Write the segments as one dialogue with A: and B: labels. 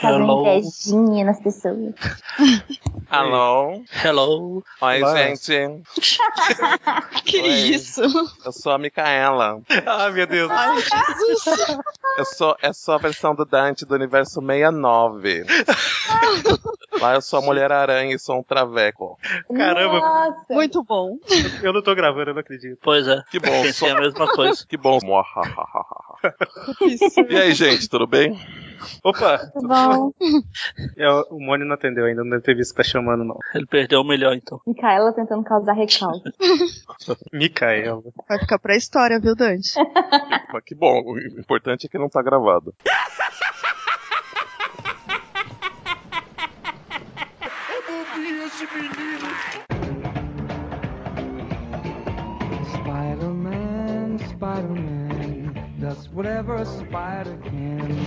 A: Fazendo
B: Hello.
A: invejinha Tá nas pessoas.
C: Alô?
B: Hello.
C: Oi,
B: Olá.
C: gente.
D: Que
C: Oi.
D: isso?
C: Eu sou a Micaela.
E: Ah,
B: Ai, meu Deus.
D: Ai, Jesus.
C: Eu sou, eu sou a versão do Dante do universo 69. Lá eu sou a Mulher-Aranha e sou um traveco.
E: Caramba.
A: Nossa.
D: Muito bom.
E: Eu não tô gravando, eu não acredito.
B: Pois é.
C: Que bom,
B: Pensei
C: só-
B: a mesma coisa.
C: Que bom.
D: Isso.
C: E aí, gente, tudo bem?
E: Opa!
A: Muito Tá bom.
E: É, o- o Mônio não atendeu ainda, não deve ter visto que tá chamando, não.
B: Ele perdeu o melhor, então.
A: Micaela tentando causar recalque.
E: Micaela.
D: Vai ficar pra história, viu, Dante?
C: Mas que bom. O importante é que não tá gravado.
F: Spider-Man, Spider-Man, does whatever a spider can.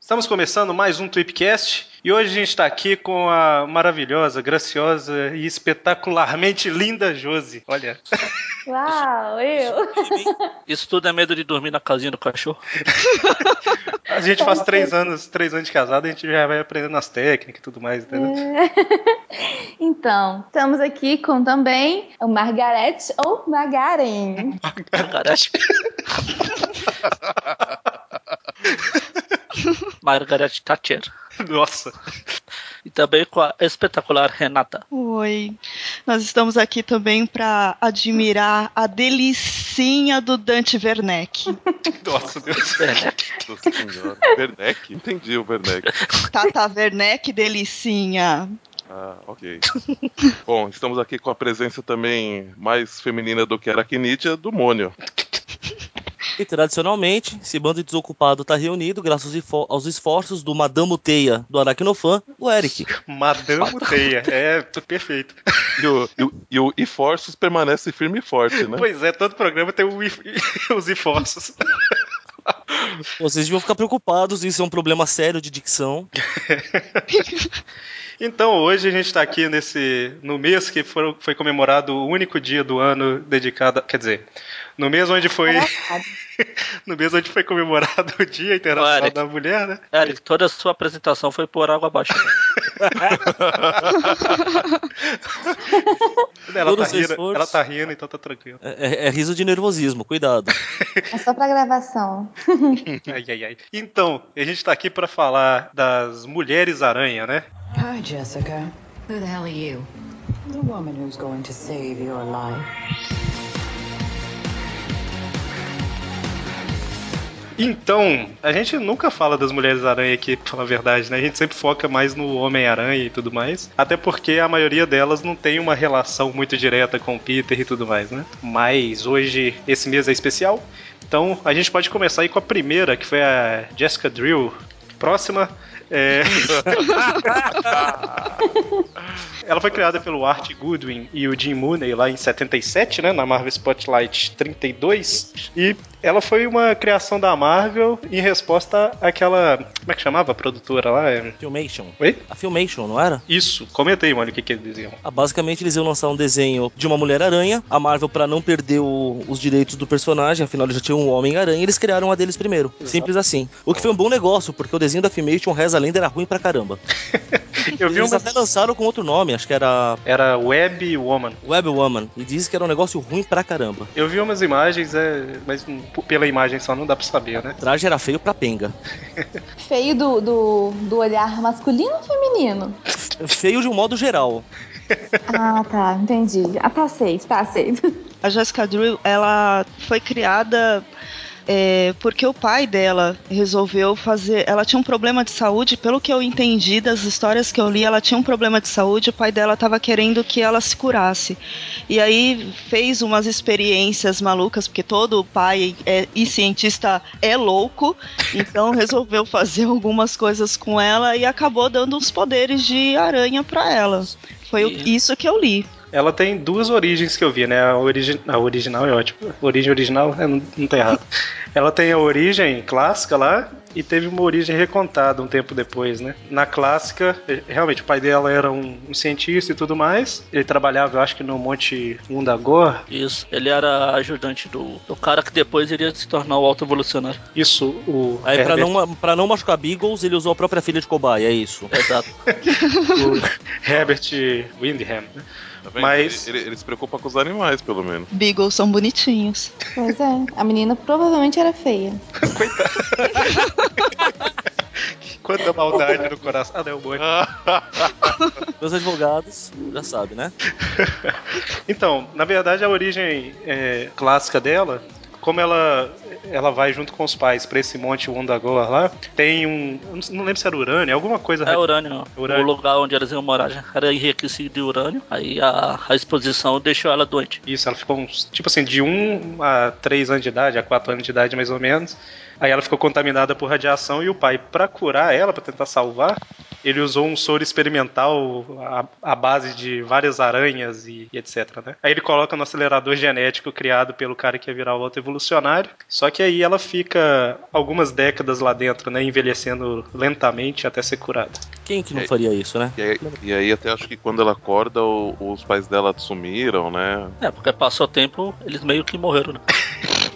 E: Estamos começando mais um Tweepcast e hoje a gente está aqui com a maravilhosa, graciosa e espetacularmente linda Josi. Olha,
A: Uau, eu.
B: Isso tudo é medo de dormir na casinha do cachorro.
E: a gente faz três anos, três anos de casado, a gente já vai aprendendo as técnicas e tudo mais, entendeu?
A: Então, estamos aqui com também o Margarete ou Magaren.
B: Margarete. Margarete Thatcher.
E: Nossa,
B: tá E também com a espetacular Renata.
D: Oi. Nós estamos aqui também pra admirar a delicinha do Dante Werneck.
E: nossa, Deus.
C: Nossa senhora. Werneck? Entendi o Werneck.
D: Tata Werneck, delicinha.
C: Ah, ok. Bom, estamos aqui com a presença também mais feminina do que a Aracnídea, do Mônio.
G: E tradicionalmente, esse bando de desocupado tá reunido graças aos esfo- aos esforços do Madame Teia do Aracnofan, o Eric.
E: Madame Teia, é t- perfeito.
C: E o, e o, e o Iforços permanece firme e forte, né?
E: Pois é, todo programa tem o if- os esforços.
G: Vocês deviam ficar preocupados, isso é um problema sério de dicção.
E: Então hoje a gente está aqui nesse no mês que foram- foi comemorado o único dia do ano dedicado, a- quer dizer, no mês onde foi No mês onde foi comemorado o Dia Internacional
B: Olha.
E: da Mulher, né?
B: Eric, toda a sua apresentação foi por água abaixo.
G: É,
E: Ela tá,
G: Todo seu
E: rindo,
G: esforço.
E: ela tá rindo, então tá tranquilo.
G: É, é- é riso de nervosismo, cuidado.
A: É só pra gravação.
E: Ai, ai, ai. Então, a gente tá aqui pra falar das Mulheres Aranha, né?
H: Hi, Jessica. Who the hell are you? The woman who's going to save your life.
E: Então, a gente nunca fala das Mulheres Aranha aqui, pra falar a verdade, né? A gente sempre foca mais no Homem-Aranha e tudo mais. Até porque a maioria delas não tem uma relação muito direta com o Peter e tudo mais, né? Mas hoje, esse mês é especial. Então, a gente pode começar aí com a primeira, que foi a Jessica Drill. Próxima. É... Ela foi criada pelo Art Goodwin e o Jim Mooney lá em 77, né, na Marvel Spotlight 32. E ela foi uma criação da Marvel em resposta àquela. Como é que chamava a produtora lá? É-
G: Filmation.
E: Oi?
G: A Filmation, não era?
E: Isso, comenta aí, mano, o que, que eles diziam.
G: Ah, basicamente, eles iam lançar um desenho de uma Mulher-Aranha. A Marvel, pra não perder o- os direitos do personagem, afinal eles já tinham um Homem-Aranha, eles criaram a deles primeiro. Simples assim. O que foi um bom negócio, porque o desenho da Filmation, Reza a Lenda, era ruim pra caramba.
E: Eu vi um
G: Eles
E: uma.
G: até lançaram com outro nome, acho que era
E: Era Web Woman.
G: Web Woman e diz que era um negócio ruim pra caramba.
E: Eu vi umas imagens, é, mas hum, pela imagem só não dá pra saber, né?
G: O traje era feio pra penga.
A: Feio do, do, do olhar masculino ou feminino?
G: Feio de um modo geral.
A: Ah, tá, entendi. Ah, tá aceito, tá aceito.
D: A Jessica Drew, ela foi criada é, porque o pai dela resolveu fazer. Ela tinha um problema de saúde, pelo que eu entendi das histórias que eu li, ela tinha um problema de saúde. O pai dela estava querendo que ela se curasse. E aí fez umas experiências malucas, porque todo pai é, e cientista é louco, então resolveu fazer algumas coisas com ela e acabou dando uns poderes de aranha para ela. Foi o- isso que eu li.
E: Ela tem duas origens que eu vi, né? A, origi a original é ótima. Origem original é, não, não tá errado. Ela tem a origem clássica lá, e teve uma origem recontada um tempo depois, né? Na clássica, eh, realmente, o pai dela era um, um cientista e tudo mais. Ele trabalhava, eu acho que no Monte Undagor,
B: Isso. Ele era ajudante do, do cara que depois iria se tornar o alto evolucionário.
E: Isso, o.
G: Aí, pra
E: Herbert,
G: não, pra não machucar Beagles, ele usou a própria filha de cobaia, é isso.
B: Exato.
E: o Herbert Windham. né?
C: Tá vendo?
E: Mas-
C: Ele, ele- ele se preocupa com os animais, pelo menos.
D: Beagles são bonitinhos.
A: Pois é. A menina provavelmente era feia.
E: Quanta maldade no coração. Ah, não, boi.
G: Meus advogados, já sabe, né?
E: Então, na verdade, a origem é, clássica dela. Como ela, ela vai junto com os pais pra esse monte Wondagor lá, tem um. eu não- Não lembro se era urânio, alguma coisa.
B: É urânio,
E: Urânio.
B: O lugar onde eles iam morar já era enriquecido de urânio. Aí a, a exposição deixou ela doente.
E: Isso, ela ficou uns, tipo assim, de 1 a 3 anos de idade, a 4 anos de idade mais ou menos. Aí ela ficou contaminada por radiação e o pai, pra curar ela, pra tentar salvar, ele usou um soro experimental à, à base de várias aranhas e, e etc, né? Aí ele coloca no acelerador genético criado pelo cara que ia virar o auto-evolucionário. Só que aí ela fica algumas décadas lá dentro, né? Envelhecendo lentamente até ser curada.
G: Quem
E: É.
G: que não faria isso, né?
C: E aí, e aí até acho que quando ela acorda, o- os pais dela sumiram, né?
B: É, porque passou tempo, eles meio que morreram, né?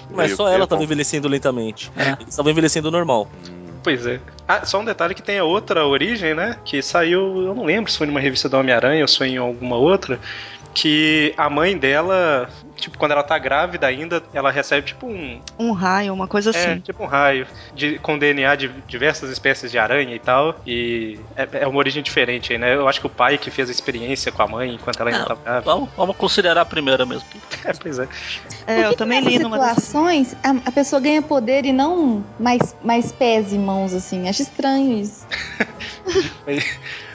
G: Mas
C: Meio
G: só
C: que
G: ela tá
C: é
G: tava
C: bom.
G: envelhecendo lentamente.
B: É.
G: Eles estavam envelhecendo normal.
E: Pois é. Ah, só um detalhe que tem a outra origem, né? Que saiu, eu não lembro se foi numa revista do Homem-Aranha ou se foi em alguma outra. Que a mãe dela, tipo, quando ela tá grávida ainda, ela recebe tipo um.
D: Um raio, uma coisa
E: É,
D: assim.
E: tipo um raio. De, com DNA de diversas espécies de aranha e tal. E é, é uma origem diferente aí, né? Eu acho que o pai que fez a experiência com a mãe enquanto ela ainda
B: Não.
E: tava grávida.
B: Vamos, Então, vamos considerar a primeira mesmo.
E: É, pois é.
D: É, eu
A: Por que
D: também
A: que
D: li numa
A: nessas
D: das...
A: situações a, a pessoa ganha poder e não mais, mais pés e mãos, assim. Acho estranho isso.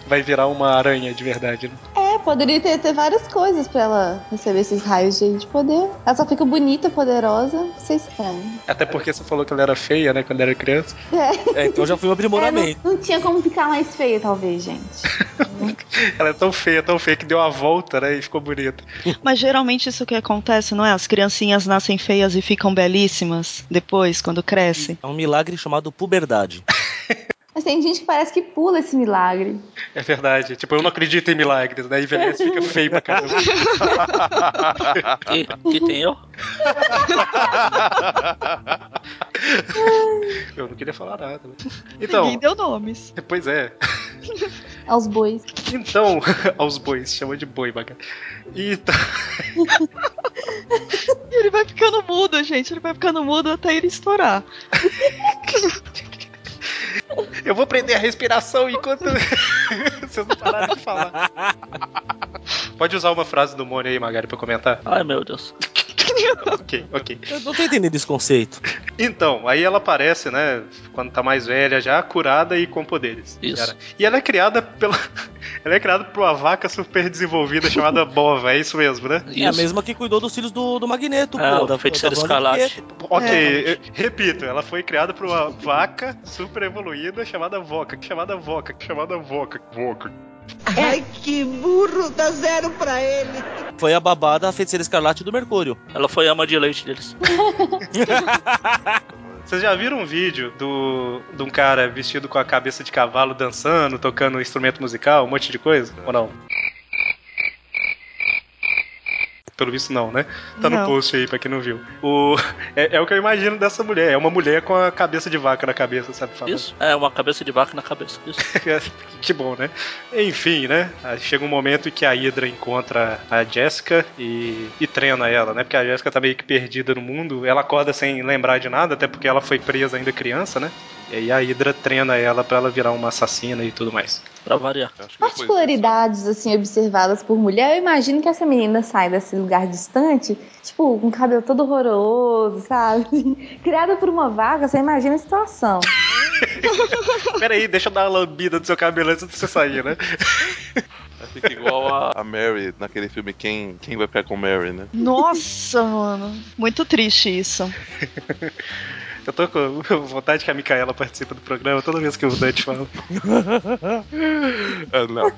E: Vai virar uma aranha de verdade, né?
A: É, poderia ter, ter várias coisas pra ela receber esses raios de, de poder. Ela só fica bonita, poderosa. Isso é estranho.
E: Até porque você falou que ela era feia, né? Quando era criança.
G: É, então já foi
A: É,
G: um
A: não,
G: aprimoramento.
A: não tinha como ficar mais feia, talvez, gente.
E: Ela é tão feia, tão feia que deu a volta, né? E ficou bonita.
D: Mas geralmente isso que acontece, não é? As criancinhas nascem feias e ficam belíssimas depois, quando crescem.
G: É um milagre chamado puberdade.
A: Mas tem gente que parece que pula esse milagre.
E: É verdade. Tipo, eu não acredito em milagres, né? Envelhece fica feio pra caramba.
B: Que, que tem eu?
E: Eu não queria falar nada. né? Então,
D: Ninguém deu nomes.
E: pois é.
A: Aos bois.
E: Então, aos bois, chama de boi, bacana. E tá-
D: E ele vai ficando mudo, gente. Ele vai ficando mudo até ele estourar.
E: eu vou prender a respiração enquanto vocês não pararam de falar. Pode usar uma frase do Mônio aí, Magari, pra comentar?
B: Ai, meu Deus.
E: Ok, ok.
G: Eu não tô entendendo esse conceito.
E: Então, aí ela aparece, né? Quando tá mais velha, já curada e com poderes.
B: Isso.
E: Cara. E ela é criada pela. ela é criada por uma vaca super desenvolvida chamada Bova, é isso mesmo, né?
G: É a
B: Isso.
G: mesma que cuidou dos filhos do, do Magneto,
B: Ah,
G: pô.
B: o feiticeiro
G: Wanda
B: escarlate.
G: Pietro.
E: Ok,
D: É.
E: eu- repito, ela foi criada por uma vaca super evoluída chamada Voca, chamada Voca, chamada Voca, Voca.
D: É.
I: Ai, que burro! Dá zero pra ele!
G: Foi a babada a feiticeira escarlate do Mercúrio.
B: Ela foi ama de leite deles.
E: Vocês já viram um vídeo do de um cara vestido com a cabeça de cavalo dançando, tocando um instrumento musical, um monte de coisa? Ou não? Pelo visto não, né? Tá no
D: Não.
E: post aí pra quem não viu. O... É, é o que eu imagino dessa mulher. É uma mulher com a cabeça de vaca na cabeça, sabe?
G: Tá
E: falando?
B: Isso. É uma cabeça de vaca na cabeça. Isso.
E: que bom, né? Enfim, né? Aí Chega um momento em que a Hydra encontra a Jessica e, e treina ela, né? Porque a Jessica tá meio que perdida no mundo. Ela acorda sem lembrar de nada, até porque ela foi presa ainda criança, né? E aí a Hydra treina ela pra ela virar uma assassina e tudo mais.
B: Pra variar.
C: Acho que depois disso-
A: Particularidades, assim, observadas por mulher, eu imagino que essa menina sai desse lugar distante, tipo, com o cabelo todo horroroso, sabe? Criada por uma vaca, você imagina a situação.
E: Peraí, deixa eu dar uma lambida do seu cabelo antes de você sair, né?
C: É, Fica igual a, a Mary naquele filme Quem, Quem Vai Ficar com Mary, né?
D: Nossa, mano. Muito triste isso.
E: Eu tô com vontade que a Micaela participe do programa toda vez que o Dante fala.
C: Ah, não.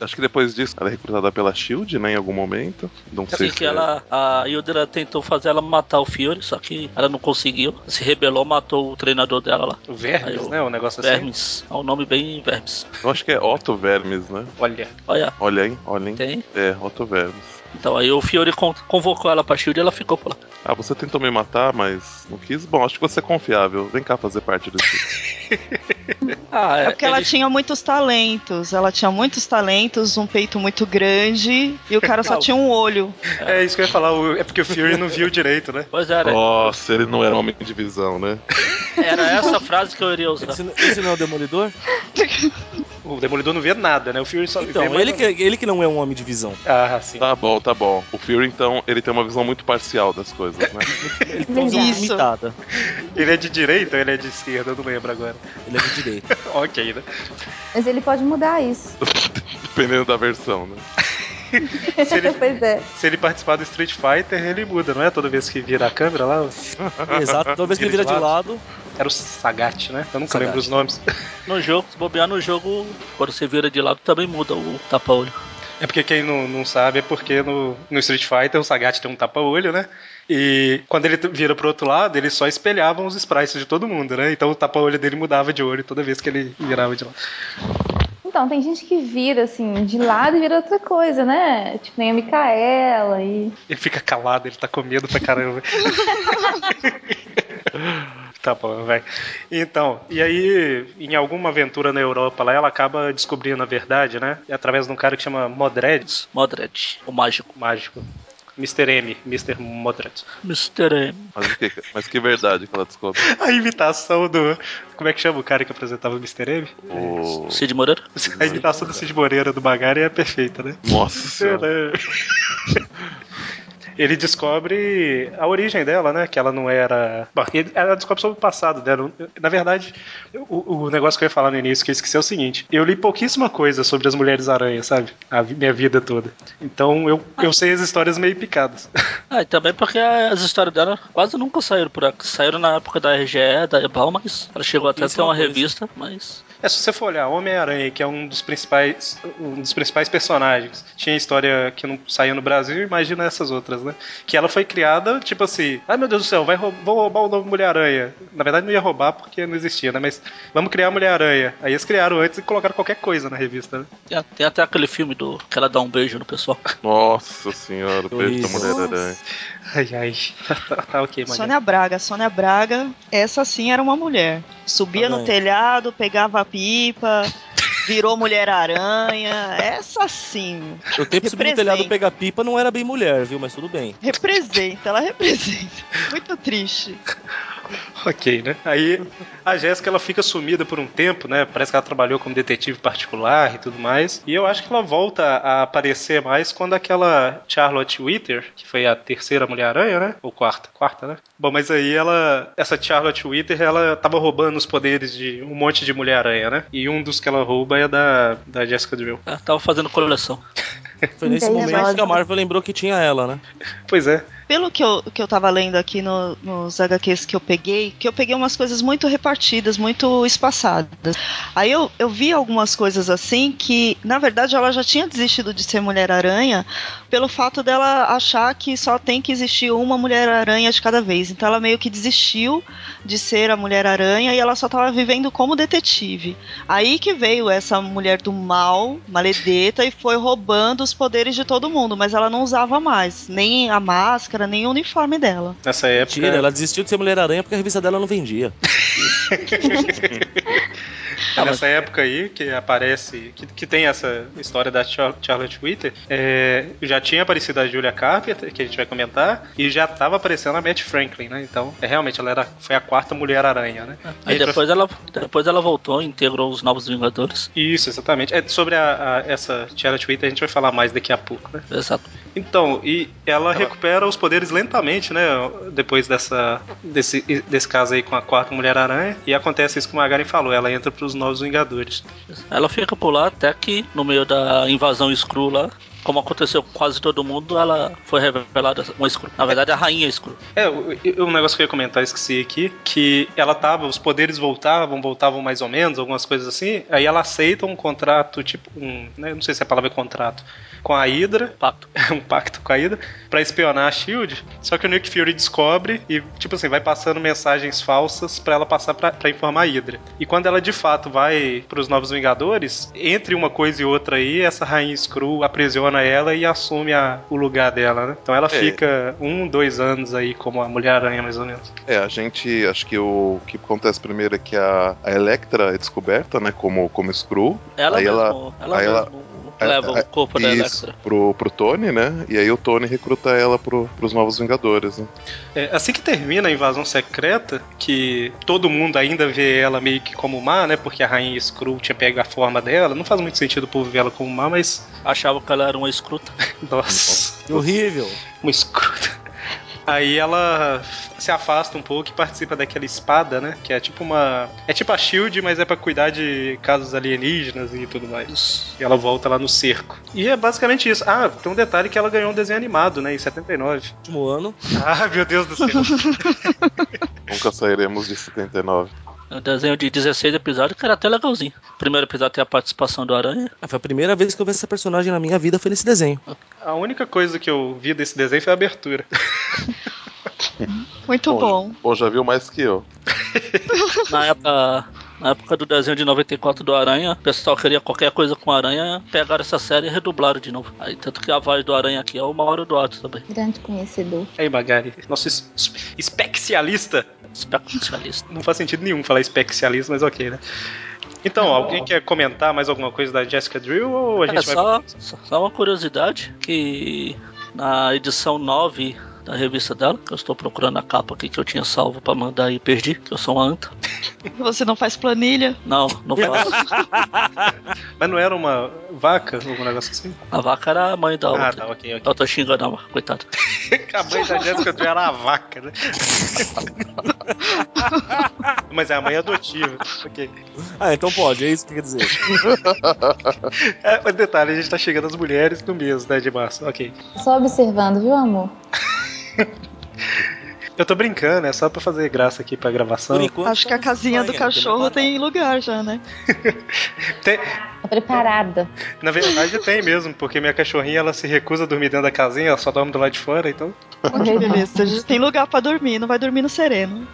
C: Acho que depois disso ela é recrutada pela Shield, né? Em algum momento. Não sei
B: Assim
C: se é
B: que ela, a Yodera tentou fazer ela matar o Fiore, só que ela não conseguiu. Se rebelou, matou o treinador dela lá.
E: O Vermes,
B: Aí,
E: né? Um negócio assim.
B: Vermes, é um nome bem Vermes.
C: Eu acho que é Otto Vermes, né?
E: assim, Olha.
B: Olha,
C: Olha aí, olha aí.
B: tem.
C: É, Otto Vermes.
B: Então aí o Fiore con- convocou ela pra Shield e ela ficou por lá.
C: Ah, você tentou me matar, mas não quis? Bom, acho que você é confiável. Vem cá fazer parte do time.
B: Ah,
D: É porque ela tinha muitos talentos. Ela tinha muitos talentos, um peito muito grande e o cara só
B: Não.
D: tinha um olho.
E: É isso que eu ia falar. o- É porque o Fury não viu direito, né?
B: Pois era,
C: Nossa, ele não era um homem de visão, né?
B: era essa frase que eu iria usar.
G: Esse, não- esse não é o Demolidor?
E: O Demolidor não vê nada, né? O Fury só vê
G: Então,
E: mais
G: ele
E: ou
G: que, ele que não é um homem de visão.
E: menos. Ah, sim.
C: Tá bom, tá bom. O Fury, então, ele tem uma visão muito parcial das coisas, né?
G: Ele é tem uma visão
D: Isso.
G: limitada.
E: Ele é de direita ou ele é de esquerda? Eu não lembro agora.
G: Ele é de direito.
E: ok, né?
A: Mas ele pode mudar isso.
C: Dependendo da versão, né?
E: Se ele,
A: pois é.
E: se ele participar do Street Fighter, ele muda, não é? Toda vez que vira a câmera lá.
G: Exato. Toda vez que ele vira de lado,
E: Era o Sagat, né? Eu nunca
G: Sagat.
E: lembro os nomes.
B: No jogo, se bobear no jogo, quando você vira de lado, também muda o tapa-olho.
E: É porque quem não, não sabe é porque no, no Street Fighter o Sagat tem um tapa-olho, né? E quando ele t- vira pro outro lado, eles só espelhavam os sprites de todo mundo, né? Então o tapa-olho dele mudava de olho toda vez que ele virava de lado.
A: Então, tem gente que vira, assim, de lado e vira outra coisa, né? Tipo, nem a Micaela e.
E: Ele fica calado, ele tá com medo pra caramba. tá bom, vai. Então, e aí, em alguma aventura na Europa lá, ela acaba descobrindo a verdade, né? E através de um cara que chama Modred,
B: Modred, o mágico.
E: mágico. Mr. M, Mr. Modred.
B: Mr. M.
C: Mas, o que, mas que verdade que ela descobre.
E: A imitação do. Como é que chama o cara que apresentava o Mr. M?
C: O...
B: Cid Moreira?
E: A imitação do Cid Moreira do Magari é perfeita, né?
C: Nossa senhora.
E: Ele descobre a origem dela, né? Que ela não era. Bom, ele- ela descobre sobre o passado dela. Na verdade, o, o negócio que eu ia falar no início, que eu esqueci, é o seguinte: eu li pouquíssima coisa sobre as Mulheres Aranha, sabe? A vi- minha vida toda. Então eu, eu sei as histórias meio picadas.
B: Ah, e também porque as histórias dela quase nunca saíram por aqui. Saíram na época da RGE, da Ebal, mas ela chegou até a
G: Isso
B: ter
G: é uma
B: uma
G: coisa.
B: revista, mas.
E: É, se você for olhar Homem-Aranha, que é um dos principais um dos principais personagens, tinha história que não saía no Brasil, imagina essas outras, né? Que ela foi criada, tipo assim, ai meu Deus do céu, vai rou- vou roubar o novo Mulher-Aranha. Na verdade não ia roubar porque não existia, né? Mas vamos criar a Mulher-Aranha. Aí eles criaram antes e colocaram qualquer coisa na revista, né?
B: Tem, tem até aquele filme do que ela dá um beijo no pessoal.
C: Nossa senhora, o beijo da
G: Horrível.
C: Mulher-Aranha.
E: Ai, ai. tá, tá ok, mano.
D: Sônia Braga, Sônia Braga, essa sim era uma mulher. Subia
G: Tá
D: no
G: bem.
D: telhado, pegava a pipa, virou Mulher-Aranha. Essa sim.
G: o tempo que subir no telhado
D: Representa.
G: pegar pipa não era bem mulher, viu? Mas tudo bem.
D: Representa, ela representa. Muito triste.
E: Ok, né? Aí a Jéssica ela fica sumida por um tempo, né? Parece que ela trabalhou como detetive particular e tudo mais. E eu acho que ela volta a aparecer mais quando aquela Charlotte Witter, que foi a terceira Mulher-Aranha, né? Ou quarta, quarta, né? Bom, mas aí ela, essa Charlotte Witter, ela tava roubando os poderes de um monte de Mulher-Aranha, né? E um dos que ela rouba é da, da Jessica Drill.
B: Ela tava fazendo coleção.
G: Foi nesse
A: Entendi,
G: momento que
A: lógico.
G: a Marvel lembrou que tinha ela, né?
E: Pois é.
D: Pelo que eu, que eu tava lendo aqui no- nos HQs que eu peguei, que eu peguei umas coisas muito repartidas, muito espaçadas. Aí eu, eu vi algumas coisas assim que, na verdade, ela já tinha desistido de ser Mulher-Aranha pelo fato dela achar que só tem que existir uma Mulher-Aranha de cada vez. Então ela meio que desistiu de ser a Mulher-Aranha e ela só tava vivendo como detetive. Aí que veio essa mulher do mal, maledeta, e foi roubando os poderes de todo mundo, mas ela não usava mais, nem a máscara, nem o uniforme dela.
E: Nessa época.
G: Tira, ela desistiu de ser Mulher-Aranha porque a revista dela não vendia.
B: Tá,
E: É nessa época aí que aparece, que, que tem essa história da Char- Charlotte Twitter, já tinha aparecido a Julia Carpenter, que a gente vai comentar, e já tava aparecendo a Matt Franklin, né? Então, é, realmente, ela era, foi a quarta Mulher-Aranha, né?
B: Ah, Aí depois ela, depois ela voltou e integrou os Novos Vingadores.
E: Isso, exatamente. É sobre a, a- essa Charlotte Twitter a gente vai falar mais daqui a pouco, né?
B: Exato.
E: Então, e
B: Tá
E: ela, recupera os poderes lentamente, né? Depois dessa, desse, desse caso aí com a quarta Mulher-Aranha. E acontece isso que o Magaren falou, ela entra pros Novos Vingadores.
B: Ela fica por lá até que no meio da invasão Skrull lá, como aconteceu com quase todo mundo, ela foi revelada uma Skrull. Na verdade, a rainha Skrull.
E: É, o- e- um negócio que eu ia comentar, esqueci aqui, que ela tava, os poderes voltavam, voltavam mais ou menos, algumas coisas assim, aí ela aceita um contrato, tipo, um, né, não sei se a palavra é contrato, com a Hydra,
B: Pacto.
E: um pacto com a Hydra, pra espionar a SHIELD, só que o Nick Fury descobre e, tipo assim, vai passando mensagens falsas pra ela passar pra, pra informar a Hydra. E quando ela, de fato, vai pros Novos Vingadores, entre uma coisa e outra aí, essa rainha Skrull aprisiona ela e assume a- o lugar dela, né? Então ela
C: É.
E: fica um, dois anos aí como a Mulher-Aranha, mais ou menos.
C: É, a gente, acho que o que acontece primeiro é que a, a Electra é descoberta, né, como, como Skrull,
B: Ela
C: Aí
B: mesmo, ela,
C: aí ela-
B: mesmo
C: é,
B: leva
C: é,
B: o corpo da
C: isso,
B: Electra.
C: pro, pro Tony, né, e aí o Tony recruta ela pro, pros Novos Vingadores, né.
E: É, assim que termina a invasão secreta, que todo mundo ainda vê ela meio que como má, né? Porque a rainha Skrull tinha pego a forma dela. Não faz muito sentido o povo ver ela como má, mas.
B: Achava que ela era uma escruta.
E: Nossa,
G: Horrível.
E: uma escruta. Aí ela se afasta um pouco e participa daquela espada, né? Que é tipo uma. É tipo a Shield, mas é pra cuidar de casos alienígenas e tudo mais. E ela volta lá no cerco. E é basicamente isso. Ah, tem um detalhe que ela ganhou um desenho animado, né? Em 79.
G: Último ano.
E: Ah, meu Deus do céu.
C: Nunca sairemos de 79.
B: Um desenho de 16 episódios que era até legalzinho. Primeiro episódio tem a participação do Aranha.
G: Ah, Foi a primeira vez que eu vi essa personagem na minha vida, foi nesse desenho.
E: A única coisa que eu vi desse desenho foi a abertura.
D: Muito bom.
C: Bom, já viu mais que eu.
B: Na época, na época do desenho de 94 do Aranha, o pessoal queria qualquer coisa com Aranha, pegaram essa série e redublaram de novo. Aí, tanto que a voz do Aranha aqui é o Mauro Duarte também.
A: Grande conhecedor.
E: Aí, Magari, nosso es- es- especialista.
B: Especialista.
E: Não faz sentido nenhum falar especialista, mas ok, né? Então, alguém quer comentar mais alguma coisa da Jessica Drill ou a
B: É,
E: gente vai.
B: só, só só uma curiosidade, que na edição 9 da revista dela, que eu estou procurando a capa aqui que eu tinha salvo pra mandar e perdi, que eu sou uma anta.
D: Você não faz planilha?
B: Não, não faço.
E: Mas não era uma vaca, algum negócio assim?
B: A vaca era a mãe da
E: Ah,
B: outra.
E: tá, ok, ok.
B: Eu tô xingando a vaca, coitada.
E: A mãe da Jessica Drill era a vaca, né? mas é a mãe adotiva. Ok.
G: Ah, então pode, é isso que quer dizer.
E: É, mas detalhe, a gente tá chegando às mulheres no mês, né, de março. Ok.
A: Só observando, viu, amor?
E: Eu tô brincando, é só pra fazer graça aqui pra gravação.
G: Por enquanto,
D: Acho que a
G: tá
D: casinha do
G: estranha, não
D: cachorro
G: tem
D: tem lugar já, né?
E: Tem-
A: Tá preparada.
E: Na verdade tem mesmo, porque minha cachorrinha ela se recusa a dormir dentro da casinha, ela só dorme do lado de fora, então.
D: Olha que beleza. Já Tem lugar pra dormir, não vai dormir no sereno.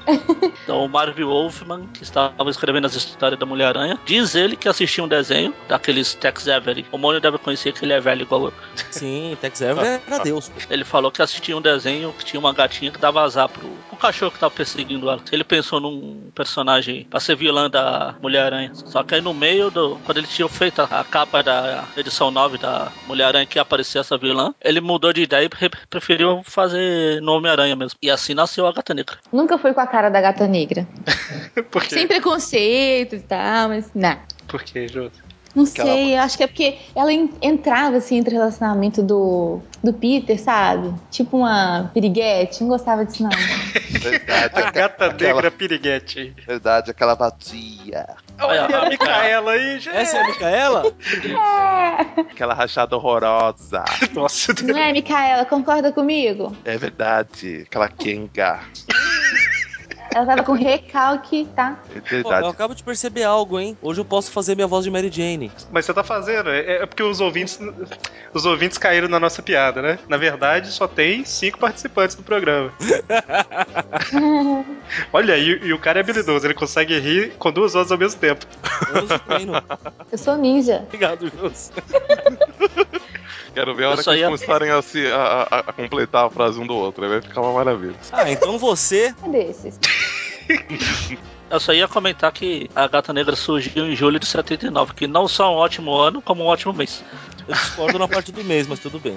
B: Então, o Marvel Wolfman, que estava escrevendo as histórias da Mulher-Aranha, diz ele que assistiu um desenho daqueles Tex Avery. O Mônio deve conhecer que ele é velho igual eu.
G: Sim, Tex Avery era Deus. pô.
B: Ele falou que assistiu um desenho que tinha uma gatinha que dava azar pro um cachorro que estava perseguindo ela. Ele pensou num personagem pra ser vilã da Mulher-Aranha. Só que aí no meio do. Quando ele tinha feito a, a capa da edição 9 da Mulher-Aranha que aparecia essa vilã, ele mudou de ideia e pre- preferiu fazer no Homem-Aranha mesmo. E assim nasceu a Gata Negra.
A: Nunca fui com a cara da gata negra.
E: Por quê?
A: Sem preconceito e tal, mas. Não.
E: Por quê, Jota?
A: Não
C: Aquela-
A: sei, eu acho que é porque ela en- entrava assim entre o relacionamento do, do Peter, sabe? Tipo uma piriguete, não gostava disso, não.
C: Verdade,
G: Ah.
E: A gata
C: aquela-
E: negra piriguete.
C: verdade, aquela vadia.
B: Olha,
E: Olha
B: a
E: a Micaela aí, gente.
G: Essa é a Micaela?
A: É.
C: Aquela rachada horrorosa.
E: Nossa, Deus.
A: Não é, Micaela? Concorda comigo?
C: É verdade, aquela Kenga.
A: Ela tava com recalque, tá?
C: É
G: Pô, eu
C: verdade.
G: acabo de perceber algo, hein? Hoje eu posso fazer minha voz de Mary Jane.
E: Mas você tá fazendo, é, é porque os ouvintes os ouvintes caíram na nossa piada, né? Na verdade, só tem cinco participantes do programa. Olha, e, e o cara é habilidoso, ele consegue rir com duas vozes ao mesmo tempo.
G: Anos de treino.
A: Eu sou ninja.
G: Obrigado, Jus.
C: Quero ver a hora
B: Eu
C: que
B: só
C: eles
B: ia-
C: começarem a, se, a, a- a completar a frase um do outro. Aí vai ficar uma maravilha.
G: Ah, então você.
A: É desses.
B: Eu só ia comentar que a Gata Negra surgiu em julho de 79, que não só um ótimo ano, como um ótimo mês.
G: Eu discordo na parte do mês, mas tudo bem.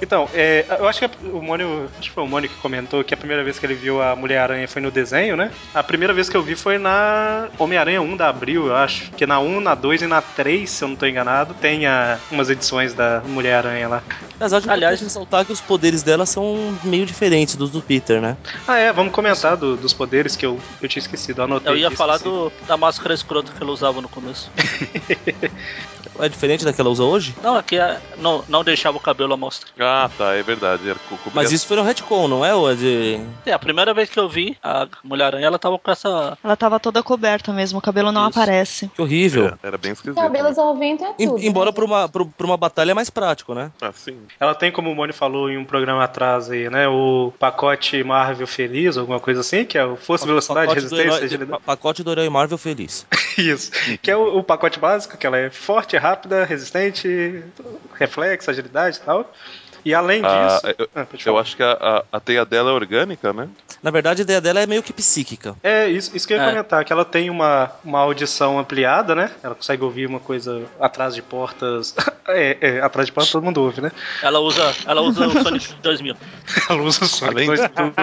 E: Então, é, eu acho que o Mônio, acho que foi o Mônio que comentou que a primeira vez que ele viu a Mulher-Aranha foi no desenho, né? A primeira vez que eu vi foi na Homem-Aranha 1 da Abril, eu acho. Que na 1, na 2 e na 3, se eu não tô enganado, tem a, umas edições da Mulher-Aranha lá.
G: Mas acho que
B: Aliás-
G: Aliás, ressaltar que os poderes dela são meio diferentes dos do Peter, né?
E: Ah, é, vamos comentar do- dos poderes que eu, eu tinha esquecido. Anotei. assim.
B: Eu ia
E: aqui,
B: falar
E: esqueci.
B: do, da máscara escrota que ele usava no começo.
G: É diferente da que ela usa hoje?
B: Não, aqui é, não, não deixava o cabelo à mostra.
C: Ah, tá, é verdade. Era cu- cu-
G: Mas isso foi no retcon, não é, Ed?
B: É, a primeira vez que eu vi a Mulher-Aranha, ela tava com essa.
D: Ela tava toda coberta mesmo, o cabelo não
B: Isso.
D: aparece.
G: Que horrível.
E: É.
C: era, era bem esquisito.
A: Cabelos ao vento é
G: Em-
A: tudo.
G: embora
A: né,
G: pra uma, pra, pra uma batalha é mais prático, né?
C: Ah, sim.
E: Ela tem, como o Mônio falou em um programa atrás aí, né? O pacote Marvel Feliz, alguma coisa assim, que é o Força, Velocidade,
G: Pacote do,
E: Resistência,
G: herói,
E: Agilidade.
G: pa- pacote do herói Marvel feliz.
E: Isso. Que é o, o pacote básico, que ela é forte, rápida, resistente, reflexo, agilidade e tal. E além
C: Ah,
E: disso.
C: eu-
E: Ah, pode
C: Eu
E: falar.
C: acho que a, a, a teia dela é orgânica, né?
G: Na verdade, a ideia dela é meio que psíquica.
E: É, isso, isso que eu ia
B: É.
E: comentar, que ela tem uma, uma audição ampliada, né? Ela consegue ouvir uma coisa atrás de portas. é, é, atrás de portas todo mundo ouve, né?
B: Ela usa, ela usa o Sonic 2000.
E: Ela usa o Sonic.
C: Além
E: dois-
C: de tudo.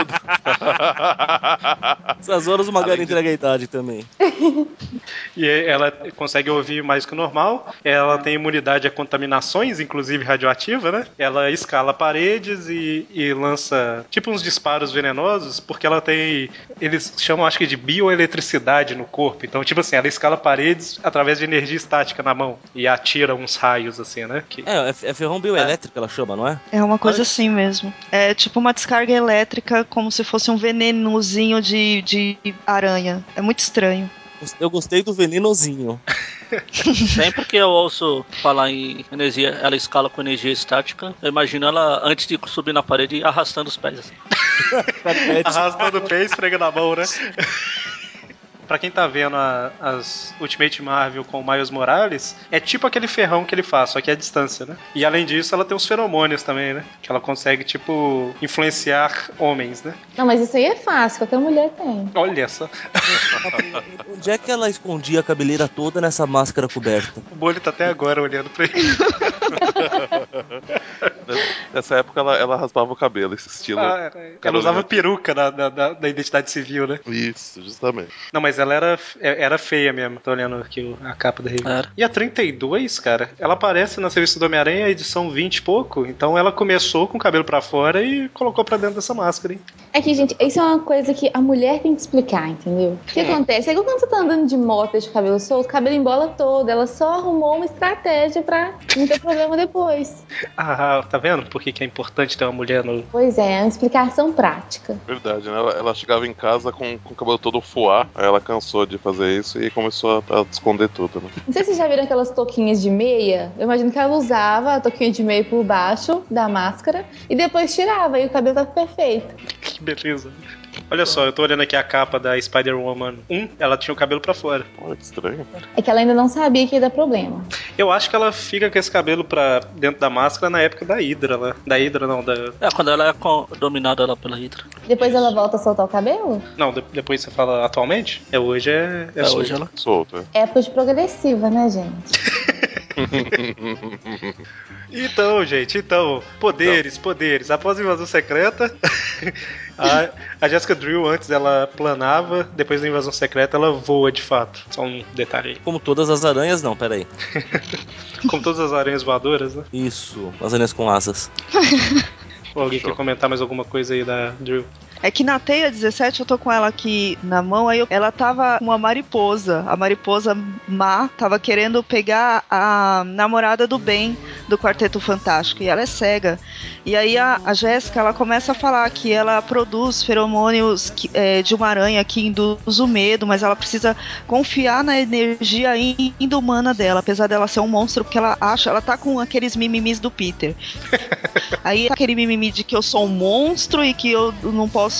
G: Essas horas o Magari
C: Além de-
G: entrega a idade também.
E: E ela consegue ouvir mais que o normal. Ela tem imunidade a contaminações, inclusive radioativa, né? Ela escala paredes e, e lança tipo uns disparos venenosos, porque ela tem. Eles chamam, acho que, de bioeletricidade no corpo. Então, tipo assim, ela escala paredes através de energia estática na mão e atira uns raios, assim, né? Que-
G: É, é, é ferrão bioelétrico, ela chama, não é?
D: É uma coisa
B: Olha.
D: assim mesmo. É tipo uma descarga elétrica, como se fosse um venenozinho de, de aranha. É muito estranho.
G: Eu gostei do venenozinho.
B: Sempre que eu ouço falar em energia, ela escala com energia estática, eu imagino ela, antes de subir na parede, arrastando os pés. assim.
E: Arrastando o pé e esfregando a mão, né? Pra quem tá vendo a- as Ultimate Marvel com o Miles Morales, é tipo aquele ferrão que ele faz, só que é à distância, né? E além disso, ela tem os feromônios também, né? Que ela consegue, tipo, influenciar homens, né?
A: Não, mas isso aí é fácil, qualquer mulher tem.
E: Olha só,
G: Onde é que ela escondia a cabeleira toda nessa máscara coberta?
E: o Bolho tá até agora olhando pra ele.
C: Nessa época ela, ela raspava o cabelo, esse estilo.
E: Ah, ela usava peruca da, da, da- da identidade civil, né?
C: Isso, justamente.
E: Não, mas ela era, é, era feia mesmo. Tô olhando aqui o- a capa da revista.
B: Era.
E: E a 32, cara, ela aparece na revista do Homem-Aranha, edição 20 e pouco. Então ela começou com o cabelo pra fora e colocou pra dentro dessa máscara, hein?
A: É que, gente, isso é uma coisa que a mulher tem que explicar, entendeu? O que acontece? É igual quando você tá andando de moto de cabelo solto, o cabelo embola todo. Ela só arrumou uma estratégia pra não ter problema depois.
E: Ah, tá vendo por que, que é importante ter uma mulher no.
A: Pois é, é uma explicação prática.
C: Verdade, né? Ela, ela chegava em casa com, com o cabelo todo fuá, aí ela cansou de fazer isso e começou a, a esconder tudo, né?
A: Não sei se vocês já viram aquelas touquinhas de meia. Eu imagino que ela usava a touquinha de meia por baixo da máscara e depois tirava e o cabelo tava perfeito.
E: Que beleza. Olha só, eu tô olhando aqui a capa da Spider-Woman 1, ela tinha o cabelo pra fora.
C: Olha que estranho.
A: É que ela ainda não sabia que ia dar problema.
E: Eu acho que ela fica com esse cabelo pra dentro da máscara na época da Hydra, lá. Da Hydra, não, da.
B: É, quando ela é co- dominada lá pela Hydra.
A: Depois ela volta a soltar o cabelo?
E: Não, de- depois você fala atualmente? É hoje, é.
B: É,
E: solto.
B: hoje ela.
C: Solto, é.
A: Época de progressiva, né, gente?
E: Então, gente, então, poderes, poderes. Após a invasão secreta, a, a Jessica Drill, antes ela planava, depois da invasão secreta ela voa de fato. Só um detalhe
G: Como todas as aranhas, não, peraí.
E: aí. Como todas as aranhas voadoras, né?
G: Isso, as aranhas com asas.
E: Ou alguém
C: Show.
E: quer comentar mais alguma coisa aí da Drill?
D: É que na teia 17 eu tô com ela aqui na mão, aí eu- ela tava com uma mariposa. A mariposa má tava querendo pegar a namorada do Ben do Quarteto Fantástico. E ela é cega. E aí a, a Jéssica ela começa a falar que ela produz feromônios que- é, de uma aranha que induz o medo, mas ela precisa confiar na energia ainda humana dela, apesar dela ser um monstro, porque ela acha, ela tá com aqueles mimimis do Peter. Aí aquele mimimi de que eu sou um monstro e que eu não posso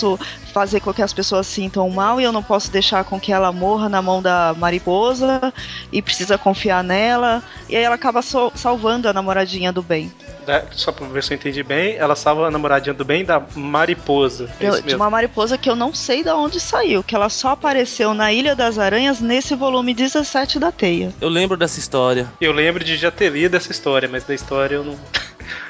D: fazer com que as pessoas se sintam mal e eu não posso deixar com que ela morra na mão da mariposa e precisa confiar nela. E aí ela acaba so- salvando a namoradinha do bem.
E: Da- só pra ver se eu entendi bem, ela salva a namoradinha do bem da mariposa. É isso
D: de
E: mesmo.
D: uma mariposa que eu não sei de onde saiu, que ela só apareceu na Ilha das Aranhas nesse volume 17 da Teia.
G: Eu lembro dessa história.
E: Eu lembro de já ter lido essa história, mas da história eu não.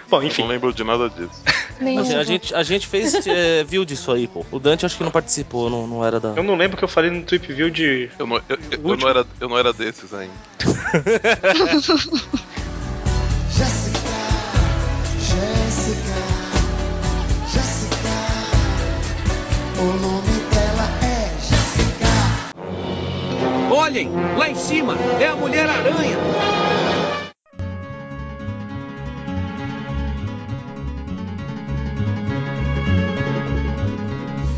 E: Bom,
C: Eu não
E: enfim.
C: lembro de nada disso.
A: Nem
G: Assim, a, gente, a gente fez, é, viu disso aí, pô. O Dante acho que não participou, não, não era da.
E: Eu não lembro o que eu falei no Trip View de
C: Eu não, eu- eu- eu
E: Último.
C: não era, eu não era desses ainda.
I: Jessica, o nome dela é
J: olhem! Lá em cima é a Mulher Aranha!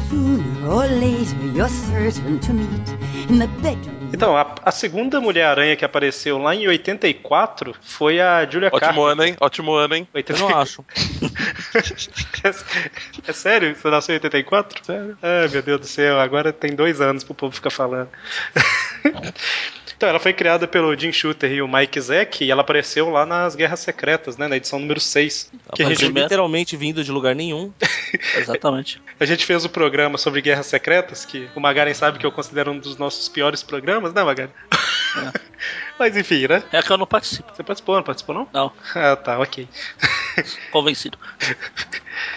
K: Sooner or later, you're certain to meet in the bedroom.
E: Então, a, a segunda Mulher-Aranha que apareceu lá em 84 foi a Julia
C: Ótimo
E: Carter.
C: ano, hein? Ótimo ano, hein?
G: Eu não acho.
E: É sério? Você nasceu em 84? Sério. Ai, meu Deus do céu, agora tem dois anos pro povo ficar falando. Então, ela foi criada pelo Jim Shooter e o Mike Zeck e ela apareceu lá nas Guerras Secretas, né? Na edição número 6. Que a
G: Mas
E: gente,
G: literalmente vindo de lugar nenhum.
B: Exatamente.
E: a gente fez o programa sobre Guerras Secretas, que o Magaren sabe que eu considero um dos nossos piores programas, né, Magaren?
G: É.
E: Mas enfim, né?
B: É que eu não participo.
E: Você participou, não participou não?
B: Não,
E: Ah, tá, ok.
B: convencido.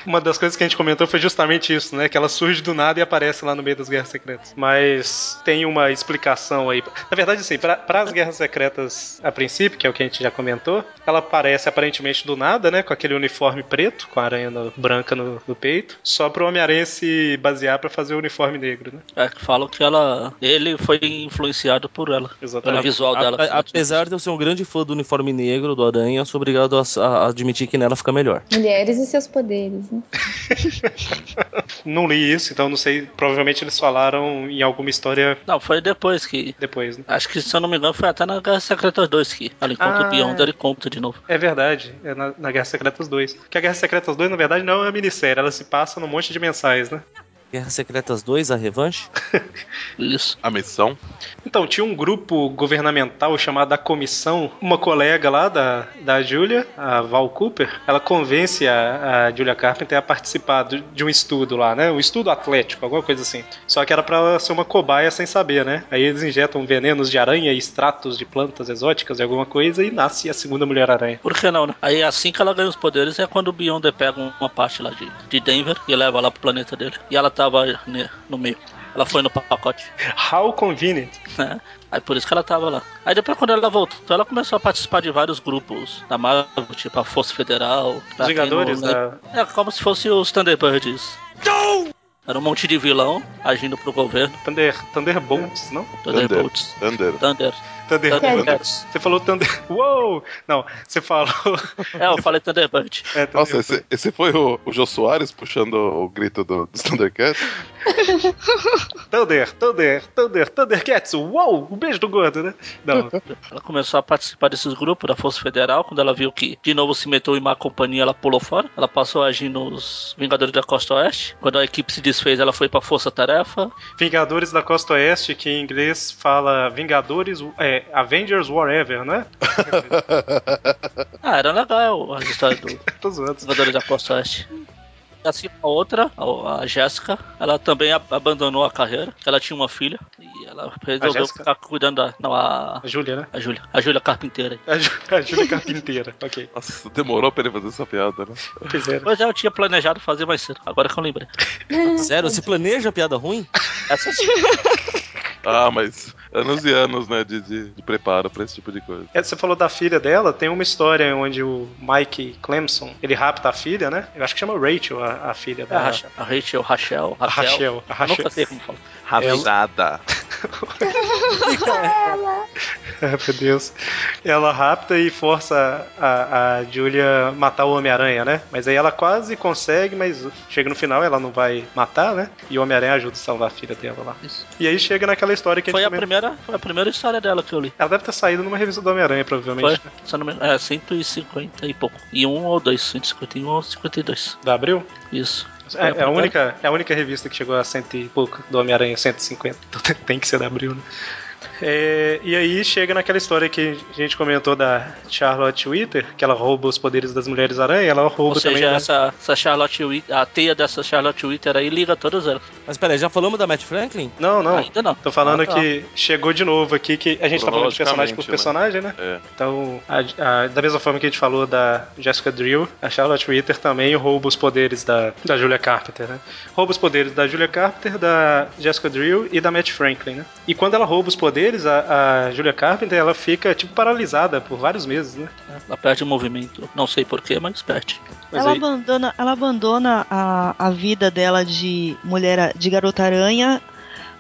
E: Uma das coisas que a gente comentou foi justamente isso, né? Que ela surge do nada e aparece lá no meio das Guerras Secretas. Mas tem uma explicação aí. Na verdade, assim, para as Guerras Secretas, a princípio, que é o que a gente já comentou, ela aparece aparentemente do nada, né? Com aquele uniforme preto, com a aranha no- branca no, no peito, só pro Homem-Aranha se basear para fazer o uniforme negro, né?
B: É que falam que ela. Ele foi influenciado por ela. Pelo visual
G: A-
B: dela. assim.
G: a- apesar de eu ser um grande fã do uniforme negro do Aranha, eu sou obrigado a, a admitir que nela fica melhor.
A: Mulheres e seus poderes, né?
E: Não li isso, então não sei. Provavelmente eles falaram em alguma história
B: Não, foi depois que.
E: depois, né?
B: Acho que, se eu não me engano, foi até na Guerra Secreta 2 que ela encontra
E: Ah,
B: o Beyond,
E: é.
B: ele conta de novo.
E: É verdade, é na, na Guerra Secretas 2. Porque a Guerra Secretas 2, na verdade, não é uma minissérie, ela se passa num monte de mensais, né?
G: Guerra Secretas 2, a revanche?
B: Isso.
C: A missão?
E: Então, tinha um grupo governamental chamado a Comissão. Uma colega lá da, da Julia, a Val Cooper, ela convence a, a Julia Carpenter a participar do- de um estudo lá, né? Um estudo atlético, alguma coisa assim. Só que era pra ela ser uma cobaia sem saber, né? Aí eles injetam venenos de aranha e extratos de plantas exóticas e alguma coisa e nasce a segunda Mulher-Aranha.
B: Por que não, né? Aí assim que ela ganha os poderes é quando o Beyonder pega um- uma parte lá de, de Denver e leva lá pro planeta dele. E ela tava ne- no meio. Ela foi no pacote.
E: How convenient.
B: né? Aí por isso que ela tava lá. Aí depois quando ela voltou, então ela começou a participar de vários grupos da Marvel, tipo a Força Federal.
E: Os Vingadores,
B: né?
E: da...
B: É como se fosse os Thunderbirds. Era um monte de vilão agindo pro governo.
E: Thunder, Thunderbolts, não?
B: Thunderbolts.
C: Thunder.
B: Thunder.
E: Thunder.
B: Thunderbirds.
E: Você falou Thunder. Uou! Não, você falou.
B: É, eu falei Thunderbird.
E: É,
C: Nossa, esse, esse foi o, o Jô Soares puxando o grito do, dos Thundercats?
E: Thunder, Thunder, Thunder, Thundercats! Uou! Um beijo do gordo, né? Não.
B: Ela começou a participar desses grupos da Força Federal. Quando ela viu que de novo se meteu em má companhia, ela pulou fora. Ela passou a agir nos Vingadores da Costa Oeste. Quando a equipe se desfez, ela foi pra Força Tarefa.
E: Vingadores da Costa Oeste, que em inglês fala Vingadores. É, Avengers Whatever, né?
B: Ah, era legal a história do- dos
E: Tô zoando.
B: Vingadores da Costa Oeste. E Assim, a outra, a a Jéssica, ela também ab- abandonou a carreira. Ela tinha uma filha e ela resolveu
E: Jéssica?
B: ficar cuidando da. Não, a.
E: A Júlia, né?
B: A Júlia. A Júlia Carpinteira. aí.
E: A, Jú- a Júlia Carpinteira. Ok.
C: Nossa, demorou pra ele fazer essa piada, né?
E: Pois é. né?
B: Pois é, eu tinha planejado fazer mais cedo, agora que eu lembrei.
G: Sério, você planeja piada ruim?
B: Essa
C: Ah, mas anos e anos, né, de, de, de preparo pra esse tipo de coisa.
E: É, Você falou da filha dela, tem uma história onde o Mike Clemson, ele rapta a filha, né? Eu acho que chama Rachel a, a filha
B: é a,
E: da
B: Rachel, a Rachel, Rachel,
E: Ah. A
B: Rachel.
E: Rachel. A
B: Eu
E: Rachel.
B: nunca sei como fala.
C: Raptada.
E: Ah, meu Deus. Ela rapta e força a, a Julia matar o Homem-Aranha, né? Mas aí ela quase consegue, mas chega no final, ela não vai matar, né? E o Homem-Aranha ajuda a salvar a filha dela lá.
B: Isso.
E: E aí chega naquela história que
B: Foi
E: a
B: a,
E: gente comentou.
B: primeira, foi a primeira história dela que eu li.
E: Ela deve ter saído numa revista do Homem-Aranha,
B: Foi,
E: provavelmente. né?
B: se eu não me engano, é 150 e pouco. E um ou dois, 151 ou 52.
E: Da Abril?
B: Isso. Foi
E: É, é a
B: primeira.
E: única, é a única revista que chegou a cento e pouco do Homem-Aranha, 150. Então tem- tem que ser da Abril, né? É, e aí chega naquela história que a gente comentou da Charlotte Witter, que ela rouba os poderes das Mulheres-Aranha, ela rouba
B: Ou seja,
E: também... né?
B: essa, essa Charlotte Witt- a teia dessa Charlotte Witter aí liga todas elas.
G: É, Mas peraí, já falamos da Matt Franklin?
E: Não, não.
B: Ainda não.
E: Tô falando
B: Ah, tá.
E: que chegou de novo aqui, que a gente tá falando de personagem por
C: Cronologicamente, né? É.
E: personagem, né? Então, a- a- da mesma forma que a gente falou da Jessica Drill, a Charlotte Witter também rouba os poderes da, da Julia Carpenter, né? Rouba os poderes da Julia Carpenter, da Jessica Drill e da Matt Franklin, né? E quando ela rouba os poderes, a, a Julia Carpenter, ela fica, tipo, paralisada por vários meses, né?
B: Ela perde o movimento. Não sei porquê, mas perde.
E: Mas
D: ela
E: aí-
D: abandona, ela abandona a, a vida dela de mulher, de garota aranha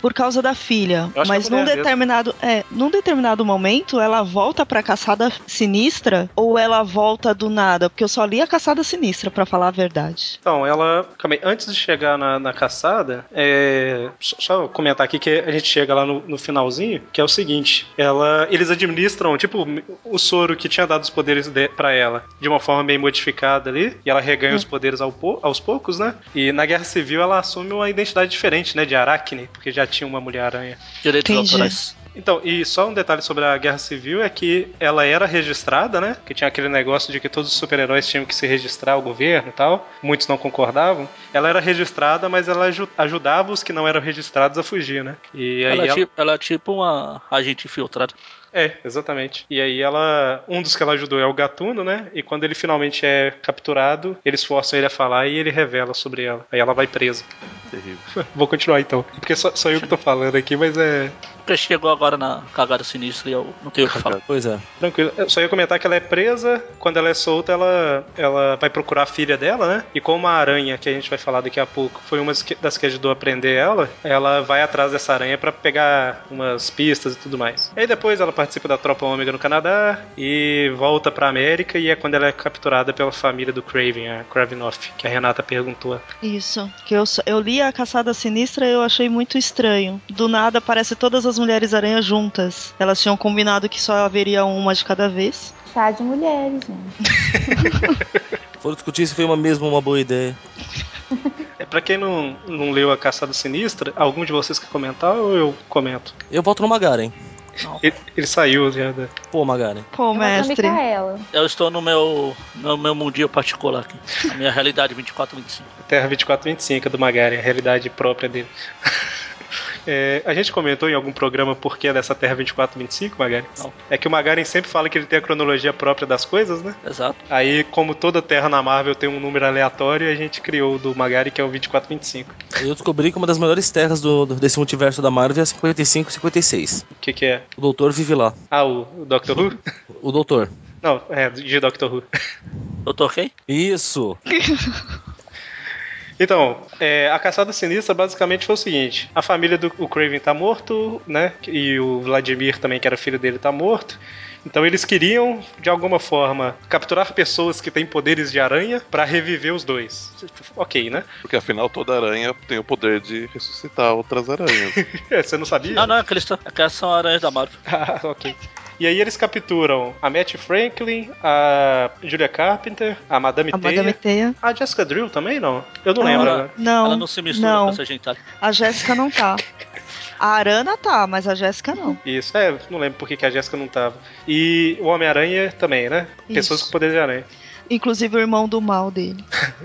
D: por causa da filha.
E: Eu acho
D: Mas
E: que a
D: num
E: mulher mesmo.
D: determinado, é, num determinado momento ela volta pra caçada sinistra ou ela volta do nada? Porque eu só li a caçada sinistra, pra falar a verdade.
E: Então, ela. Calma aí, antes de chegar na, na caçada, é. Só, só eu comentar aqui que a gente chega lá no, no finalzinho, que é o seguinte: ela. Eles administram, tipo, o soro que tinha dado os poderes de, pra ela de uma forma meio modificada ali, e ela reganha os poderes ao pou- aos poucos, né? E na Guerra Civil ela assume uma identidade diferente, né? De Aracne, porque já tinha uma Mulher-Aranha.
B: Direitos Entendi. autorais.
E: Então, e só um detalhe sobre a Guerra Civil é que ela era registrada, né? Que tinha aquele negócio de que todos os super-heróis tinham que se registrar ao governo e tal. Muitos não concordavam. Ela era registrada, mas ela aju- ajudava os que não eram registrados a fugir, né? E aí
B: Ela, é
E: ela-
B: tipo, ela é tipo uma agente infiltrada.
E: é, exatamente. E aí ela. Um dos que ela ajudou é o gatuno, né? E quando ele finalmente é capturado, eles forçam ele a falar e ele revela sobre ela. Aí ela vai presa.
C: Terrível.
E: Vou continuar então. Porque só, só eu que tô falando aqui, mas é.
B: Porque chegou agora na cagada sinistra e eu não tenho o que falar.
G: Pois é.
E: Tranquilo. Eu só ia comentar que ela é presa, quando ela é solta, ela, ela vai procurar a filha dela, né? E como a aranha, que a gente vai falar daqui a pouco, foi uma que- das que ajudou a prender ela, ela vai atrás dessa aranha pra pegar umas pistas e tudo mais. E aí depois ela participa da Tropa Ômega no Canadá e volta pra América e é quando ela é capturada pela família do Craven, a Kravinoff, que a Renata perguntou.
D: Isso. Que eu, só- eu li a caçada sinistra e eu achei muito estranho. Do nada aparece todas as mulheres aranhas juntas. Elas tinham combinado que só haveria uma de cada vez.
A: Chá de mulheres, né? gente.
G: Foram discutir se foi uma, mesmo uma boa ideia.
E: É, pra quem não, não leu A Caçada Sinistra, algum de vocês quer comentar ou eu comento?
G: Eu volto no Magaren.
E: Ele, ele saiu já da...
G: Pô, Magaren.
D: Pô,
A: mestre.
B: Eu estou no meu, no meu mundinho particular aqui. A minha realidade 2425.
E: Terra 2425 é do Magari, a realidade própria dele. É, a gente comentou em algum programa por que é dessa Terra 2425, Magari?
B: Não.
E: É que o Magaren sempre fala que ele tem a cronologia própria das coisas, né?
B: Exato.
E: Aí, como toda Terra na Marvel tem um número aleatório, a gente criou o do Magari, que é o 2425.
G: Eu descobri que uma das melhores terras do, do- desse multiverso da Marvel é a 55 e 56.
E: O que, que é?
G: O doutor vive lá.
E: Ah, o, o Doctor Who?
G: O doutor.
E: Não, é, de Doctor Who.
B: Doutor quem?
G: Isso.
E: Então, é, a caçada sinistra basicamente foi o seguinte: a família do o Craven tá morto, né? E o Vladimir também, que era filho dele, tá morto. Então eles queriam, de alguma forma, capturar pessoas que têm poderes de aranha pra reviver os dois. Ok, né?
C: Porque afinal toda aranha tem o poder de ressuscitar outras aranhas.
E: É, Você não sabia?
B: Não, não, aqueles, são- aquelas é são aranhas da Marvel.
E: Ah, ok. E aí eles capturam a Matt Franklin, a Julia Carpenter, a Madame
D: A
E: Teia.
D: Madame Teia.
E: A Jessica Drill também, não? Eu não lembro.
B: Ela-
E: agora.
D: Não.
B: Ela não se mistura
D: não.
B: com essa gentalha.
D: A Jéssica não tá. A Arana tá, mas a Jéssica não.
E: Isso, é, não lembro porque que a Jéssica não tava. E o Homem-Aranha também, né? Pessoas
D: Isso.
E: com poder de aranha.
D: Inclusive o irmão do mal dele.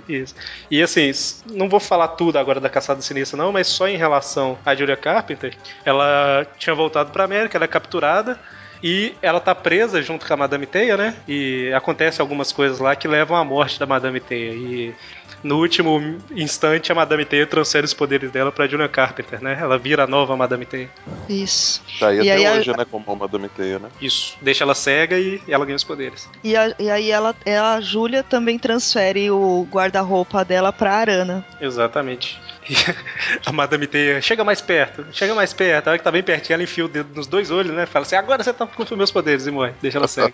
E: Isso. E assim, s- não vou falar tudo agora da Caçada Sinistra, não, mas só em relação à Julia Carpenter, ela tinha voltado pra América, ela é capturada. E ela tá presa junto com a Madame Teia, né? E acontece algumas coisas lá que levam à morte da Madame Teia. E no último instante, a Madame Teia transfere os poderes dela pra Julia Carpenter, né? Ela vira a nova Madame Teia.
D: Isso.
C: Daí
D: E
C: até
D: aí a-
C: hoje, né? Como a Madame Teia, né?
E: Isso. Deixa ela cega e ela ganha os poderes.
D: E, a- e aí ela, ela- a Júlia também transfere o guarda-roupa dela pra Arana.
E: Exatamente. E a Madame Teia, chega mais perto, chega mais perto. A hora que tá bem pertinho, ela enfia o dedo nos dois olhos, né? Fala assim, agora você tá com os meus poderes, e morre. Deixa ela cega.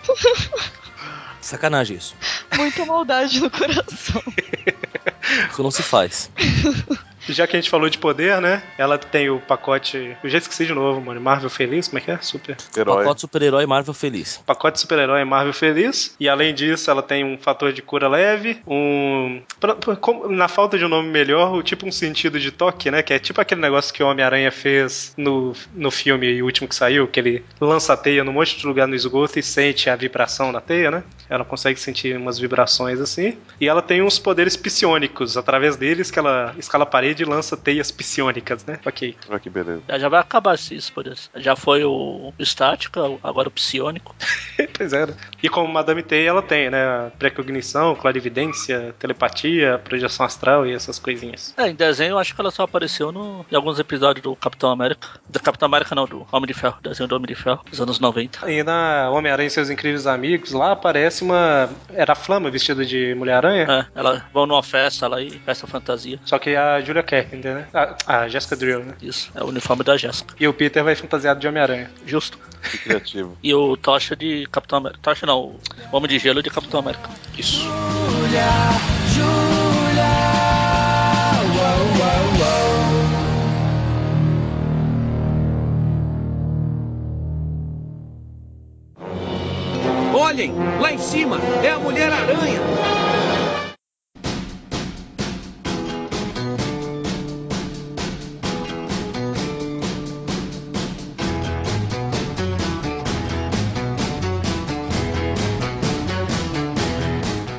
G: Sacanagem isso.
D: Muita maldade no coração.
G: Isso não se faz.
E: Já que a gente falou de poder, né? Ela tem o pacote... Eu já esqueci de novo, mano. Marvel Feliz, como é que é? Super...
C: Herói.
G: Pacote super-herói Marvel feliz.
E: Pacote de super-herói Marvel Feliz. E além disso, ela tem um fator de cura leve, um. pra- pra- como- Na falta de um nome melhor, o tipo um sentido de toque, né? Que é tipo aquele negócio que o Homem-Aranha fez no, no filme o último que saiu, que ele lança a teia num monte de lugar no esgoto e sente a vibração na teia, né? Ela consegue sentir umas vibrações assim. E ela tem uns poderes psionicos. Através deles que ela escala a parede e lança teias psionicas, né? Ok.
C: Olha que beleza.
B: Já vai acabar esses poderes. Já foi o estático, agora o psionico.
E: Pois é. E como Madame T, ela tem, né? Precognição, clarividência, telepatia, projeção astral e essas coisinhas.
B: É, em desenho eu acho que ela só apareceu no, em alguns episódios do Capitão América. Do Capitão América não, do Homem de Ferro. Desenho do Homem de Ferro, dos anos 90.
E: E na Homem-Aranha e seus incríveis amigos, lá aparece uma. Era a Flama vestida de Mulher-Aranha?
B: É, elas vão numa festa lá e festa fantasia.
E: Só que é a Julia Carpenter, né? A, a Jessica Drill, né?
B: Isso, é o uniforme da Jessica.
E: E o Peter vai fantasiado de Homem-Aranha.
B: Justo.
C: Que criativo.
B: E o Tocha de Capitão América. Tocha não, o Homem de Gelo de Capitão América. Isso.
J: Julia, Julia, uou, uou, uou. Olhem, lá em cima é a Mulher-Aranha.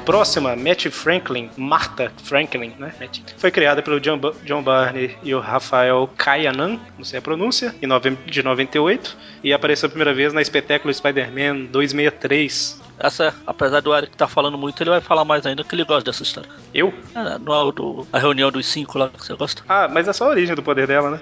E: Próxima, Matt Franklin, Marta Franklin, né? Matt. Foi criada pelo John, Ba- John Barney e o Rafael Kayanan, não sei a pronúncia, em novem- de 98, e apareceu a primeira vez na espetáculo Spider-Man 263.
B: Essa, apesar do Eric estar falando muito, ele vai falar mais ainda que ele gosta dessa história.
E: Eu?
B: É, não é o do, a reunião dos cinco lá que você gosta? Então,
E: Ah, mas é só a origem do poder dela, né?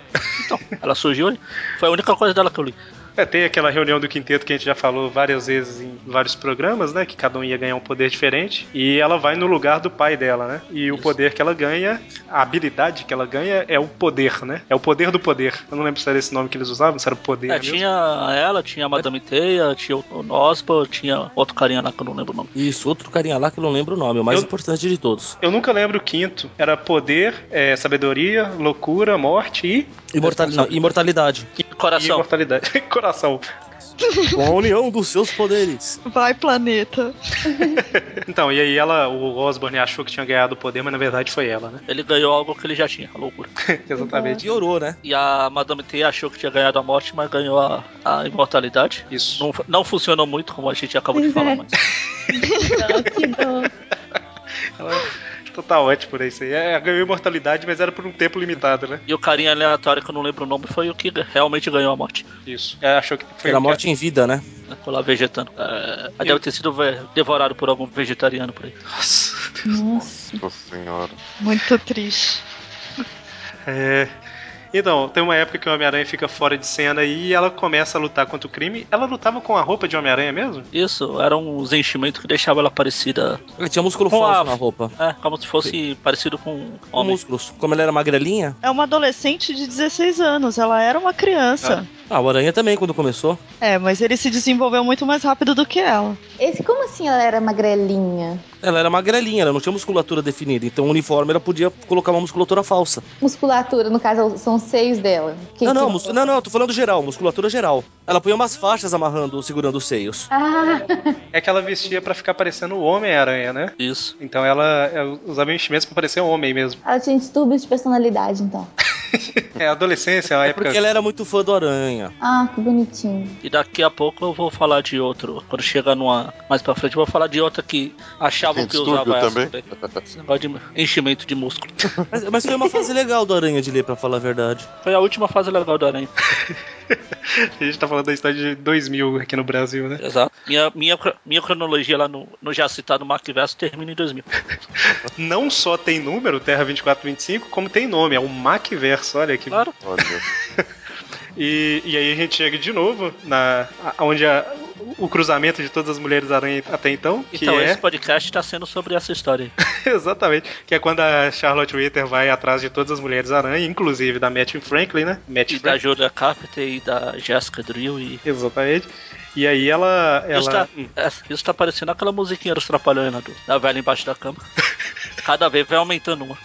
B: Ela surgiu, hein? foi a única coisa dela que eu li.
E: É, tem aquela reunião do quinteto que a gente já falou várias vezes em vários programas, né? Que cada um ia ganhar um poder diferente. E ela vai no lugar do pai dela, né? E o poder que ela ganha, a habilidade que ela ganha é o poder, né? É o poder do poder. Eu não lembro se era esse nome que eles usavam, se era poder
B: É,
E: mesmo.
B: tinha ela, tinha a Madame Teia, tinha o Nospa, tinha outro carinha lá que eu não lembro o nome.
G: Isso, outro carinha lá que eu não lembro o nome, é o mais
E: Eu-
G: importante de todos.
E: Eu nunca lembro o quinto. Era poder, é, sabedoria, loucura, morte e.
G: Imortali- não, imortalidade.
E: Coração. imortalidade. Coração.
G: Com a união dos seus poderes.
D: Vai, planeta.
E: Então, e aí ela, o Osborne achou que tinha ganhado o poder, mas na verdade foi ela, né?
B: Ele ganhou algo que ele já tinha, a loucura.
E: Exatamente.
G: E orou, né?
B: E a Madame T achou que tinha ganhado a morte, mas ganhou a, a imortalidade.
E: Isso.
B: Não, fu- não funcionou muito, como a gente acabou de
A: Pois
B: falar,
A: é.
B: mas.
A: Não, que bom.
E: Total ótimo por isso aí. É, ganhou imortalidade, mas era por um tempo limitado, né?
B: E o carinha aleatório que eu não lembro o nome foi o que realmente ganhou a morte.
E: Isso. É, achou que foi
G: Era a morte em vida, né?
B: Ficou lá vegetando. É, deve ter sido ve- devorado por algum vegetariano por aí.
A: Nossa,
C: Nossa senhora.
D: Muito triste.
E: É. Então, tem uma época que o Homem-Aranha fica fora de cena e ela começa a lutar contra o crime. Ela lutava com a roupa de Homem-Aranha mesmo?
B: Isso, eram os enchimentos que deixavam ela parecida.
G: Ele tinha músculo
B: Com a-
G: falso na roupa.
B: É, como se fosse parecido com um
G: Com
B: homem.
G: músculos. Como ela era magrelinha.
D: É uma adolescente de 16 anos, ela era uma criança.
G: Ah, o Aranha também, quando começou.
D: É, mas ele se desenvolveu muito mais rápido do que ela.
A: Esse, como assim ela era magrelinha?
G: Ela era magrelinha, ela não tinha musculatura definida. Então, o uniforme, ela podia colocar uma musculatura falsa.
A: Musculatura, no caso, são os seios dela. Que- é?
G: não, não,
A: que-
G: mus- não, não, eu tô falando geral, musculatura geral. Ela punha umas faixas amarrando, segurando os seios.
A: Ah,
E: É que ela vestia pra ficar parecendo o Homem-Aranha, né?
B: Isso.
E: Então ela é, usava enchimentos pra parecer um homem mesmo.
A: ela tinha distúrbios de personalidade, então.
E: É adolescência, é uma
G: É
E: época.
G: porque ela era muito fã do Aranha.
A: Ah, que bonitinho.
B: E daqui a pouco eu vou falar de outro. Quando chegar numa mais pra frente, eu vou falar de outra que achavam
C: Tem
B: que
C: distúrbio
B: usava essa
C: também?
B: também. Esse negócio de enchimento de músculo.
G: Mas, mas foi uma fase legal do Aranha de ler, pra falar a verdade.
B: Foi a última fase legal do Aranha.
E: A gente tá falando da história de 2000 aqui no Brasil, né?
B: Exato. Minha, minha, cro- minha cronologia lá no, no já citado Mark Verso termina em 2000.
E: Não só tem número, Terra 2425, como tem nome. É o Macverso, olha que
B: Claro.
C: Olha.
E: E, e aí a gente chega de novo na a- onde a- o cruzamento de todas as mulheres aranha até então, que
B: Então,
E: é
B: esse podcast tá sendo sobre essa história aí.
E: exatamente, que é quando a Charlotte Ritter vai atrás de todas as mulheres aranha, inclusive da Matthew Franklin, né? Matthew
B: E da
E: Franklin.
B: Julia Carpenter e da Jessica Drill e.
E: Exatamente. E aí ela
B: Isso,
E: ela
B: tá, é, isso tá parecendo aquela musiquinha dos Trapalhões lá do, da velha embaixo da cama. Cada vez vai aumentando uma.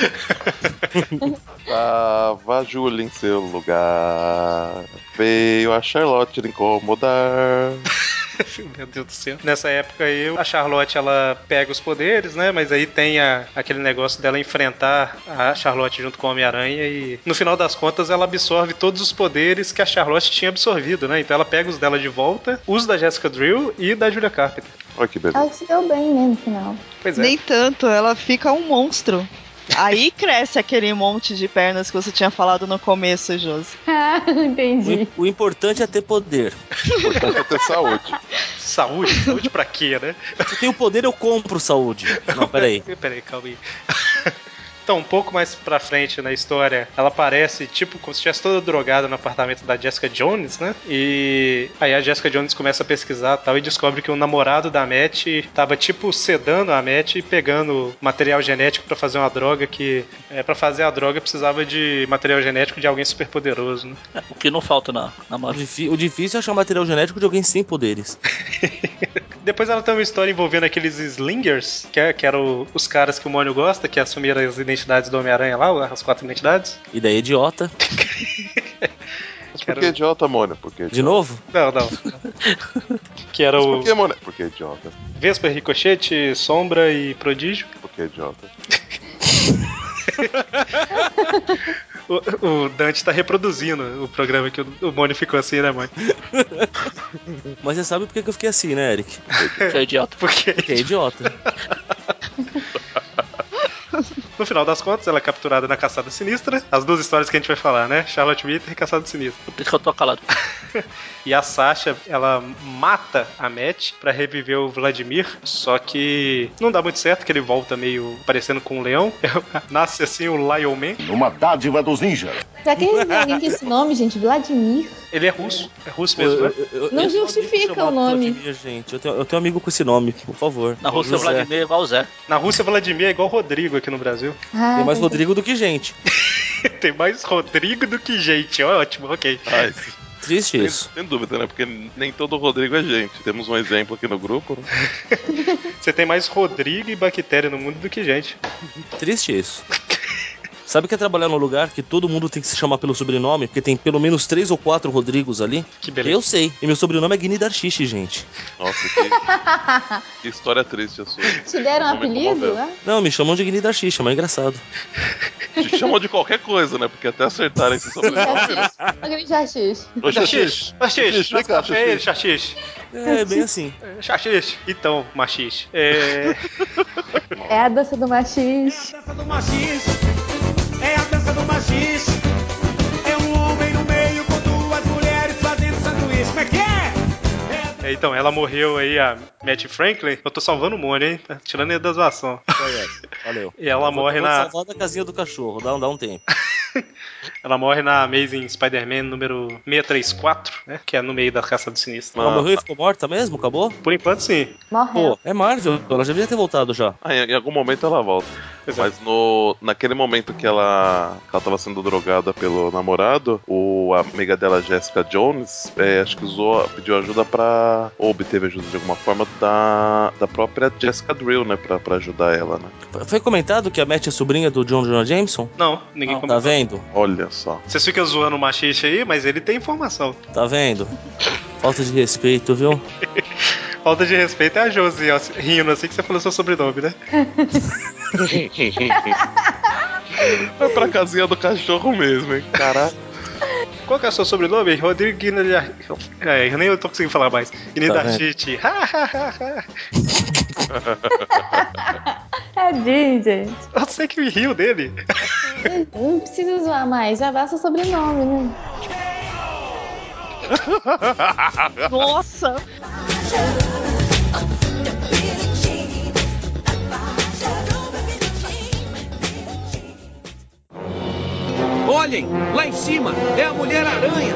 C: Tava a Júlia Ah, em seu lugar. Veio a Charlotte lhe incomodar.
E: Meu Deus do céu. Nessa época aí, a Charlotte ela pega os poderes, né? Mas aí tem a- aquele negócio dela enfrentar a Charlotte junto com o Homem-Aranha e no final das contas ela absorve todos os poderes que a Charlotte tinha absorvido, né? Então ela pega os dela de volta, os da Jessica Drill e da Julia Carpenter.
C: Olha que beleza.
A: Ela se deu bem, né, no final.
E: Pois é.
D: Nem tanto, ela fica um monstro. Aí cresce aquele monte de pernas que você tinha falado no começo, Josi.
A: Ah,
G: O,
A: entendi.
G: im- o importante é ter poder.
C: Importante é ter saúde.
E: Saúde? Saúde pra quê, né?
G: Se tem o poder, eu compro saúde. Não, peraí.
E: É, peraí, calma aí. Então, um pouco mais pra frente na história, ela aparece, tipo, como se estivesse toda drogada no apartamento da Jessica Jones, né? E aí a Jessica Jones começa a pesquisar tal e descobre que o namorado da Matt tava, tipo, sedando a Matt e pegando material genético pra fazer uma droga que. É, pra fazer a droga precisava de material genético de alguém super poderoso, né?
B: O que não falta na, na
G: O,
B: Marvel.
G: difí- o difícil é achar material genético de alguém sem poderes.
E: Depois ela tem uma história envolvendo aqueles Slingers, que, é, que eram os caras que o Mônio gosta, que assumiram as identidades do Homem-Aranha lá, as quatro identidades.
G: Ideia é idiota.
C: Mas por
E: Quero-
C: que idiota, Mônica? Por que idiota?
G: De novo?
E: Não, não. que era
C: Mas
E: o
C: por que, Mônica? Por que idiota?
E: Vespa, Ricochete, Sombra e Prodígio.
C: Por que idiota?
E: O, o Dante tá reproduzindo o programa que o, o Mônio ficou assim, né, mãe?
G: Mas você sabe por que que eu fiquei assim, né, Eric?
B: Que é idiota.
E: Porque
G: Porque é idiota.
E: no final das contas ela é capturada na Caçada Sinistra. As duas histórias que a gente vai falar, né? Charlotte Winter e Caçada Sinistra.
B: Por isso que eu tô calado.
E: E a Sasha, ela mata a Matt pra reviver o Vladimir, só que não dá muito certo, que ele volta meio parecendo com um leão. Nasce assim o Lion Man.
L: Uma dádiva dos ninjas.
A: Será que eles alguém com esse nome, gente? Vladimir?
E: Ele é russo, é russo
G: Eu-
E: mesmo, né?
G: eu- eu-
A: Não
G: eu sou um amigo
A: justifica
G: chamado
A: o nome.
G: Vladimir, gente. Eu tenho, eu tenho um amigo com esse nome, por favor.
B: Na Rússia, o
G: José.
B: Vladimir é igual o Zé.
E: Na Rússia, Vladimir é igual Rodrigo aqui no Brasil.
A: Ah,
G: Tem mais
A: tá
G: Rodrigo do que gente.
E: Tem mais Rodrigo do que gente, ó, ótimo, ok.
C: Ah, isso-
G: Triste
C: sem,
G: isso.
C: sem dúvida, né? Porque nem todo Rodrigo é gente. Temos um exemplo aqui no grupo.
E: Você tem mais Rodrigo e bactéria no mundo do que gente.
G: Triste isso. Sabe que é trabalhar num lugar que todo mundo tem que se chamar pelo sobrenome, porque tem pelo menos três ou quatro Rodrigos ali?
E: Que beleza.
G: Eu sei. E meu sobrenome é Guini Darchiche, gente.
C: Nossa, que, que história triste a sua.
A: Te deram
C: Não me
A: apelido?
C: comoveu.
A: né?
G: Não, me chamam de Guini Darchiche, mas é engraçado.
C: Te chamam de qualquer coisa, né? Porque até acertarem esse
A: um
C: sobrenome, né?
A: Uma grande artista.
C: Ô,
E: Xaxix,
C: Xaxix,
E: Xaxix,
C: vem
E: traz
C: cá,
E: café aí,
C: Xaxix.
E: Xaxix.
G: É, bem assim.
E: Xaxix. Então, machix. É...
G: um
A: É a dança do machismo.
J: É a dança do machismo, é a dança do machismo. É um homem no meio com duas mulheres fazendo sanduíche. Como é que é? É a
E: É, Então, ela morreu aí, a Matt Franklin. Eu tô salvando o Mônio, hein? Tá tirando ele da zoação.
G: Valeu.
E: E ela morre
G: Vou te
E: na, Ah.
G: salvar da casinha do cachorro, dá, dá um tempo.
E: ela morre na Amazing Spider-Man número 634, né? Que é no meio da Caça do Sinistro.
G: Ela morreu e ficou morta mesmo? Acabou?
E: Por enquanto, sim.
A: Morreu.
G: Pô, é Marvel, ela já devia ter voltado já.
C: Ah, em em algum momento ela volta.
E: Pois é.
C: Mas no, naquele momento que ela, que ela tava sendo drogada pelo namorado, o a amiga dela, Jessica Jones, é, acho que usou, pediu ajuda pra. Ou obteve ajuda de alguma forma da, da própria Jessica Drill, né? Pra, pra ajudar ela, né?
G: Foi comentado que a Matt é sobrinha do John Jonah Jameson?
E: Não, ninguém
G: Tá
E: comentou.
G: vendo?
C: Olha só.
E: Vocês ficam zoando o machista aí, mas ele tem informação.
G: Tá vendo? Falta de respeito, viu?
E: Falta de respeito é a Josi, ó, rindo assim que você falou seu sobrenome, né?
C: Foi pra casinha do cachorro mesmo, hein? Caraca.
E: Qual que é o seu sobrenome? Rodrigo Guinness. É, eu nem eu tô conseguindo falar mais.
G: Tá
E: Guinness tá
A: Tadinho, É, gente.
E: Você que me riu dele.
A: Não precisa zoar mais, já basta o sobrenome, né?
D: Nossa!
J: Olhem, lá em cima é a Mulher Aranha.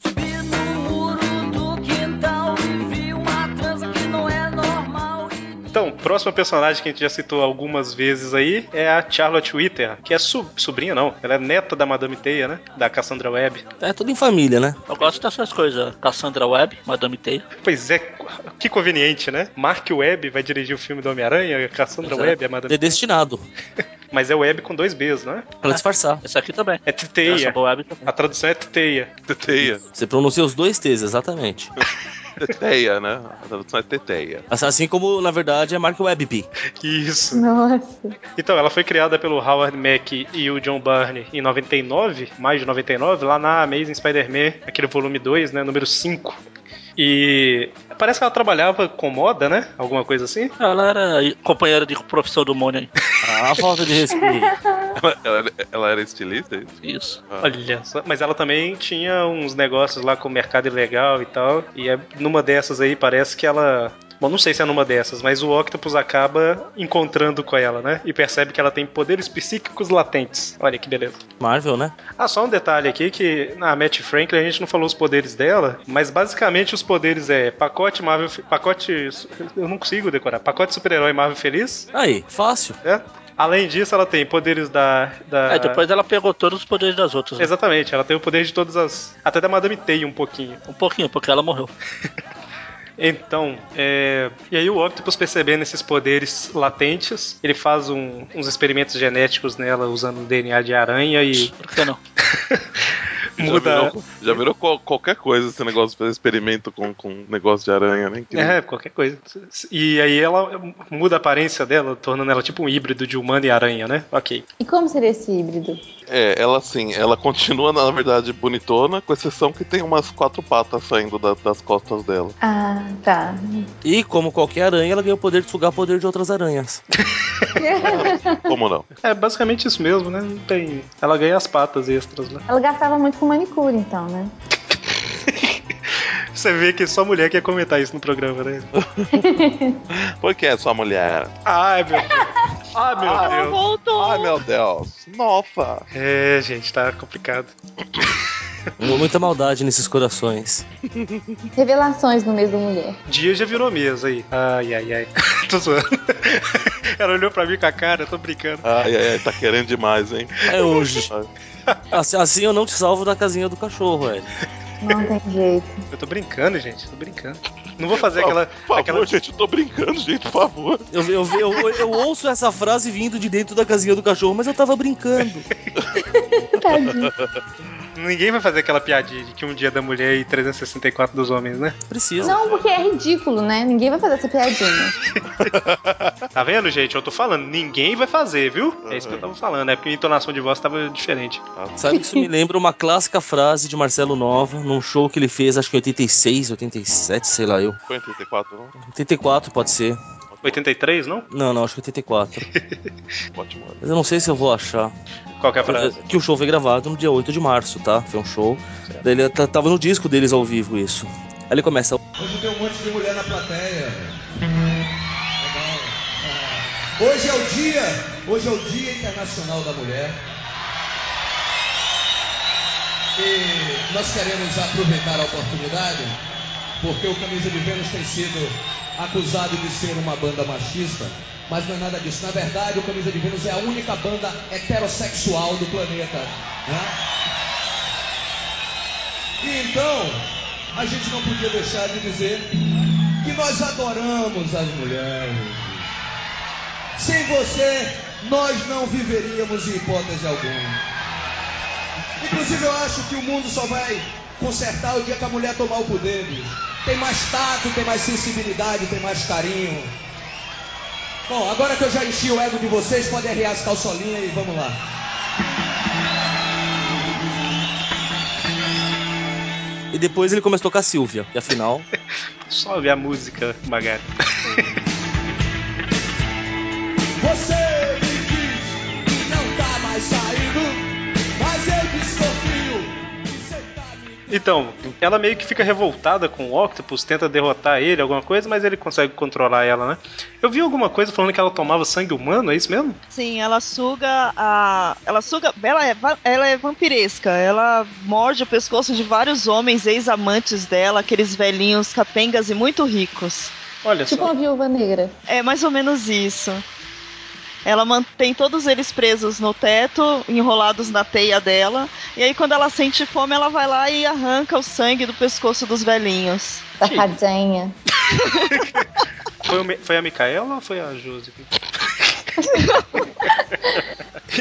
K: Subi no muro do quintal e vi uma trança que não é normal.
E: Então, próxima personagem que a gente já citou algumas vezes aí é a Charlotte Witter, que é su- sobrinha, não. Ela é neta da Madame Teia, né? Da Cassandra Webb.
G: É tudo em família, né?
B: Eu gosto dessas coisas. Cassandra Webb, Madame Teia.
E: Pois é, qu- que conveniente, né? Mark Webb vai dirigir o filme do Homem-Aranha, Cassandra
G: Pois é.
E: Webb é a Madame
G: Predestinado.
E: Mas é Webb com dois Bs, né?
G: Pra disfarçar.
B: Essa aqui também.
E: É Teia.
B: Cassandra Webb.
E: A tradução é Teia.
C: Teteia.
G: Você pronuncia os dois T's, exatamente.
C: Teteia, né? A tradução é teteia.
G: Assim- Assim como, na verdade, é Mark Webby.
E: Isso.
A: Nossa.
E: Então, ela foi criada pelo Howard Mack e o John Byrne em 99, mais de 99, lá na Amazing Spider-Man, aquele volume 2, né, número 5. E parece que ela trabalhava com moda, né? Alguma coisa assim.
B: Ela era companheira de profissão do Mônio aí.
G: Ah, a falta de respeito.
C: Ela, ela- ela era estilista? é
B: Isso.
C: Isso. Ah.
E: Olha só. Mas ela também tinha uns negócios lá com o mercado ilegal e tal. E é- numa dessas aí parece que ela. Bom, não sei se é numa dessas, mas o Octopus acaba encontrando com ela, né? E percebe que ela tem poderes psíquicos latentes. Olha que beleza.
G: Marvel, né?
E: Ah, só um detalhe aqui que na Matt Franklin a gente não falou os poderes dela, mas basicamente os poderes é pacote Marvel, fe- pacote su- eu não consigo decorar, pacote super-herói Marvel feliz.
G: Aí, fácil.
E: É. Além disso, ela tem poderes da, da
B: É, depois ela pegou todos os poderes das outras. né?
E: Exatamente, ela tem o poder de todas as. Até da Madame Teia um pouquinho.
B: Um pouquinho, porque ela morreu.
E: Então, é... e aí o Octopus percebendo esses poderes latentes, ele faz um- uns experimentos genéticos nela usando um o DNA de aranha e
B: Por que não?
C: Já
E: muda.
C: virou, já virou qual- qualquer coisa esse negócio de fazer experimento com, com negócio de aranha, né? Incrível.
E: É, qualquer coisa. E aí ela muda a aparência dela, tornando ela tipo um híbrido de humano e aranha, né? Ok.
A: E como seria esse híbrido?
C: É, ela assim, ela continua, na verdade, bonitona, com exceção que tem umas quatro patas saindo da- das costas dela.
A: Ah, tá.
G: E como qualquer aranha, ela ganha o poder de sugar o poder de outras aranhas.
C: Como não?
E: É basicamente isso mesmo, né? Não tem. Ela ganha as patas extras né? lá.
A: Ela gastava muito com manicure, então, né?
E: Você vê que só mulher quer comentar isso no programa, né?
C: Por que é só mulher?
E: Ai, meu Deus. Ai, meu
C: Ah,
E: Deus.
K: Voltou!
C: Ai, meu Deus. Nossa.
E: É, gente, tá complicado.
G: Muita maldade nesses corações.
A: Revelações no mês da mulher.
E: Dia já virou mesa aí. Ai, ai, ai. tô zoando. Ela olhou pra mim com a cara, eu tô brincando.
C: Ai, ai, ai, tá querendo demais, hein?
G: É hoje. Assim, assim eu não te salvo da casinha do cachorro, velho.
A: Não tem jeito.
E: Eu tô brincando, gente, tô brincando. Não vou fazer
C: Por
E: aquela.
C: favor,
E: aquela...
C: gente, eu tô brincando, gente, por favor.
G: Eu, eu, eu, eu ouço essa frase vindo de dentro da casinha do cachorro, mas eu tava brincando.
A: Tadinho.
E: Ninguém vai fazer aquela piadinha de que um dia é da mulher e 364 dos homens, né?
G: Precisa.
A: Não, porque é ridículo, né? Ninguém vai fazer essa piadinha.
E: Tá vendo, gente? Eu tô falando, ninguém vai fazer, viu? É isso que eu tava falando, é porque a entonação de voz tava diferente.
G: Sabe que isso me lembra uma clássica frase de Marcelo Nova, num show que ele fez, acho que em 86, 87, sei lá eu.
C: Foi em 34, não?
G: 84 pode ser.
E: 83, não?
G: Não, não, acho que 84.
C: Ótimo.
G: Mas eu não sei se eu vou achar.
E: Qual que é a frase?
G: Que o show foi gravado no dia 8 de março, tá? Foi um show. Daí ele t- tava no disco deles ao vivo isso. Aí ele começa.
J: Hoje tem um monte de mulher na plateia. Legal. Hoje é o dia, hoje é o Dia Internacional da Mulher. E nós queremos aproveitar a oportunidade, porque o Camisa de Vênus tem sido acusado de ser uma banda machista, mas não é nada disso. Na verdade, o Camisa de Vênus é a única banda heterossexual do planeta. né? E então, a gente não podia deixar de dizer que nós adoramos as mulheres. Sem você, nós não viveríamos em hipótese alguma. Inclusive, eu acho que o mundo só vai consertar o dia que a mulher tomar o poder. bicho. Tem mais tato, tem mais sensibilidade, tem mais carinho. Bom, agora que eu já enchi o ego de vocês, podem arriar as calçolinhas e vamos lá.
G: E depois ele começa a tocar Silvia. E afinal.
E: Sobe a música, Magari.
J: Você me diz que não tá mais saindo, mas eu desconfio que você tá me
E: Então, ela meio que fica revoltada com o Octopus, tenta derrotar ele, alguma coisa, mas ele consegue controlar ela, né? Eu vi alguma coisa falando que ela tomava sangue humano, é isso mesmo?
D: Sim, ela suga a. Ela suga. Ela é, va- ela é vampiresca. Ela morde o pescoço de vários homens ex-amantes dela, aqueles velhinhos capengas e muito ricos.
E: Olha
A: Tipo
E: só.
A: uma viúva negra.
D: É mais ou menos isso. Ela mantém todos eles presos no teto, enrolados na teia dela. E aí, quando ela sente fome, ela vai lá e arranca o sangue do pescoço dos velhinhos.
A: Safadinha.
E: Foi, o Mi- foi a Micaela ou foi a Josi?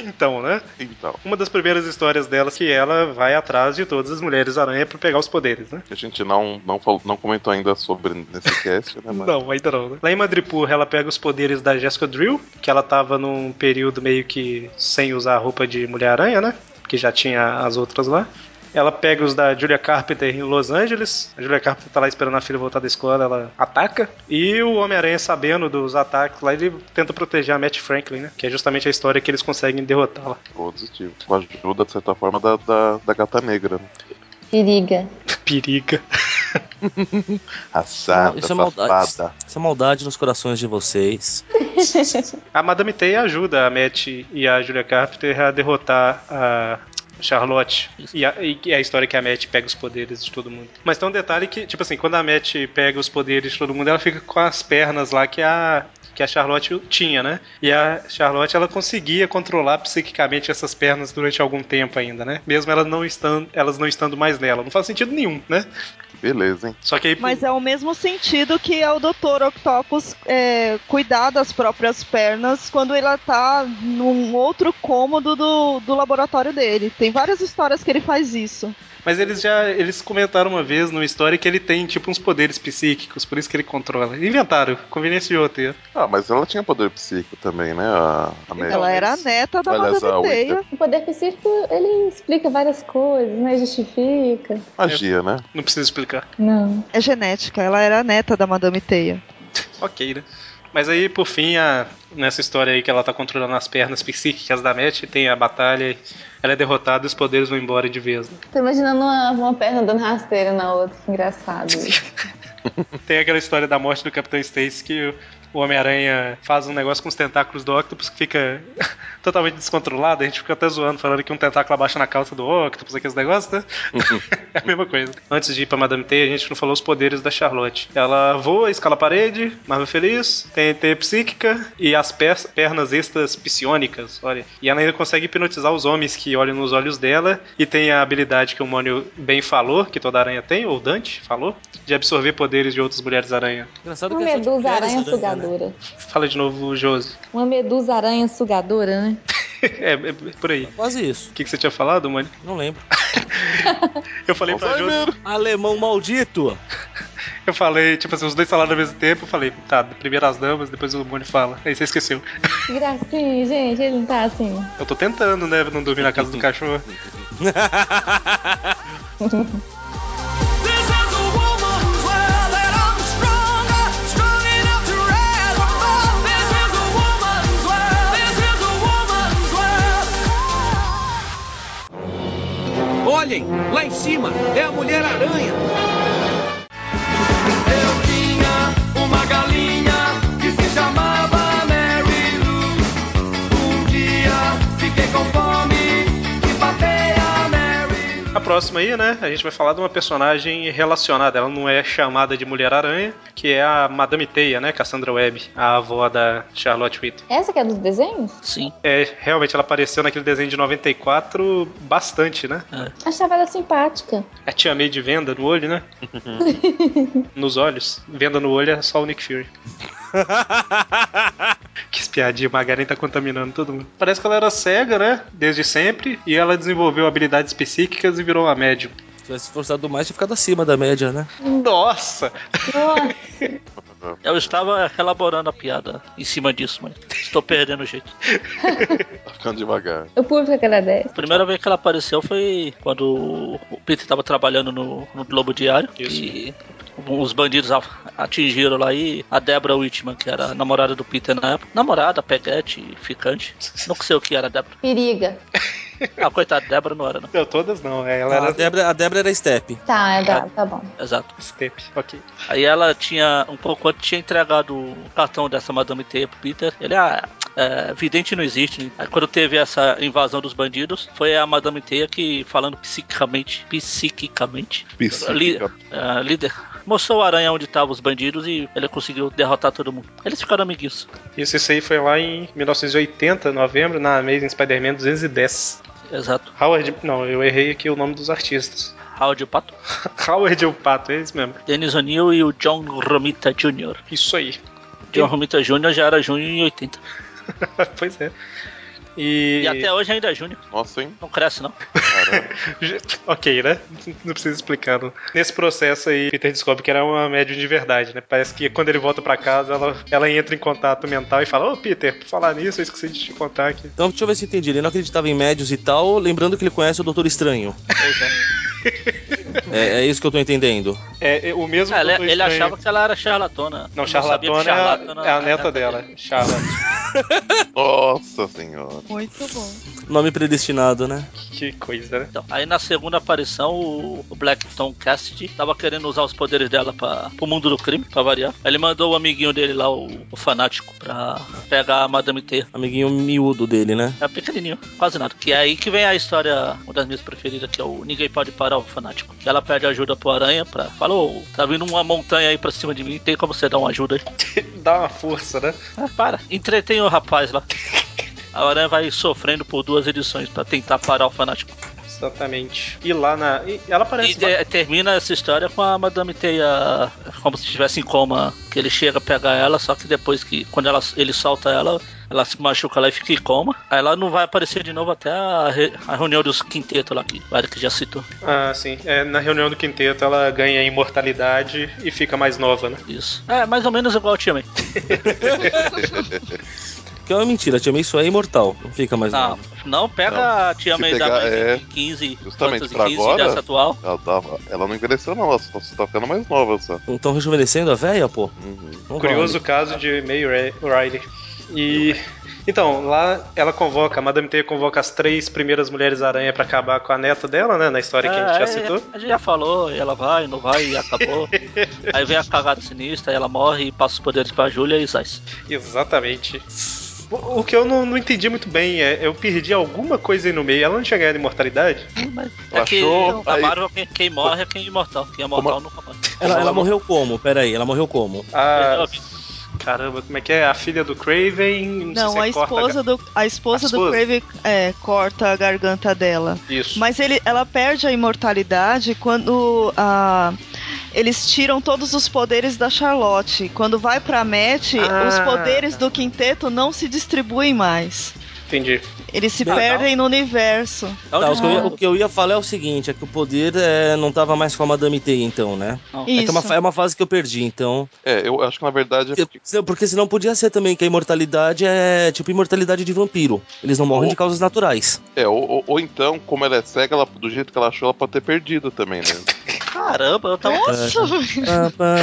E: então, né?
C: Então,
E: Uma das primeiras histórias dela é que ela vai atrás de todas as mulheres aranha pra pegar os poderes, né?
C: a gente não, não, falou- não comentou ainda sobre nesse cast, né? Mas...
E: Não, ainda não, né? Lá em Madripoor, ela pega os poderes da Jessica Drill, que ela tava num período meio que sem usar a roupa de Mulher-Aranha, né? Que já tinha as outras lá. Ela pega os da Julia Carpenter em Los Angeles. A Julia Carpenter tá lá esperando a filha voltar da escola, ela ataca. E o Homem-Aranha, sabendo dos ataques lá, ele tenta proteger a Matt Franklin, né? Que é justamente a história que eles conseguem derrotá-la.
C: Positivo. Com a ajuda, de certa forma, da, da, da gata negra. né?
A: Periga.
E: Periga.
C: Assada,
G: Isso é
C: safada.
G: maldade. Isso é maldade nos corações de vocês.
E: A Madame Tay ajuda a Matt e a Julia Carpenter a derrotar a Charlotte. E a, e a história que a Matt pega os poderes de todo mundo. Mas tem um detalhe que, tipo assim, quando a Matt pega os poderes de todo mundo, ela fica com as pernas lá que a. Que a Charlotte tinha, né? E a Charlotte ela conseguia controlar psiquicamente essas pernas durante algum tempo ainda, né? Mesmo ela não estando, elas não estando mais nela. Não faz sentido nenhum, né?
C: Beleza, hein?
E: Só que aí.
D: Mas é o mesmo sentido que é o Dr. Octopus é, cuidar das próprias pernas quando ela tá num outro cômodo do, do laboratório dele. Tem várias histórias que ele faz isso.
E: Mas eles já eles comentaram uma vez numa história que ele tem tipo uns poderes psíquicos, por isso que ele controla. Inventaram, conveniência de roteiro.
C: Ah, mas ela tinha poder psíquico também, né? A, a Mary?
D: Ela era a neta da
C: Aliás, a
D: Madame
C: Wicca.
D: Teia.
A: O poder psíquico, ele explica várias coisas, né? Justifica.
C: Magia, né?
E: Não precisa explicar.
A: Não.
D: É genética, ela era a neta da Madame Teia.
E: Ok, né? Mas aí, por fim, a- nessa história aí que ela tá controlando as pernas psíquicas da Matt, tem a batalha, ela é derrotada e os poderes vão embora de vez. né?
A: Tô imaginando uma, uma perna dando rasteira na outra. Que engraçado.
E: Tem aquela história da morte do Capitão Stacy que o- o Homem-Aranha faz um negócio com os tentáculos do Octopus que fica totalmente descontrolado. A gente fica até zoando, falando que um tentáculo abaixa na calça do Octopus, aqueles negócios, né? é a mesma coisa. Antes de ir pra Madame Teia, a gente não falou os poderes da Charlotte. Ela voa, escala a parede, Marvel Feliz, tem teia psíquica e as per- pernas extras psionicas, olha. E ela ainda consegue hipnotizar os homens que olham nos olhos dela e tem a habilidade que o Mônio bem falou, que toda aranha tem, ou Dante falou, de absorver poderes de outras mulheres-aranha.
G: Engraçado
A: Uma
G: que é só de
A: medusa
G: mulheres
A: aranha
G: aranha, né?
A: sugadora.
E: Fala de novo, Josi.
A: Uma medusa aranha sugadora, né?
E: é, é por aí.
G: Quase isso.
E: O que, que você tinha falado, Mônio?
G: Não lembro.
E: Eu falei pra Josi.
G: Alemão maldito.
E: Eu falei, tipo assim, os dois falaram ao mesmo tempo. Eu falei, tá, primeiro as damas, depois o Mônio fala. Aí você esqueceu.
A: Que gracinha, gente. Ele não tá assim.
E: Eu tô tentando, né? Não dormir na casa do cachorro.
K: This is a woman's world and I'm stronger, strong enough to rise above. This is a woman's world. This is a woman's world.
L: Olhem, lá em cima é a Mulher Aranha.
K: Eu tinha uma galinha que se chamava Mary Lou. Um dia fiquei com fome e batei a Mary.
E: A próxima aí, né? A gente vai falar de uma personagem relacionada. Ela não é chamada de Mulher Aranha, que é a Madame Teia, né? Cassandra Webb, a avó da Charlotte Whittle.
A: Essa que é dos desenhos?
B: Sim.
E: É, realmente ela apareceu naquele desenho de 94 bastante, né?
A: Achava ela simpática.
E: A tia May de venda no olho, né? Nos olhos. Venda no olho é só o Nick Fury. que espiadinha, o Magaren tá contaminando todo mundo. Parece que ela era cega, né? Desde sempre. E ela desenvolveu habilidades psíquicas e virou uma médium.
G: Se tivesse esforçado mais, tinha ficado acima da média, né?
E: Nossa!
A: Nossa.
B: Eu estava elaborando a piada em cima disso, mas estou perdendo o jeito.
C: Tá ficando devagar.
A: O público é agradece.
B: A primeira vez que ela apareceu foi quando o Peter estava trabalhando no, no Globo Diário. E os bandidos a- atingiram lá e a Deborah Whitman, que era a namorada do Peter na época. Namorada, peguete, ficante. Não sei o que era a Débora.
A: Periga.
B: Ah, coitada, Débora não era, não.
E: Não, todas não. é, Ela
G: Ah, a,
E: era
G: Débora, a Débora era step.
A: Tá, é bravo, tá bom.
B: Exato.
E: step. Ok.
B: Aí ela tinha, um pouco antes, tinha entregado o cartão dessa Madame Teia pro Peter. Ele, ah, é, vidente não existe. Aí quando teve essa invasão dos bandidos, foi a Madame Teia que, falando psiquicamente, psiquicamente,
C: Psíquica.
B: li- é, líder, mostrou o aranha onde estavam os bandidos e ele conseguiu derrotar todo mundo. Eles ficaram amiguinhos.
E: Isso, isso aí foi lá em 1980, novembro, na Amazing Spider-Man 210.
B: Exato.
E: Howard. Não, eu errei aqui o nome dos artistas.
B: Howard o Pato,
E: Howard o Pato, é isso mesmo.
B: Dennis O'Neill e o John Romita Jr.
E: Isso aí.
B: John Romita Jr. já era júnior em 80.
E: pois é. E,
B: E até hoje ainda é júnior.
C: Nossa, hein?
B: Não cresce, não.
C: Caramba.
E: Ok, né? Não precisa explicar. não. Nesse processo aí, Peter descobre que era uma médium de verdade, né? Parece que quando ele volta pra casa, ela, ela entra em contato mental e fala: Ô Peter, por falar nisso, eu esqueci de te contar aqui.
G: Então, deixa eu ver se eu entendi. Ele não acreditava em médios e tal, lembrando que ele conhece o Doutor Estranho. É, é isso que eu tô entendendo.
E: É, é, o mesmo
B: Ela-
E: Doutor
B: Ah, ele
E: Estranho.
B: achava que ela era charlatana.
E: Não,
B: sabia que
E: charlatana, é a-
B: charlatana
E: é a
B: era
E: neta dela. Charla.
C: Nossa senhora.
D: Muito bom.
G: Nome predestinado, né?
E: Que coisa, né?
B: Então, aí na segunda aparição, o o Blackstone Cassidy tava querendo usar os poderes dela pra, pro mundo do crime, pra variar. Ele mandou o amiguinho dele lá, o, o fanático, pra pegar a Madame T.
G: Amiguinho miúdo dele, né?
B: É pequenininho, quase nada. Que é aí que vem a história, uma das minhas preferidas, que é o Ninguém Pode Parar o Fanático. Que ela pede ajuda pro Aranha pra... Falou, tá vindo uma montanha aí pra cima de mim, tem como você dar uma ajuda aí?
E: Dá uma força, né?
B: Ah, para, entretém o rapaz lá. A Aranha vai sofrendo por duas edições pra tentar parar o fanático.
E: Exatamente. E lá na. e ela
B: E
E: parece.
B: te- termina essa história com a Madame Teia como se estivesse em coma, que ele chega a pegar ela, só que depois que quando ela, ele solta ela, ela se machuca lá e fica em coma. Aí ela não vai aparecer de novo até a, re- a reunião dos quintetos lá que o Eric já citou.
E: Ah, sim. É, na reunião do quinteto ela ganha imortalidade e fica mais nova, né?
B: Isso. É, mais ou menos igual o time.
G: Que é uma mentira, Tia May só é imortal. Não fica mais
B: Não,
G: nada.
B: Ah, não pega a Tia
C: Se
B: May
C: pegar,
B: da
C: é,
B: 15,
C: Justamente
B: quantos,
C: pra
B: 15
C: agora.
B: dessa atual.
C: Ela, tava- ela não envelheceu, não. Ela só, só tá ficando mais nova só.
G: Estão rejuvenescendo a véia, pô?
B: Uhum.
G: Não
E: Curioso
G: vale.
E: caso de May Ri- Riley. E. Então, lá ela convoca, a Madame Teia convoca as três primeiras mulheres aranha pra acabar com a neta dela, né? Na história que a gente
B: É,
E: já
B: é,
E: citou.
B: A gente já falou, e ela vai, não vai, e acabou. aí vem a cagada sinistra, ela morre e passa os poderes pra Júlia e sai.
E: Exatamente. O o que eu não, não entendi muito bem é, eu perdi alguma coisa aí no meio. Ela não tinha ganhado imortalidade?
B: É que
C: Achou,
B: a
C: aí-
B: Marvel, quem, quem morre é quem é imortal. Quem é mortal nunca morre.
G: Ela, ela é morreu como? Pera aí, ela morreu como?
E: Ah, caramba, como é que é? A filha do Craven?
D: Não, a esposa do a esposa
E: é A
D: do
E: esposa?
D: Crave é, corta a garganta dela.
E: Isso.
D: Mas ele, ela perde a imortalidade quando ah, eles tiram todos os poderes da Charlotte. Quando vai pra Matt,
E: Ah.
D: os poderes do quinteto não se distribuem mais.
E: Entendi.
D: Eles se
G: Legal.
D: perdem no universo.
B: Então,
G: Tá, o, que eu ia, o que eu ia falar é o seguinte, é que o poder é, não tava mais com a Madame T, então, né?
B: Não.
G: É, que é, uma,
D: Isso.
G: fa- é uma fase que eu perdi, então.
C: É, eu acho que na verdade.
G: Se- se- Porque senão podia ser também que a imortalidade é tipo imortalidade de vampiro. Eles não
B: Oh.
G: morrem de causas naturais.
C: É, ou, ou- ou então, como ela é cega, ela- do jeito que ela achou, ela pode ter perdido também, né?
B: Caramba, eu tava, eu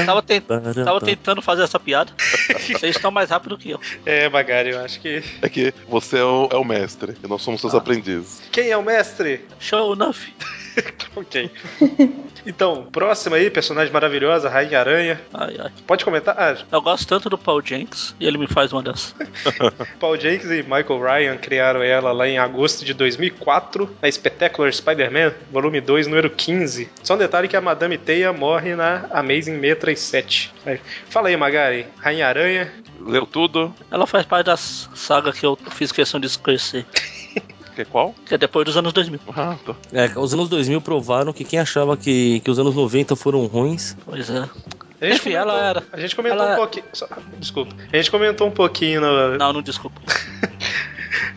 B: tava, ten- tava tentando fazer essa piada. Vocês estão mais rápido que eu.
E: É, Magari, eu acho que.
C: É que você é o, é o mestre, e nós somos seus aprendizes.
E: Quem é o mestre?
B: Show enough.
E: ok. Então, próxima aí, personagem maravilhosa, Rainha Aranha.
B: Ai, ai.
E: Pode comentar? Ah,
B: Eu gosto tanto do Paul Jenks e ele me faz uma dessas.
E: Paul Jenkins e Michael Ryan criaram ela lá em agosto de 2004 na Spectacular Spider-Man, volume 2, número 15. Só um detalhe que a Madame Teia morre na Amazing Me 37. Aí, Fala aí, Magari. Rainha Aranha.
C: Leu tudo?
B: Ela faz parte da saga que eu fiz questão de esquecer,
C: Que é qual?
B: que é depois dos anos 2000.
C: Ah, tá.
G: É, os anos 2000 provaram que quem achava que, que os anos 90 foram ruins.
B: Pois é.
E: A gente
B: Enfim, ela era.
E: A gente comentou
B: Ela-
E: um pouquinho. só- Desculpa. A gente comentou um pouquinho no,
B: Não, não desculpa.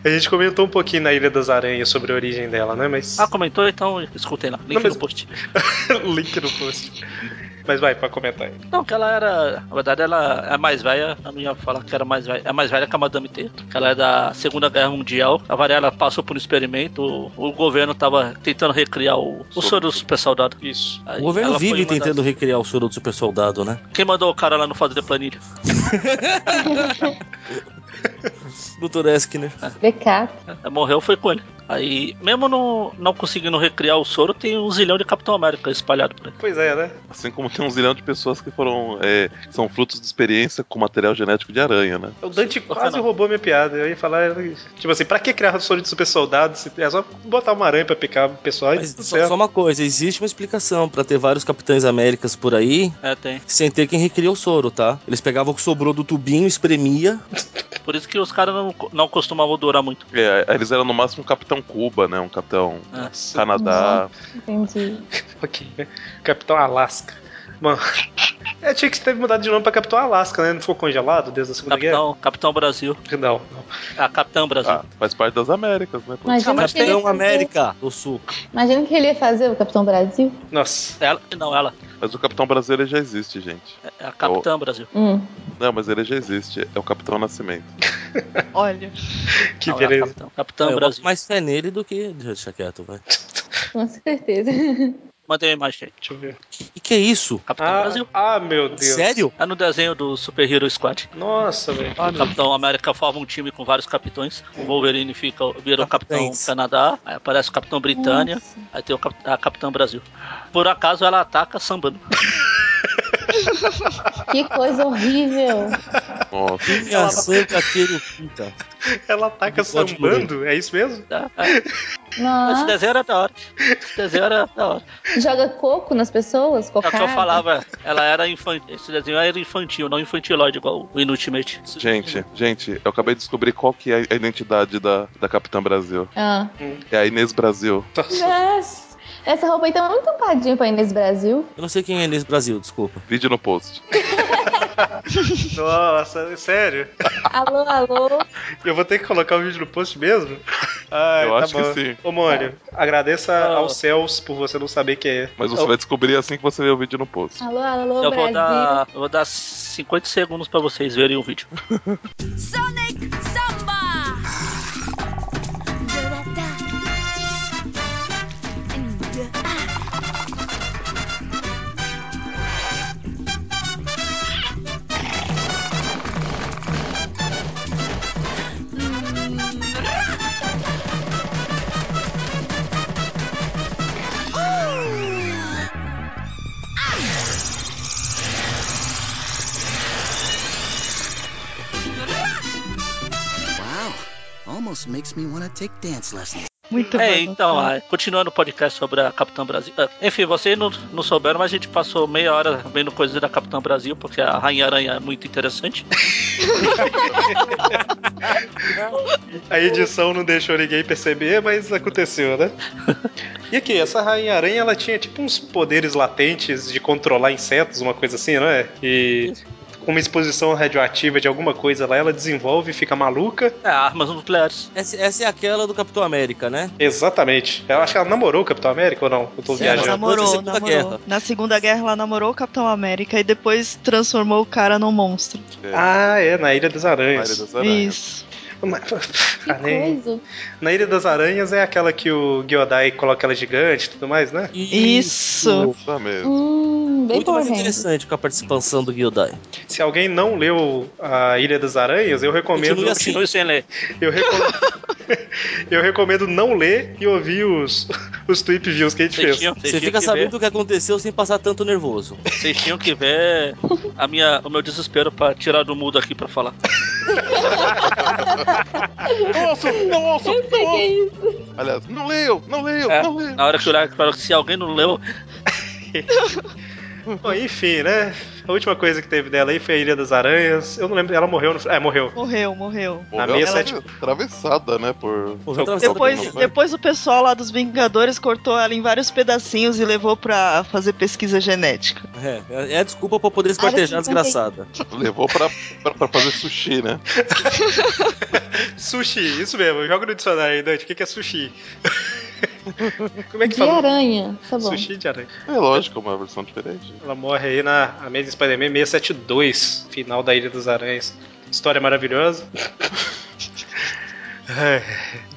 E: A gente comentou um pouquinho na Ilha das Aranhas sobre a origem dela, né? Mas.
B: Ah, comentou? Então escutem lá. Link
E: Não, mas-
B: no post.
E: Link no post. Mas vai, pra comentar aí.
B: Não, que ela era. Na verdade, ela é a mais velha. Eu não ia falar que era mais velha. É a mais velha que a Madame T. que Ela é da Segunda Guerra Mundial. A Varela passou por um experimento. O, o governo tava tentando recriar o, o soro do super soldado.
E: Isso.
B: Aí
G: O governo
B: ela foi
G: vive
B: uma das-
G: tentando recriar o soro do super soldado, né?
B: Quem mandou o cara lá não fazer planilha?
G: Doutor né? Eskinder.
A: Pecado.
B: É, Morreu foi com ele. Aí, mesmo não, não conseguindo recriar o soro, tem um zilhão de Capitão América espalhado por aí.
E: Pois é, né?
C: Assim como tem um zilhão de pessoas que foram. é, que são frutos de experiência com material genético de aranha, né?
E: O Dante quase roubou minha piada. Eu ia falar, tipo assim, pra que criar o soro de super soldado? se- É só botar uma aranha pra picar o pessoal e
G: Mas
E: tudo
G: só,
E: certo.
G: só uma coisa, existe uma explicação pra ter vários Capitães Américas por aí
B: É, tem.
G: sem ter quem recria o soro, tá? Eles pegavam o que sobrou do tubinho, espremia.
B: Por isso que os caras não, não costumavam durar muito.
C: É, aí eles eram no máximo um capitão Cuba, né? Um capitão
B: Ah.
C: Canadá.
A: Entendi.
E: Ok. Capitão Alasca. Mano. É, tinha que ter mudado de nome pra Capitão Alasca, né? Não ficou congelado desde a Segunda
B: Capitão, Capitão Brasil.
E: Guerra? Não, não.
B: é? Ah, Capitão Brasil.
C: Ah, faz parte das Américas, né?
A: Imagina que, ele ia
B: um
G: Capitão
A: fazer,
G: América do Sul.
A: imagina que ele ia fazer o Capitão Brasil.
E: Nossa.
B: Ela, não, ela.
C: Mas o capitão brasileiro ele já existe, gente.
B: É a Capitã Brasil.
A: Hum.
C: Não, mas ele já existe. É o capitão Nascimento.
D: Olha.
E: Que
B: Não, é a
E: beleza.
B: Capitão,
G: É,
B: Capitã
G: eu boto
B: Brasil.
G: mais fé nele do que. Deixa quieto, vai.
A: Com certeza.
B: Mandei a imagem. Deixa eu ver.
G: O que é isso?
B: Capitão Brasil.
E: Ah, meu Deus.
G: é um Sério? Ah,
B: É no desenho do Super Hero Squad.
E: Nossa, velho.
B: O Capitão América forma um time com vários capitões. O Wolverine fica, vira o Capitão
G: Capitães.
B: Canadá. Aí aparece o Capitão Britânia. Aí tem o Cap- a Capitão Brasil. Por acaso ela ataca sambando.
A: Que coisa horrível.
C: Nossa.
G: Minha santa querida.
E: Ela ataca
G: Pode
E: sambando? É isso mesmo?
B: Esse
A: Não.
B: desenho era da hora. Esse desenho era da hora.
A: Joga coco nas pessoas,
B: É o que
A: cocada.
B: é- eu falava. Ela era infantil. Esse desenho era infantil, não infantiloide igual o Inultimate.
C: Gente, gente, eu acabei de descobrir qual que é a identidade da, da Capitã Brasil.
A: Ah.
C: É a Inês Brasil.
A: Yes. Essa roupa aí tá muito tampadinha pra Inês Brasil.
G: Eu não sei quem é nesse Brasil, desculpa.
C: Vídeo no post.
E: Nossa, é sério?
A: Alô, alô.
E: Eu vou ter que colocar o vídeo no post mesmo? Ai,
C: Eu
E: tá
C: acho que
E: bom.
C: sim.
E: Ô, Mônio, agradeça aos céus por você não saber quem é.
C: Mas você vai descobrir assim que você vê o vídeo no post.
A: Alô, alô,
B: Eu vou,
A: Brasil.
B: dar, eu vou dar 50 segundos pra vocês verem o vídeo.
K: Sonic Samba!
M: Wow, almost makes me want to take dance lessons.
D: Muito
B: é,
D: bom. né?
B: então, ah, continuando o podcast sobre a Capitã Brasil. Ah, Enfim, vocês não, não souberam, mas a gente passou meia hora vendo coisas da Capitã Brasil, porque a Rainha Aranha é muito interessante.
E: A edição não deixou ninguém perceber, mas aconteceu, né? E aqui, essa Rainha Aranha, ela tinha tipo uns poderes latentes de controlar insetos, uma coisa assim, não é? E com uma exposição radioativa de alguma coisa lá, ela desenvolve e fica maluca.
B: É, armas nucleares.
G: Essa, essa é aquela do Capitão América, né?
E: Exatamente. Eu acho que ela namorou o Capitão América ou não? Eu tô
G: Sim, ela
E: viajando.
G: namorou
D: namorou,
G: Segunda
D: namorou.
G: Guerra.
D: Na Segunda Guerra ela namorou o Capitão América e depois transformou o cara num monstro.
C: É,
E: Ah, é, na Ilha das
C: Área
E: Aranhas.
C: das Aranhas.
D: Isso.
E: Mas-
A: Que
E: Ah, nem-
A: coisa.
E: Na Ilha das Aranhas é aquela que o Giodai coloca ela gigante e tudo mais, né?
D: Isso.
C: Isso mesmo.
A: Hum, bem
G: Muito mais
A: correndo.
G: interessante com a participação do Gildai.
E: Se alguém não leu a Ilha das Aranhas, eu recomendo.
G: Continue assim.
B: Continue sem ler.
E: Eu, recom- eu recomendo não ler e ouvir os, os tweet views que a gente
B: Vocês
E: fez.
B: tinham, vocês
G: Você
B: tinham
G: fica
B: que
G: sabendo
B: ver-
G: o que aconteceu sem passar tanto nervoso.
B: vocês tinham que ver a minha, o meu desespero pra tirar do mudo aqui pra falar.
C: Nossa, não ouço,
A: Eu sei que é isso.
C: Aliás, não leio, não leio,
B: É,
C: não leio.
B: na hora que eu olhar, eu falo que se alguém não leu,
E: Bom, enfim, né? A última coisa que teve dela aí foi a Ilha das Aranhas. Eu não lembro, ela morreu no. É, morreu.
D: Morreu, morreu.
C: Morreu
E: na
C: atra-
E: mesa é tipo-
C: atravessada, né? Por.
G: Morreu
D: Então,
G: atravessado pelo
D: Depois,
G: mundo.
D: depois o pessoal lá dos Vingadores cortou ela em vários pedacinhos e levou pra fazer pesquisa genética.
G: É, é a desculpa pra poder esquartejar a
A: Área 51.
G: desgraçada.
C: Levou pra, pra, pra fazer sushi, né?
E: Sushi, isso mesmo. Joga no dicionário aí, Dante. O que que é sushi? Como é que
A: De
E: fala?
A: aranha. Tá bom.
E: Sushi de aranha.
C: É lógico, uma versão diferente.
E: Ela morre aí na Amazing Spider-Man 672, final da Ilha dos Aranhas. História maravilhosa. Ai,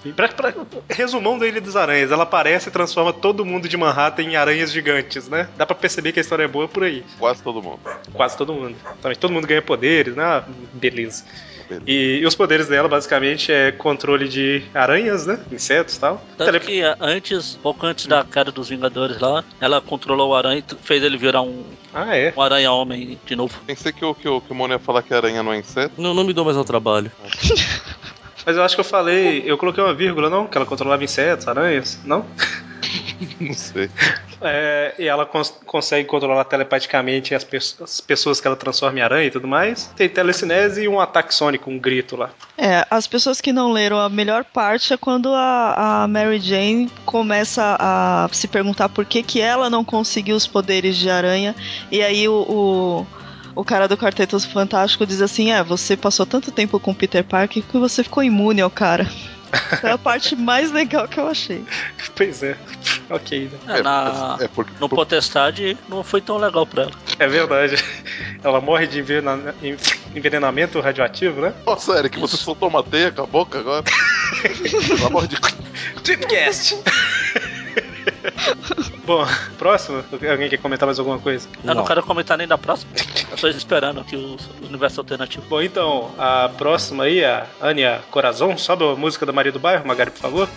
E: É. pra, pra- resumão da Ilha dos Aranhas, ela aparece e transforma todo mundo de Manhattan em aranhas gigantes, né? Dá pra perceber que a história é boa por aí.
C: Quase todo mundo.
E: Quase todo mundo. Também todo mundo ganha poderes, né? Ah, Beleza.
C: Beleza.
E: E, e os poderes dela, basicamente, é controle de aranhas, né? Insetos e tal.
B: Tanto que ah, antes, pouco antes da queda dos Vingadores lá, ela controlou o aranha e t- fez ele virar um,
E: Ah, é.
B: um aranha-homem de novo.
C: Pensei que o, que, o, que o Mono ia falar que aranha não é inseto.
G: Não, não me dou mais ao trabalho.
E: Mas eu acho que eu falei, eu coloquei uma vírgula, não? Que ela controlava insetos, aranhas, não?
C: Não sei.
E: É, e ela cons- consegue controlar telepaticamente as, pers- as pessoas que ela transforma em aranha e tudo mais. Tem telecinese e um ataque sônico, um grito lá.
D: É, as pessoas que não leram a melhor parte é quando a, a Mary Jane começa a se perguntar por que, que ela não conseguiu os poderes de aranha. E aí o, o, o cara do Quarteto Fantástico diz assim: É, você passou tanto tempo com o Peter Parker que você ficou imune ao cara. Foi a parte mais legal que eu achei.
E: Pois é, ok, né?
B: É, na,
C: É porque.
B: no Potestade não foi tão legal pra ela.
E: É verdade. Ela morre de envena- en- envenenamento radioativo, né?
C: Nossa, Eric, você
B: Isso.
C: soltou uma teia com a boca agora? Pelo amor de
E: Tweetcast! Bom, próximo? Alguém quer comentar mais alguma coisa?
B: Eu não, quero comentar nem da próxima. Eu tô esperando aqui o o universo alternativo.
E: Bom, então, a próxima aí, a Ania Corazon. Sobe a música da Maria do Bairro, Magari, por favor.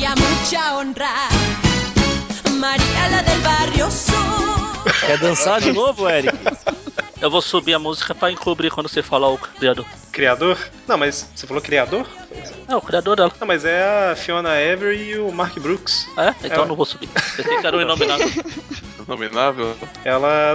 K: Y a mucha honra, María la del barrio sur.
B: Quer dançar de novo, Eric? Eu vou subir a música pra encobrir quando você falar o criador.
E: Criador? Não, mas você falou criador?
B: É, o criador dela.
E: Não, mas é a Fiona Avery e o Mark Brooks.
B: É? Então eu não vou subir. Pensei que era um o inominável.
C: Nominável?
E: Ela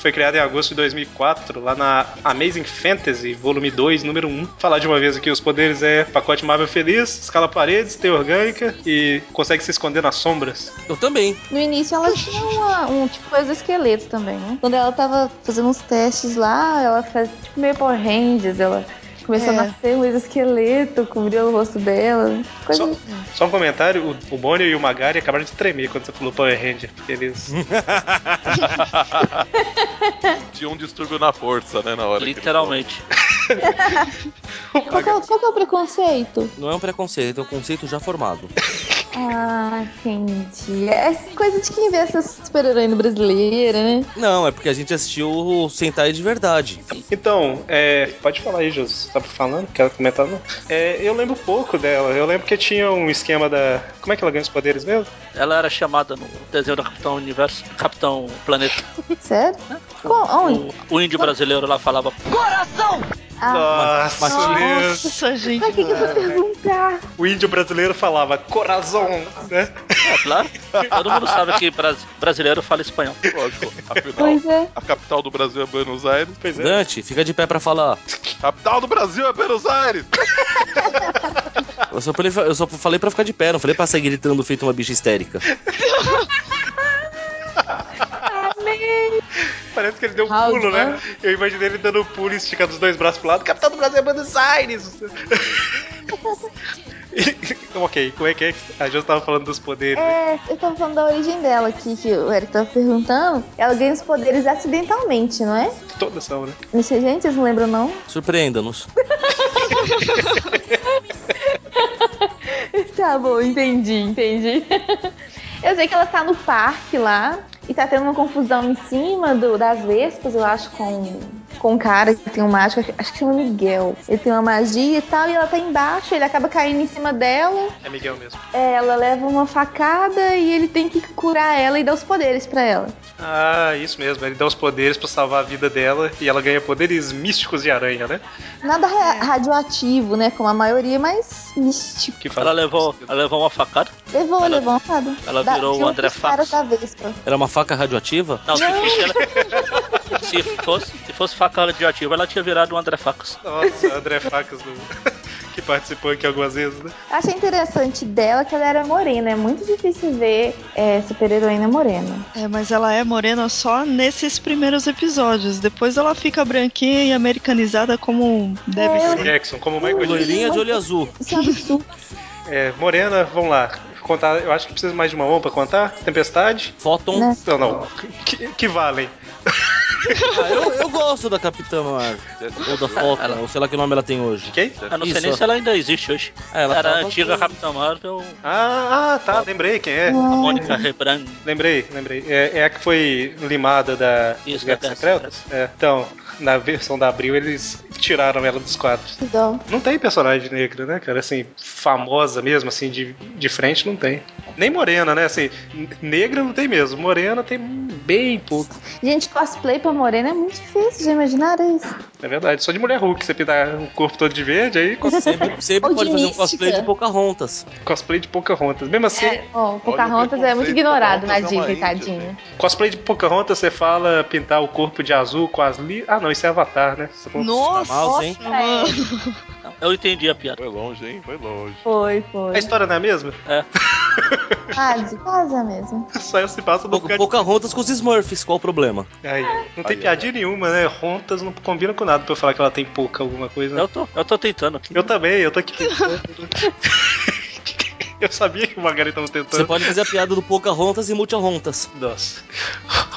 E: foi criada em agosto de 2004, lá na Amazing Fantasy, volume 2, número 1. Falar de uma vez aqui, os poderes é pacote Marvel feliz, escala paredes, teia orgânica e consegue se esconder nas sombras.
G: Eu também.
A: No início ela tinha uma- um tipo coisa esqueleto também, né? Quando ela tava fazendo uns testes lá, ela faz tipo meio Power Rangers, ela começou a
D: É.
A: nascer um esqueleto, cobriu o rosto dela. Coisa...
E: Só, só um comentário, o, o Bonnie e o Magari acabaram de tremer quando você falou Power Ranger, porque eles...
C: Tinha um distúrbio na força, né, na hora.
B: Literalmente.
A: Qual, que é, o- qual que é o preconceito?
G: Não é um preconceito, é um conceito já formado.
A: Ah, entendi. É coisa de quem vê essa super-heroína brasileira, né?
G: Não, é porque a gente assistiu o Sentai de verdade.
E: Então, é, pode falar aí, Josi, você tá falando? Quer comentar não? É, eu lembro pouco dela, eu lembro que tinha um esquema da... Como é que ela ganha os poderes mesmo?
B: Ela era chamada no desenho da Capitão Universo, Capitão Planeta.
A: Sério? Qual- Onde?
B: O índio brasileiro lá falava.
A: Coração!
E: Nossa,
A: Nossa.
E: Deus.
D: Nossa, gente.
A: Pra que, que eu vou perguntar?
E: O índio brasileiro falava corazon, né?
B: É claro. Todo mundo sabe que bras- brasileiro fala espanhol.
C: Lógico,
A: Pois
C: afinal,
A: é.
C: a capital do Brasil é Buenos Aires.
E: Pois é.
G: Dante, fica de pé pra falar.
C: Capital do Brasil é Buenos Aires!
G: Eu só, falei- eu só falei pra ficar de pé, não falei pra sair gritando feito uma bicha histérica.
A: Amém!
E: Parece que ele deu um
A: Raul,
E: pulo, né?
A: né?
E: Eu imaginei ele dando um pulo e esticando os dois braços pro lado. Capitão do Brasil é Buenos Aires! E- ok, como é que é? A Josi tava falando dos poderes. né?
A: É, eu tava falando da origem dela aqui, que o Eric tava perguntando. Ela ganha os poderes acidentalmente, não é?
E: Todas são, né?
A: Não sei, gente, vocês não lembram, não?
G: Surpreenda-nos.
A: Tá bom, entendi, entendi. Eu sei que ela tá no parque lá e tá tendo uma confusão em cima do, das vespas, eu acho, com, com um cara que tem um mágico, acho- acho que chama Miguel. Ele tem uma magia e tal, e ela tá embaixo, ele acaba caindo em cima dela.
E: É Miguel mesmo.
A: É, Ela leva uma facada e ele tem que curar ela e dar os poderes pra ela.
E: Ah, isso mesmo. Ele dá os poderes pra salvar a vida dela e ela ganha poderes místicos de aranha, né?
A: Nada ra- radioativo, né? Como a maioria, mas místico.
E: Que faz...
B: Ela levou, ela levou uma facada.
A: Levou,
B: Ela-
A: levou uma facada.
B: ela
A: Da-
B: virou
A: de
B: o
A: um
B: André
A: dos caras da Vespa.
G: Era uma faca radioativa?
B: Não, se fosse, ela, se fosse, se fosse faca radioativa, ela tinha virado um André Facas.
E: Nossa, André Facas, do- que participou aqui algumas vezes, né?
A: Eu achei interessante dela que ela era morena. É muito difícil ver é, super-heroína morena.
D: É, mas ela é morena só nesses primeiros episódios. Depois ela fica branquinha e americanizada como deve
A: É,
D: ser.
E: Jackson, como o Michael Jackson.
G: Loirinha de olho azul.
A: Isso é um absurdo.
E: É, Morena, vamos lá. Contar, eu acho que precisa mais de uma mão pra contar. Tempestade.
G: Fóton.
A: Né?
E: Não, não. Que, que valem.
G: Ah, eu, eu gosto da Capitã Marvel. Ou da Fóton, ou sei lá que nome ela tem hoje.
E: Quem?
B: Eu não
G: Isso.
B: sei nem se ela ainda existe hoje.
G: Ah, ela
B: era
G: tava
B: a antiga
G: com-
B: Capitã Marvel,
E: Ah, ah, tá. Lembrei quem é.
B: a
G: Ah.
B: Mônica Rebran.
E: Lembrei, lembrei. É, é a que foi limada da
B: Isso,
E: Guerras
B: da Guerra
E: Secretas? É. Então, na versão da Abril, eles tiraram ela dos quadros.
A: Que dó.
E: Não tem personagem negra, né, cara? Assim, famosa mesmo, assim, de, de frente, não tem. Nem morena, né? Assim, n- negra não tem mesmo. Morena tem bem pouco.
A: Gente, cosplay pra morena é muito difícil, já imaginaram isso?
E: É verdade. Só de mulher Hulk, você pintar o corpo todo de verde, aí
G: Sempre, sempre
A: Ou de
G: pode fazer um
A: mística.
G: cosplay de Pocahontas.
E: cosplay de Pocahontas. Mesmo assim,
A: É, ó, o Pocahontas é muito
C: preconceito,
A: ignorado na
C: Pocahontas é uma
A: Disney,
C: índia,
A: tadinho.
E: Cosplay de Pocahontas, você fala pintar o corpo de azul com as li... Ah, não, isso é Avatar, né? Você falou-
D: Nossa,
G: Mouse, hein?
A: É,
D: mano.
B: Eu entendi a piada.
C: Foi longe, hein? Foi longe.
A: foi, foi.
E: A história não é a mesma?
A: Quase, quase a mesma.
E: Só se passa no
G: Po-
E: lugar
G: Pocahontas com os Smurfs, qual o problema?
E: de... Aí, não
C: Aí,
E: tem piadinha nenhuma, né? Rontas não combina com nada pra eu falar que ela tem pouca alguma coisa. né?
B: Eu tô, eu tô tentando aqui.
E: Eu também, eu tô aqui. Eu sabia que o Magari tava tentando.
G: Você pode fazer a piada do Pocahontas e Multiahontas.
E: Nossa.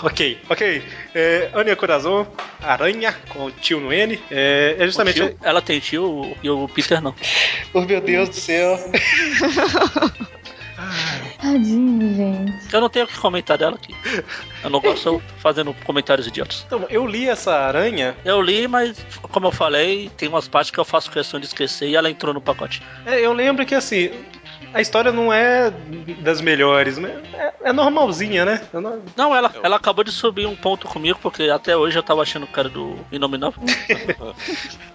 E: Ok, ok. É, Anya Corazon, Aranha, com o tio no N. É, é justamente.
B: O tio- ela tem tio e o Peter não.
E: Oh, meu Deus do céu.
A: Tadinho, gente.
B: Eu não tenho o que comentar dela aqui. Eu não gosto eu fazendo comentários idiotas.
E: Então, eu li essa aranha.
B: Eu li, mas como eu falei, tem umas partes que eu faço questão de esquecer e ela entrou no pacote.
E: É, eu lembro que assim. A história não é das melhores, mas é, é normalzinha, né? Eu não-
B: Não, ela, ela acabou de subir um ponto comigo, porque até hoje eu tava achando o cara do Inominável.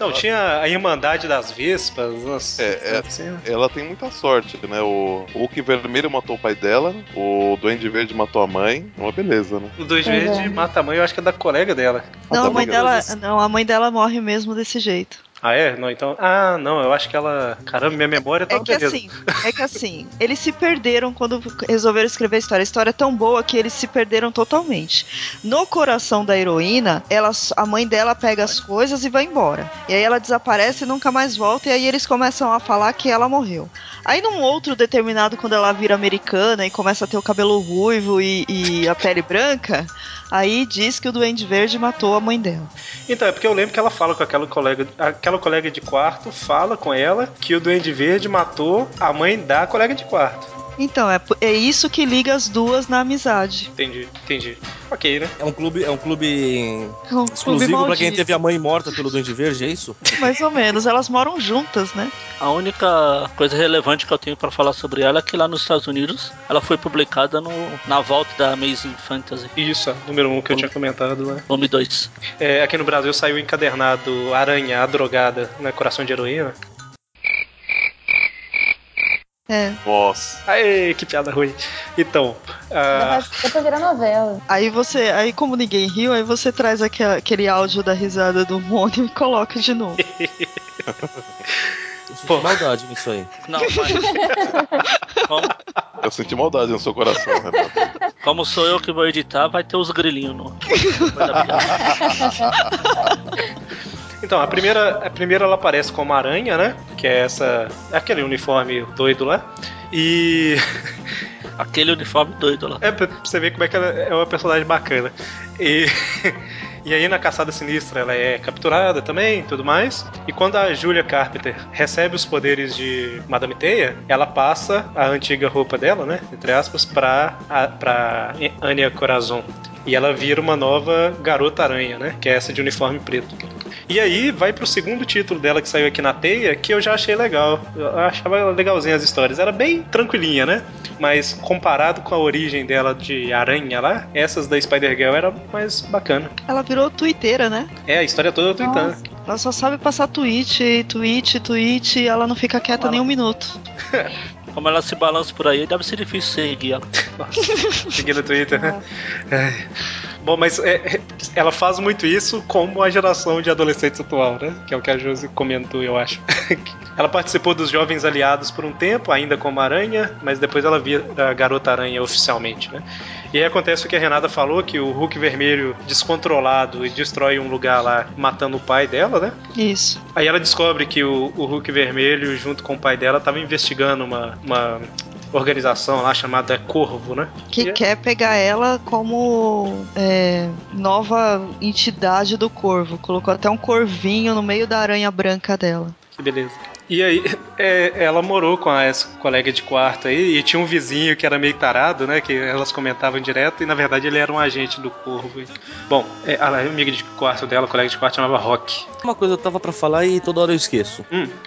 E: Não, tinha a Irmandade das Vespas. Nossa,
C: É,
E: assim.
C: é, ela tem muita sorte, né? O o Hulk Vermelho matou o pai dela, o Duende Verde matou a mãe. Uma beleza, né?
E: O Dois
C: É.
E: Verdes mata a mãe, eu acho que é da colega dela.
D: Não, a mãe
E: Mata
D: dela, não, a mãe dela morre mesmo desse jeito.
E: Ah, é? Não, então. Ah, não, eu acho que ela. Caramba, minha memória tá
D: É
E: uma
D: que
E: beleza.
D: assim, é que assim, eles se perderam quando resolveram escrever a história. A história é tão boa que eles se perderam totalmente. No coração da heroína, ela, a mãe dela pega as coisas e vai embora. E aí ela desaparece e nunca mais volta. E aí eles começam a falar que ela morreu. Aí num outro determinado, quando ela vira americana e começa a ter o cabelo ruivo e, e a pele branca, aí diz que o Duende Verde matou a mãe dela.
E: Então, é porque eu lembro que ela fala com aquela colega. Aquela colega de quarto fala com ela que o Duende Verde matou a mãe da colega de quarto.
D: Então, é, é isso que liga as duas na amizade.
E: Entendi, entendi. Ok, né?
G: É um clube, é um clube
D: É um clube
G: exclusivo pra quem
D: maldito.
G: teve a mãe morta pelo Duende Verde, é isso?
D: Mais ou menos, elas moram juntas, né?
B: A única coisa relevante que eu tenho pra falar sobre ela é que lá nos Estados Unidos ela foi publicada no, na volta da Amazing Fantasy.
E: Isso, número 1 um que eu tinha comentado, né?
B: Volume 2.
E: É, aqui no Brasil saiu encadernado Aranha, a drogada, né? Coração de heroína.
D: É.
C: Nossa.
E: Aê, que piada ruim. Então, ah,
D: Depois virar novela. Aí você, aí como ninguém riu, aí você traz aque- aquele áudio da risada do Mônio e coloca de novo.
G: Eu senti maldade nisso aí.
B: Não, mas... como,
C: Eu senti maldade no seu coração, Renato.
B: como sou eu que vou editar, vai ter os grilinhos no.
E: Então, a primeira, a primeira ela aparece como aranha, né? Que é essa. aquele uniforme doido lá. E.
B: Aquele uniforme doido lá.
E: É, pra você ver como é que ela é uma personagem bacana. E. E aí na Caçada Sinistra ela é capturada também e tudo mais. E quando a Julia Carpenter recebe os poderes de Madame Teia, ela passa a antiga roupa dela, né? Entre aspas, pra, a, pra Anya Corazon. E ela vira uma nova garota aranha, né? Que é essa de uniforme preto. E aí vai pro segundo título dela que saiu aqui na teia, que eu já achei legal. Eu achava ela legalzinha as histórias. Era bem tranquilinha, né? Mas comparado com a origem dela de aranha lá, essas da Spider-Girl era mais bacana.
D: Ela virou twitteira, né?
E: É, a história toda eu tô tentando.
D: Ela só sabe passar tweet, tweet, tweet, e ela não fica quieta nem um minuto.
B: Como ela se balança por aí, deve ser difícil seguir ela.
E: Segui no Twitter, né? É. Bom, mas é, é, ela faz muito isso como a geração de adolescentes atual, né? Que é o que a Josi comentou, eu acho. ela participou dos Jovens Aliados por um tempo, ainda como aranha, mas depois ela vira a Garota Aranha oficialmente, né? E aí acontece o que a Renata falou, que o Hulk Vermelho descontrolado e destrói um lugar lá, matando o pai dela, né?
D: Isso.
E: Aí ela descobre que o, o Hulk Vermelho, junto com o pai dela, tava investigando uma, uma organização lá chamada Corvo, né?
D: Que quer pegar ela como é, nova entidade do corvo. Colocou até um corvinho no meio da aranha branca dela.
E: Que beleza. E aí, é, ela morou com a essa colega de quarto aí, e tinha um vizinho que era meio tarado, né? Que elas comentavam direto, e na verdade ele era um agente do corvo. Bom, é, a amiga de quarto dela, a colega de quarto, chamava Rock.
G: Uma coisa eu tava pra falar e toda hora eu esqueço.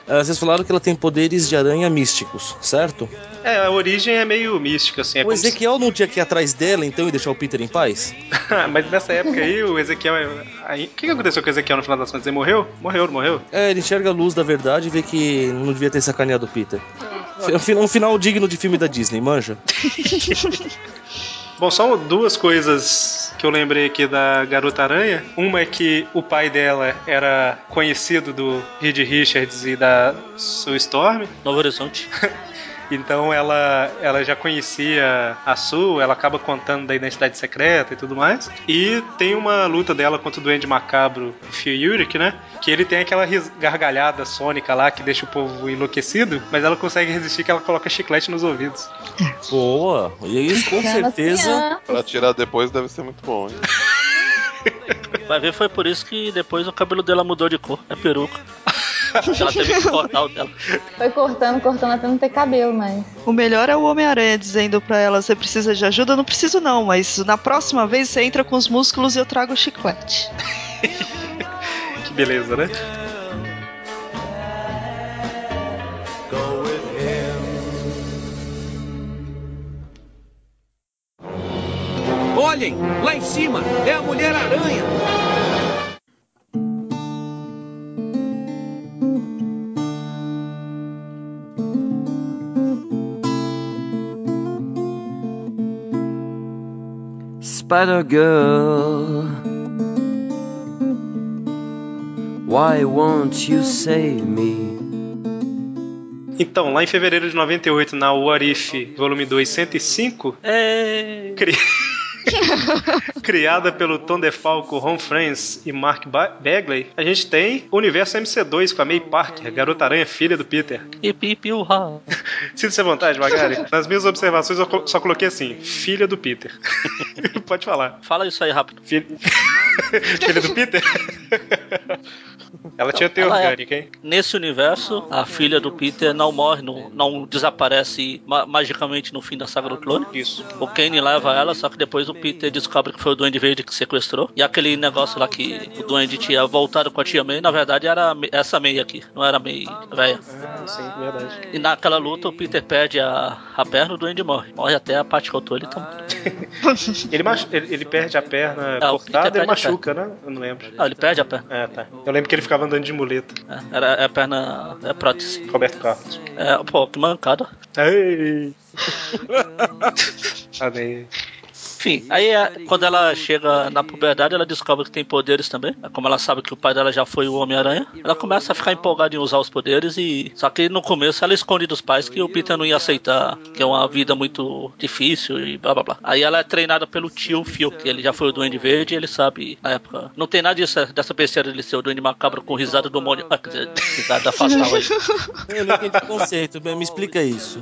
G: Ah, Vocês falaram que ela tem poderes de aranha místicos, certo?
E: É, a origem é meio mística, assim. É
G: o
E: como se-
G: Ezequiel não tinha que ir atrás dela então e deixar o Peter em paz?
E: Mas nessa época aí, o Ezequiel. é, aí- o que que aconteceu com o Ezequiel no final das contas? Ele morreu? Morreu, não morreu?
G: É, ele enxerga a luz da verdade e vê que não devia ter sacaneado o Peter. É um fina- um final digno de filme da Disney, manja?
E: Bom, só duas coisas que eu lembrei aqui da Garota Aranha. Uma é que o pai dela era conhecido do Reed Richards e da Sue Storm.
B: Novo Horizonte.
E: Então ela, ela já conhecia a Sue, ela acaba contando da identidade secreta e tudo mais. E tem uma luta dela contra o Duende Macabro Fiuric, né? Que ele tem aquela ris- gargalhada sônica lá que deixa o povo enlouquecido, mas ela consegue resistir que ela coloca chiclete nos ouvidos.
G: Boa! E é isso com certeza.
A: Assim,
C: Pra tirar depois deve ser muito bom, hein?
B: Vai ver, foi por isso que depois o cabelo dela mudou de cor. É peruca. Ela teve que cortar o dela.
A: ah, Foi cortando, cortando até não ter cabelo mais.
D: O melhor é o Homem-Aranha dizendo pra ela: você precisa de ajuda? Não preciso, não, mas na próxima vez você entra com os músculos e eu trago o chiclete.
E: Que beleza, né?
K: Go with him.
L: Olhem, lá em cima é a Mulher Aranha.
N: Spider Girl, why won't you save me?
E: Então, lá em fevereiro de 98, na What If, volume 2, 105,
B: é...
E: cri- criada pelo Tom DeFalco, Ron France e Mark Ba- Bagley, a gente tem o Universo MC2 com a May Parker, garota aranha filha do Peter.
B: Hip, hip, urra.
E: Sinta-se à vontade, Magari. Nas minhas observações eu co- só coloquei assim, filha do Peter. Pode falar.
B: Fala isso aí rápido.
E: Filha, filha do Peter? Ela tinha teor
B: Ela é-
E: orgânica, hein?
B: Nesse universo, a filha do Peter não morre, não, não desaparece ma- magicamente no fim da saga do clone.
E: Isso.
B: O Kane leva ela, só que depois o Peter descobre que foi o Duende Verde que sequestrou. E aquele negócio lá que o Duende tinha voltado com a tia May, na verdade era a May- essa May aqui, não era a May velha.
E: Ah, Sim, verdade.
B: E naquela luta o Peter perde a, a perna e o Duende morre. Morre até a parte que eu tô, ele tá morto.
E: Ele, machu- ele, ele perde a perna
B: Ah, o Peter
E: cortada
B: perde
E: e
B: a
E: machuca, né? Eu não lembro.
B: Ah, ele perde a perna.
E: É, tá. Eu lembro que ele ficava andando de muleta.
B: É, Era é a perna. É prótese.
E: Roberto Carlos.
B: É, pô, que mancada.
E: Ei. Amei.
B: Enfim, aí é- quando ela chega na puberdade, ela descobre que tem poderes também. É Como ela sabe que o pai dela já foi o Homem-Aranha, ela começa a ficar empolgada em usar os poderes e. Só que no começo ela esconde dos pais que o Peter não ia aceitar, que é uma vida muito difícil e blá blá blá. Aí ela é treinada pelo tio Phil, que ele já foi o Duende Verde e ele sabe na época. Não tem nada disso, dessa besteira de ser o Duende Macabro com risada do demônio. Ah, quer dizer, risada fatal aí.
G: Eu não entendi o conceito, me explica isso.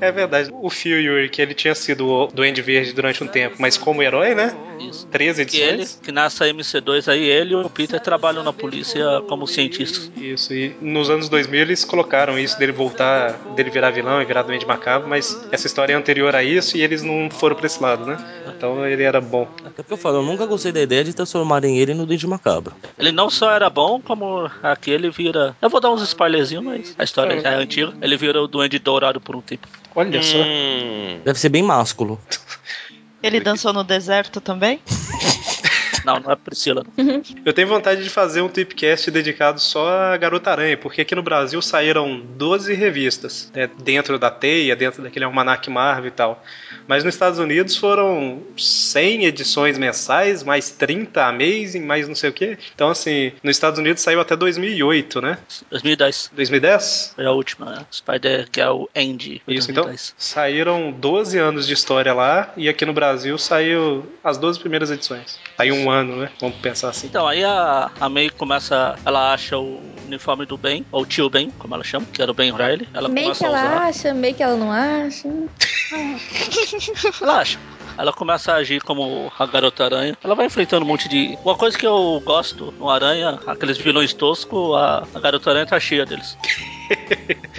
E: É verdade. O Phil Yuri, que ele tinha sido o Duende Verde durante um tempo, mas como herói, né?
B: Isso.
E: 13
B: Que ele,
E: edições.
B: que nessa MC2 aí, ele e o Peter trabalham na polícia como cientistas.
E: Isso, e nos anos 2000 eles colocaram isso dele voltar, dele virar vilão e virar Duende Macabro, mas essa história é anterior a isso e eles não foram pra esse lado, né? Então ele era bom.
G: É porque eu falo, eu nunca gostei da ideia de transformarem ele no Dente Macabro.
B: Ele não só era bom, como aqui ele vira. Eu vou dar uns spoilerzinhos, mas a história já é antiga. Ele vira o Duende Dourado por um tempo.
E: Olha só.
C: Hum.
G: Deve ser bem másculo.
D: Ele dançou no deserto também?
B: Não, não é Priscila. não.
E: Eu tenho vontade de fazer um tipcast dedicado só à Garota Aranha, porque aqui no Brasil saíram 12 revistas, né, dentro da Teia, dentro daquele almanac Marvel e tal. Mas nos Estados Unidos foram 100 edições mensais, mais 30 Amazing, mais não sei o quê. Então, assim, nos Estados Unidos saiu até 2008, né?
B: 2010
E: 2010?
B: foi a última. né? Spider, que é o Andy. foi
E: Isso, então
B: 2010.
E: saíram 12 anos de história lá e aqui no Brasil saiu as 12 primeiras edições. Saiu um ano, né? Vamos pensar assim.
B: Então, aí a, a May começa. Ela acha o uniforme do Ben, ou tio Ben, como ela chama, que era o Ben Riley. Ela
A: meio
B: começa
A: que
B: a usar.
A: ela acha, meio que ela não acha.
B: Ela acha. Ela começa a agir como a garota aranha. Ela vai enfrentando um monte de. Uma coisa que eu gosto no Aranha, aqueles vilões toscos, a, a garota aranha tá cheia deles.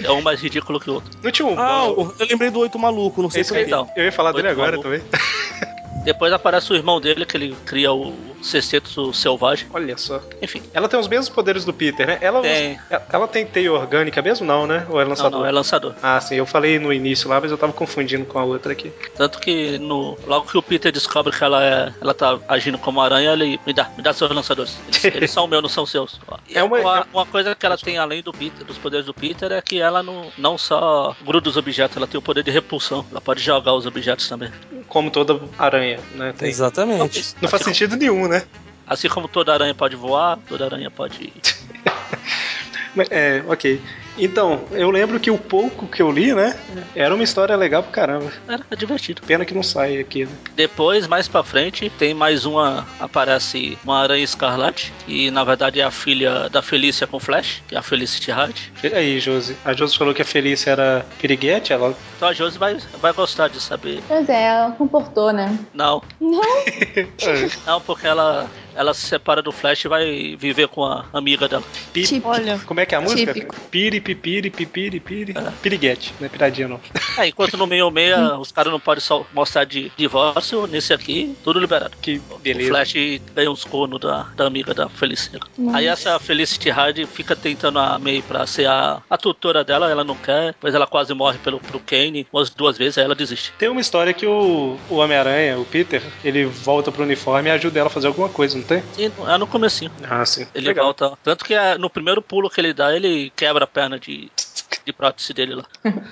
B: é um mais ridículo que o outro.
E: Não tinha um
G: Ah,
E: bom-
G: eu lembrei do Oito Maluco, não sei
B: Esse
G: por quê.
B: então.
E: Eu ia falar dele
B: Oito
E: agora
B: maluco.
E: também.
B: Depois aparece o irmão dele, que ele cria o Sexteto Selvagem.
E: Olha só.
B: Enfim.
E: Ela tem os mesmos poderes do Peter, né? Ela,
B: Tem.
E: ela tem teia orgânica mesmo, não, né? Ou é
B: Não,
E: lançador?
B: não, é lançador.
E: Ah, sim, eu falei no início lá, mas eu tava confundindo com a outra aqui.
B: Tanto que no, logo que o Peter descobre que ela, é, ela tá agindo como aranha, ele me dá, me dá seus lançadores. Eles, eles são meus, não são seus.
E: É uma-
B: uma, uma coisa que ela tem além do Peter, dos poderes do Peter é que ela não, não só gruda os objetos, ela tem o poder de repulsão. Ela pode jogar os objetos também.
E: Como toda aranha, né? Tem.
G: Exatamente.
E: Não faz sentido nenhum, né?
B: Assim como toda aranha pode voar, toda aranha pode.
E: Mas, É, ok. Então, eu lembro que o pouco que eu li, né?
B: É.
E: Era uma história legal pra caramba.
B: Era divertido.
E: Pena que não sai aqui, né?
B: Depois, mais pra frente, tem mais uma. Aparece uma aranha escarlate, que na verdade é a filha da Felícia com Flash, que é a Felicity Hart.
E: E aí, Josi? A Josi falou que a Felícia era piriguete, ela.
B: Então a Josi vai, vai gostar de saber.
A: Pois é, ela comportou, né?
B: Não,
A: Não.
B: não, porque ela, ela se separa do Flash e vai viver com a amiga dela.
E: Olha. Como é que é a música?
B: Típico.
E: Piri, pipiri, pipiri, piri. Piriguete, não é piradinha não.
B: É, enquanto no meio meia os caras não podem só mostrar de divórcio, nesse aqui, tudo liberado.
E: Que
B: beleza. O Flash ganha uns cornos da, da amiga da Felicity.
E: Nossa.
B: Aí essa Felicity Hardy fica tentando a May pra ser a, a tutora dela, ela não quer, depois ela quase morre pelo, pro Kane umas duas vezes, aí ela desiste.
E: Tem uma história que o, o Homem-Aranha, o Peter, ele volta pro uniforme e ajuda ela a fazer alguma coisa, não tem?
B: E no- é no comecinho.
E: Ah, sim.
B: Ele volta. Tanto que é, no primeiro pulo que ele dá, ele quebra a perna de, de prótese dele lá.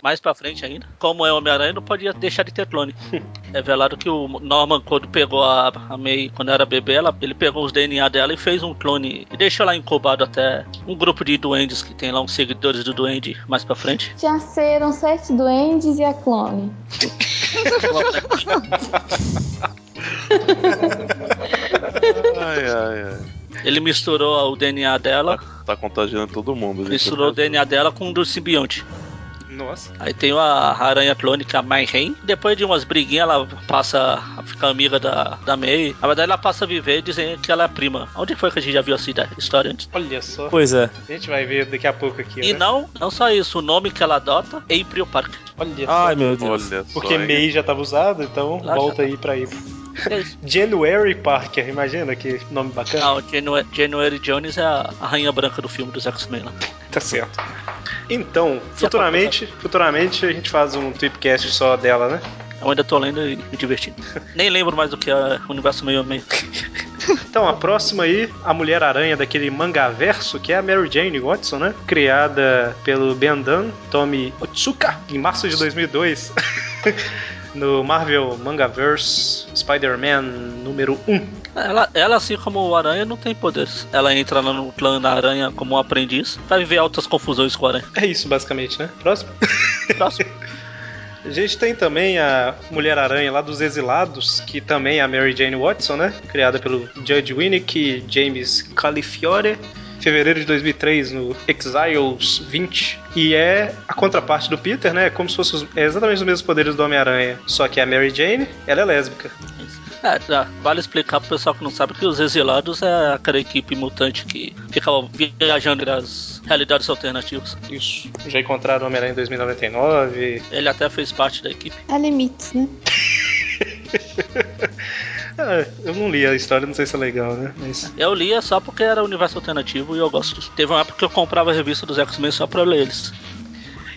B: Mais pra frente ainda. Como é Homem-Aranha, não podia deixar de ter clone. É velado que o Norman, quando pegou a, a May quando era bebê, ela, ele pegou os DNA dela e fez um clone. E deixou lá incubado até um grupo de duendes que tem lá uns seguidores do duende mais pra frente.
A: Já serão sete duendes e a clone.
C: Ai, ai, ai.
B: Ele misturou o DNA dela,
C: Tá contagiando todo mundo. gente.
B: misturou o DNA dela com um o do simbionte.
E: Nossa.
B: Aí tem a aranha clônica Mai Ren. Depois de umas briguinhas, ela passa a ficar amiga da, da May. Na verdade, ela passa a viver dizendo que ela é prima. Onde foi que a gente já viu essa ida- história antes?
E: Olha só.
G: Pois é.
E: A gente vai ver daqui a pouco aqui.
B: E
E: né?
B: não, não só isso, o nome que ela adota é April Park.
E: Olha
G: Ai,
E: só.
G: meu Deus.
C: Olha só.
E: Porque
C: hein?
E: May já tava usado, então
B: Lá tá.
E: volta aí pra aí.
B: É isso.
E: January Parker, imagina que nome bacana.
B: Não, January, January Jones é a a rainha branca do filme dos X-Men. lá.
E: Tá certo. Então,
B: tá
E: futuramente, futuramente a gente faz um tripcast só dela, né?
B: Eu ainda tô lendo e me divertindo. Nem lembro mais do que é o universo meio a meio.
E: Então, a próxima aí, a Mulher Aranha daquele mangaverso, que é a Mary Jane Watson, né? Criada pelo Ben Dunn, Tommy Otsuka, em março de 2002. no Marvel Mangaverse Spider-Man número 1.
B: Ela, ela, assim como o Aranha, não tem poderes. Ela entra lá no clã da Aranha como um aprendiz pra viver altas confusões com o Aranha.
E: É isso, basicamente, né? Próximo.
B: Próximo.
E: A gente tem também a Mulher Aranha lá dos Exilados, que também é a Mary Jane Watson, né? Criada pelo Judge Winnick e James Calafiore. Fevereiro de 2003 no Exiles 20 e é a contraparte do Peter, né? É como se fosse os- é exatamente os mesmos poderes do Homem-Aranha, só que a Mary Jane, ela é lésbica.
B: É, já, vale explicar pro pessoal que não sabe que os exilados é aquela equipe mutante que ficava viajando nas realidades alternativas.
E: Isso. Já encontraram o Homem-Aranha em 2099.
B: Ele até fez parte da equipe.
A: Há limites, né?
E: Ah, eu não li a história, não sei se é legal, né? Mas
B: Eu lia só porque era universo alternativo e eu gosto. Teve uma época que eu comprava a revista dos X-Men só pra ler eles.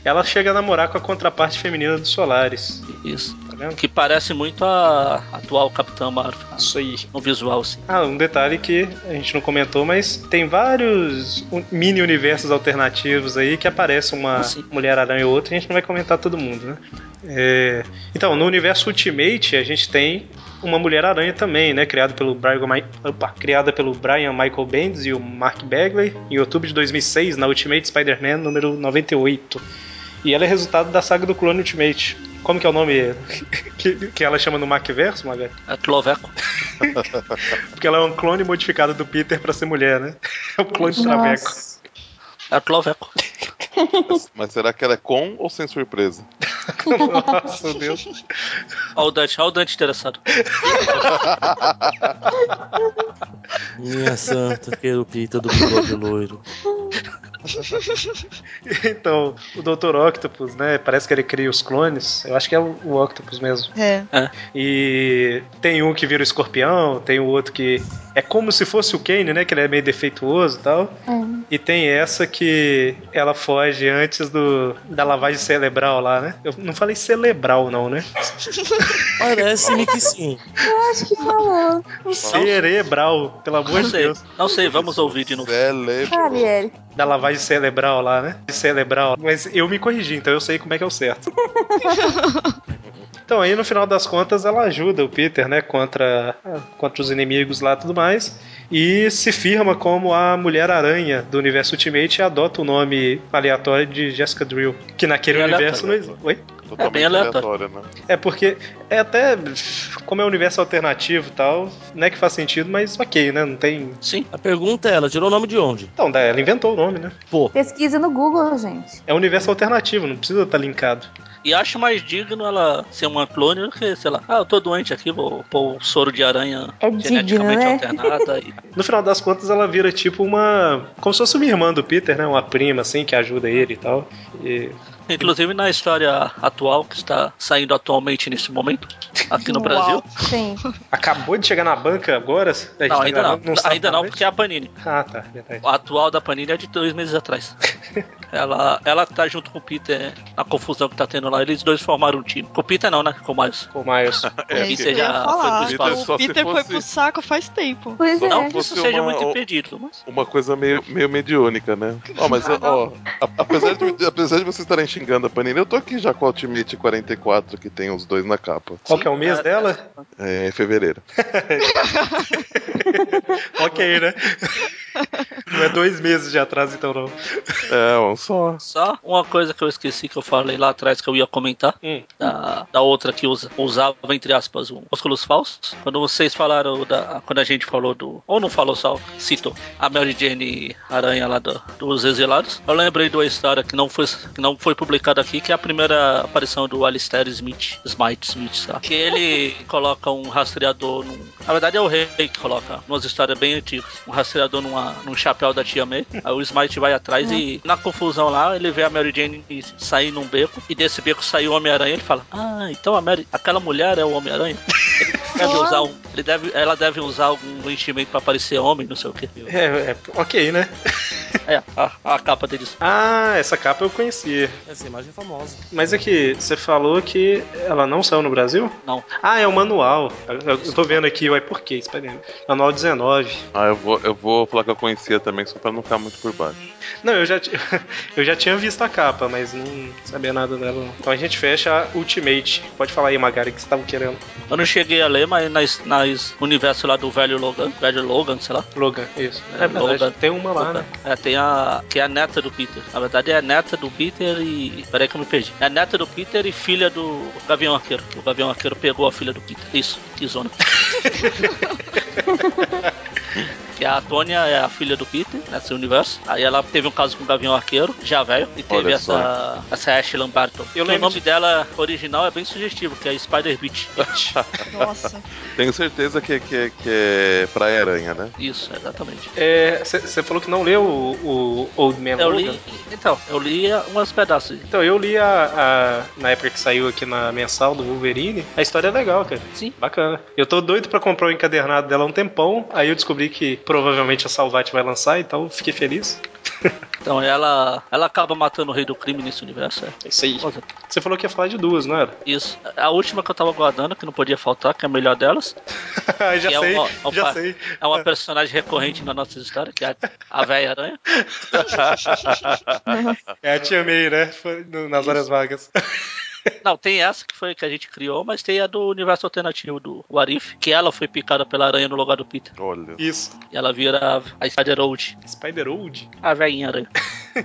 E: ela chega a namorar com a contraparte feminina dos Solares,
B: Isso.
E: tá vendo?
B: Que parece muito a atual Capitã Marvel.
E: Isso aí.
B: No visual, assim. sim.
E: Ah, um detalhe que a gente não comentou, mas tem vários un- mini universos alternativos aí que aparece uma
B: Ah, sim.
E: Mulher Aranha ou outra, a gente não vai comentar todo mundo, né? É, Então, no universo Ultimate a gente tem uma Mulher Aranha também, né? Criada pelo Brian, Mi- Opa, criada pelo Brian Michael Bendis e o Mark Bagley em outubro de 2006 na Ultimate Spider-Man número 98. E ela é resultado da saga do clone Ultimate. Como que é o nome que, que ela chama no Markverso, Magali?
B: A É Cloveco.
E: Porque ela é um clone modificado do Peter pra ser mulher, né? É o clone de Traveco.
A: Nossa.
B: A É Cloveco.
C: Mas será que ela é com ou sem surpresa?
E: Nossa, meu Deus.
B: Olha o Dante, olha o Dante interessado.
G: Minha santa querupita do bigode loiro.
E: Então, o Dr. Octopus, né? Parece que ele cria os clones. Eu acho que é o o Octopus mesmo.
D: É.
E: E tem um que vira o escorpião, tem o outro que é como se fosse o Kane, né? Que ele é meio defeituoso e tal.
A: É.
E: E tem essa que ela foge antes do da lavagem cerebral lá, né? Eu não falei cerebral, não, né?
G: Parece-me que sim.
A: Eu acho que falou.
E: Cerebral, pelo amor
B: Não
E: de
B: sei,
E: Deus.
B: não sei, vamos ouvir de novo.
C: Celebro.
A: Sabe, Eric?
E: da lavagem cerebral lá, né? Cerebral. Mas eu me corrigi, então eu sei como é que é o certo. Então aí no final das contas ela ajuda o Peter, né, contra, contra os inimigos lá e tudo mais, e se firma como a Mulher Aranha do universo Ultimate e adota o nome aleatório de Jessica Drill, que naquele
B: Bem
E: universo não
B: aleatório.
E: existe. Oi?
B: É bem aleatório.
C: né?
E: É porque é até como é um universo alternativo e tal, não é que faz sentido, mas ok, né? Não tem.
B: Sim.
G: A pergunta é, ela tirou o nome de onde?
E: Então, daí ela inventou o nome, né?
G: Pô.
A: Pesquisa no Google, gente.
E: É um universo alternativo, não precisa estar linkado.
B: E acho mais digno ela ser uma clone do que, sei lá, ah, eu tô doente aqui, vou pôr o soro de aranha
A: É
B: geneticamente
A: digno, né?
B: alternada. E...
E: No final das contas, ela vira tipo uma. Como se fosse uma irmã do Peter, né? Uma prima, assim, que ajuda ele e tal. E
B: Inclusive na história atual, que está saindo atualmente nesse momento, aqui no Brasil.
A: Sim.
E: acabou de chegar na banca agora? A gente
B: Não,
E: tá
B: ainda
E: gravando,
B: não.
E: sabe
B: ainda não,
E: talvez?
B: porque é a Panini.
E: Ah, tá, verdade.
B: A atual da Panini é de dois meses atrás. ela, ela tá junto com o Peter na confusão que tá tendo lá. Eles dois formaram um time. Com o Peter não, né? Com o Miles.
E: Com o Miles.
B: o
D: é isso
B: É, Peter
D: que eu ia
B: já
D: falar.
B: foi pro
D: O
B: espaço.
D: Peter foi pro saco faz tempo.
A: Pois
C: Só
B: Não
C: se
B: que isso
C: fosse
B: seja
C: uma-
B: muito
C: o-
B: impedido, mas...
C: Uma coisa meio, meio mediúnica, né? Ó, mas, ó, ó, a- apesar, de, apesar de vocês estarem xingando a Panini, eu tô aqui já com o Ultimate 44, que tem os dois na capa.
E: Qual que é o mês dela?
C: É, em fevereiro.
E: ok, né? não é dois meses de atraso, então não.
C: É, um só.
B: Só uma coisa que eu esqueci que eu falei lá atrás que eu ia comentar.
E: Hum.
B: Da, da outra que usa, usava, entre aspas, um, músculos falsos. Quando vocês falaram da. Quando a gente falou do. Ou não falou só, citou. A Mary Jane Aranha lá do- dos Exilados. Eu lembrei de uma história que não foi, que não foi publicada aqui, que é a primeira aparição do Alistair Smith. Smite Smith, sabe? Que ele coloca um rastreador num. Na verdade é o rei que coloca umas histórias bem antigas. Um rastreador numa, num chapéu da tia May. Aí o Smite vai atrás e na confusão lá ele vê a Mary Jane sair num beco. E desse beco saiu o Homem-Aranha. Ele fala: Ah, então a Mary, aquela mulher é o Homem-Aranha? Ele deve usar um- ele deve, ela deve usar algum enchimento pra parecer homem, não sei o que.
E: É, é, ok, né?
B: É, a, a capa deles.
E: Ah, essa capa eu conhecia.
G: Essa imagem é famosa.
E: Mas é que você falou que ela não saiu no Brasil?
B: Não.
E: Ah, é o manual. Eu, eu tô vendo aqui, ué, por quê? Espera aí. Manual 19.
C: Ah, eu vou, eu vou falar que eu conhecia também, só pra não ficar muito por baixo.
E: Não, eu já, ti- eu já tinha visto a capa, mas não sabia nada dela. não. Então a gente fecha a Ultimate. Pode falar aí, Magari, que você tava querendo.
B: Eu não cheguei a ler, mas nas, nas universo lá do velho Logan, velho Logan, sei lá.
E: Logan, isso. É, verdade.
B: Logan.
E: Tem uma lá, né?
B: É, tem a. que é a neta do Peter. Na verdade é a neta do Peter e. Peraí que eu me perdi. É a neta do Peter e filha do Gavião Arqueiro. O Gavião Arqueiro pegou a filha do Peter. Isso, que zona. que a Tônia é a filha do Peter nesse universo. Aí ela teve um caso com o Gavião Arqueiro, já velho, e teve
C: Olha só.
B: essa. essa Ashley Barton.
E: Eu
B: Que o
E: lembro
B: nome
E: de-
B: dela original é bem sugestivo, que é Spider Beach.
D: Nossa.
C: Tenho certeza que, que, que é Praia Aranha, né?
B: Isso, exatamente.
E: Você É, falou que não leu o, o Old
C: É
E: Man
B: Eu
E: Logan?
B: li. Então, eu li umas pedaços.
E: Então, eu li a, a- na época que saiu aqui na mensal do Wolverine. A história é legal, cara.
B: Sim.
E: Bacana. Eu tô doido pra comprar o encadernado dela há um tempão. Aí eu descobri que provavelmente a Salvat vai lançar, então eu fiquei feliz.
B: Então ela, ela acaba matando o rei do crime nesse universo. É.
E: É isso aí.
B: Nossa,
E: Você falou que ia falar de duas, não era?
B: Isso. A última que eu tava guardando, que não podia faltar, que é a melhor delas.
E: já
B: que é
E: sei,
B: uma,
E: já
B: opa,
E: sei.
B: É uma personagem recorrente na nossa história, que é a- a velha aranha.
E: É a Tia May, né? Foi no- Nas horas vagas.
B: Não, tem essa que foi que a gente criou, mas tem a do universo alternativo do Warif, que ela foi picada pela aranha no lugar do Peter.
C: Olha.
E: Isso.
B: E ela vira a- a Spider Old,
E: Spider Old?
B: a velhinha aranha.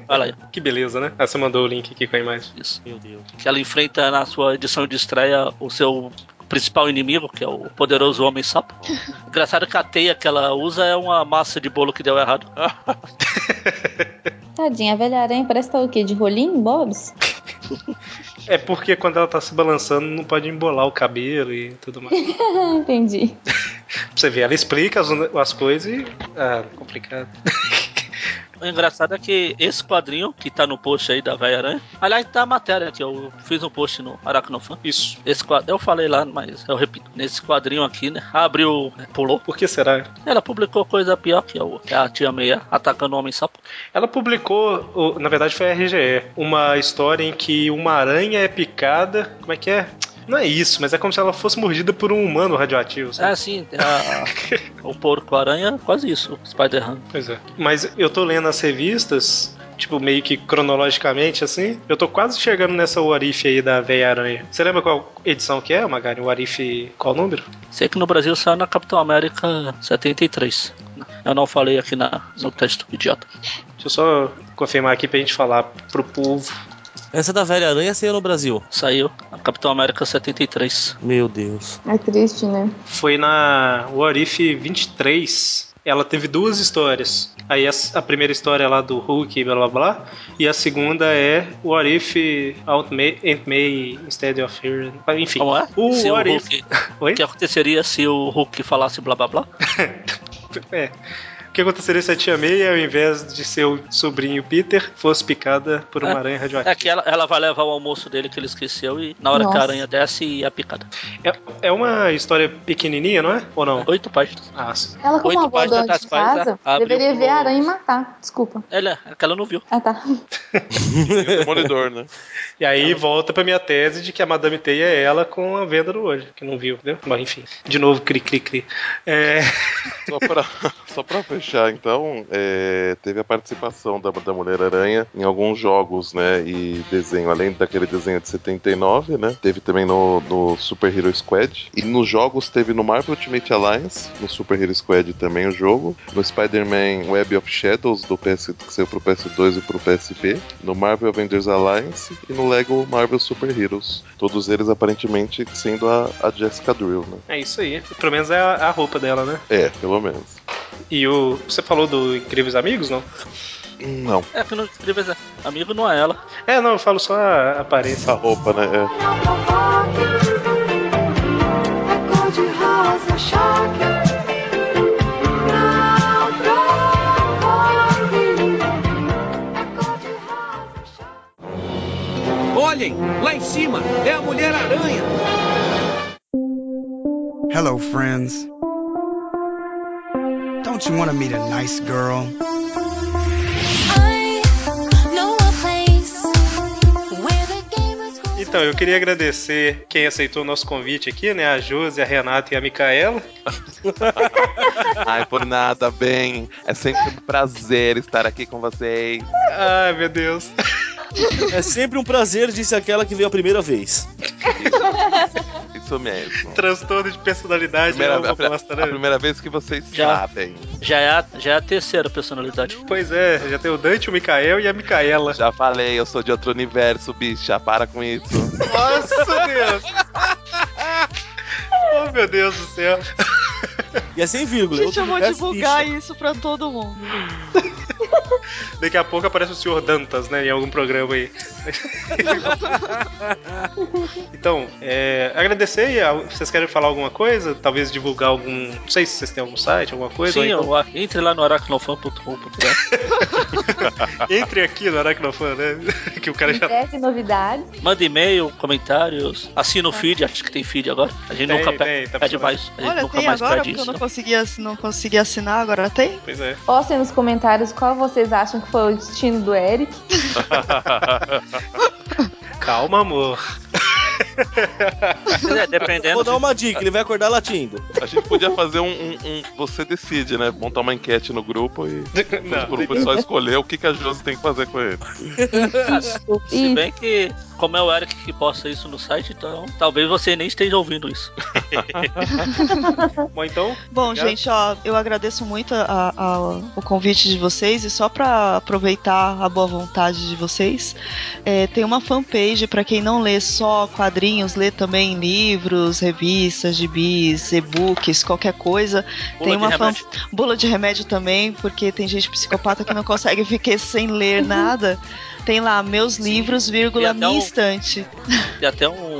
B: Olha aí,
E: Que beleza, né? Ah, você mandou o link aqui com a imagem.
B: isso.
G: Meu Deus.
B: Que ela enfrenta na sua edição de estreia o seu principal inimigo, que é o poderoso Homem Sapo. Engraçado que a teia que ela usa é uma massa de bolo que deu errado.
A: Tadinha, a velha aranha parece que tá o quê? De rolinho, Bobs?
E: É porque quando ela tá se balançando, não pode embolar o cabelo e tudo mais.
A: Ah, Entendi.
E: Pra você ver, ela explica as, as coisas e. Ah, complicado.
B: O engraçado é que esse quadrinho que tá no post aí da Velha Aranha, aliás, tá a matéria que eu fiz um post no Aracnofan.
E: Isso.
B: Esse quadro, eu falei lá, mas eu repito. Nesse quadrinho aqui, né? Abriu, pulou.
E: Por que será?
B: Ela publicou coisa pior que o- que a tia Meia atacando o homem sapo.
E: Ela publicou, o- na verdade foi a RGE, uma história em que uma aranha é picada. Como é que é? Não é isso, mas é como se ela fosse mordida por um humano radioativo.
B: É
G: Ah,
E: Sabe?
B: assim, a- o porco aranha, quase isso, o Spider-Man.
E: Pois é. Mas eu tô lendo as revistas. tipo, meio que cronologicamente, assim. Eu tô quase chegando nessa Warif aí da Velha Aranha. Você lembra qual edição que é, Magari? Warif, qual número?
B: Sei que no Brasil saiu na Capitão América 73. Eu não falei aqui na, no texto, idiota.
E: Deixa eu só confirmar aqui pra gente falar pro povo.
G: Essa da Velha Aranha saiu no Brasil.
B: Saiu. A Capitão América 73.
G: Meu Deus.
A: É triste, né?
E: Foi na Warif 23. Ela teve duas histórias. Aí a, a primeira história é lá do Hulk e blá blá blá. E a segunda é What If Aunt May, Aunt May Instead of Her. Enfim.
B: Como é?
E: O
B: se
E: Uh, What
B: o
E: If.
B: Hulk,
E: Oi?
B: O que aconteceria se o Hulk falasse blá blá blá?
E: É. O que aconteceria se a tia May, ao invés de seu sobrinho Peter, fosse picada por uma aranha radioativa?
B: É que ela, ela vai levar o almoço dele que ele esqueceu e na hora que
E: Nossa.
B: a aranha desce é picada.
E: É, é uma história pequenininha, não é? Ou não?
B: Oito páginas.
E: Ah, sim.
A: Ela, como uma boa dona de casa,
B: abriu
A: deveria ver
B: o-
A: a aranha e matar. Desculpa.
B: é, Ela, aquela não viu.
A: Ah, tá.
C: Demolidor, né?
E: E aí volta pra minha tese de que a Madame Teia é ela com a venda no olho, que não viu, entendeu? Bom, enfim. De novo, cri, cri, cri. É...
C: Só pra, só pra fechar, então, é, teve a participação da, da Mulher-Aranha em alguns jogos, né? E desenho, além daquele desenho de 79, né? Teve também no, no Super Hero Squad. E nos jogos teve no Marvel Ultimate Alliance, no Super Hero Squad também o jogo. No Spider-Man Web of Shadows, do PS, que saiu pro PS2 e pro PSP. No Marvel Avengers Alliance e no Lego Marvel Super Heroes. Todos eles aparentemente sendo a, a Jessica Drill, né?
E: É isso aí. Pelo menos é a, a roupa dela, né?
C: É, pelo menos.
E: E o. Você falou do Incríveis Amigos, não?
C: Não.
B: É que não escreveu amigo não é ela.
E: É, não, eu falo só a aparência.
C: A roupa, né? É.
O: de rosa, choque.
P: Olhem, lá em cima é a Mulher Aranha.
J: Hello, friends. Don't you want to meet a nice girl?
E: Então, eu queria agradecer quem aceitou o nosso convite aqui, né? A Josi, a Renata e a Micaela.
C: Ai, por nada, bem. É sempre um prazer estar aqui com vocês.
E: Ai, meu Deus.
G: É sempre um prazer, disse aquela que veio a primeira vez.
C: Isso mesmo.
E: Transtorno Então, de personalidade.
C: Primeira,
E: é
C: a,
E: uma
C: pri-
E: bosta,
C: a
E: né?
C: primeira vez que vocês
B: Já.
C: sabem.
B: Já é, a, já é a terceira personalidade.
E: Pois é, já tem o Dante, o Micael e a Micaela.
C: Já falei, eu sou de outro universo, bicha. Para com isso.
E: Nossa, Deus. Oh, meu Deus do céu.
G: E é sem vírgula.
D: Gente,
G: outro
D: eu vou
G: universo,
D: divulgar
G: bicha.
D: isso pra todo mundo.
E: Daqui a pouco aparece o senhor Dantas, né? Em algum programa aí. então, é, agradecer. e, ah, Vocês querem falar alguma coisa? Talvez divulgar algum. Não sei se vocês têm algum site, alguma coisa.
B: Sim,
E: ou então-
B: eu- a- entre lá no aracnofan.com.br.
E: Entre aqui no Aracnofan, né? Que o cara já.
A: Deve novidades.
B: Manda e-mail, comentários, assina o feed, acho que tem feed agora. A gente
E: Tá. Tem,
B: nunca pe-
E: tem, tá
B: pede
E: funcionando.
B: mais. A gente
D: Olha,
B: nunca
D: tem
B: mais
D: agora,
B: pede
D: porque eu
B: isso.
D: não consegui, ass- não consegui assinar, agora tem?
E: Pois é.
A: Postem nos comentários qual vocês acham que foi o destino do Eric.
E: Calma, amor.
B: É, dependendo.
D: um
G: Vou dar uma dica, ele vai acordar latindo.
C: A gente podia fazer um, um- um- Você decide, né? Montar uma enquete no grupo e.
E: Não,
C: o pessoal escolher o que, que a Josi tem que fazer com ele.
B: Se bem que, como é o Eric que posta isso no site, então talvez você nem esteja ouvindo isso.
E: Bom, então.
D: Bom,
B: Obrigado.
D: gente, ó, eu agradeço muito a- a- o convite de vocês e só pra aproveitar a boa vontade de vocês, é, tem uma fanpage pra quem não lê só quadrinhos, lê também livros, revistas, gibis, e-books, qualquer coisa.
O: Bula
D: tem
O: de
D: uma fan-
O: remédio.
D: bula de remédio também, porque tem gente psicopata que não consegue ficar sem ler nada. Tem lá meus livros, vírgula,
B: E é até
D: minha
B: o-
D: estante.
B: E até um,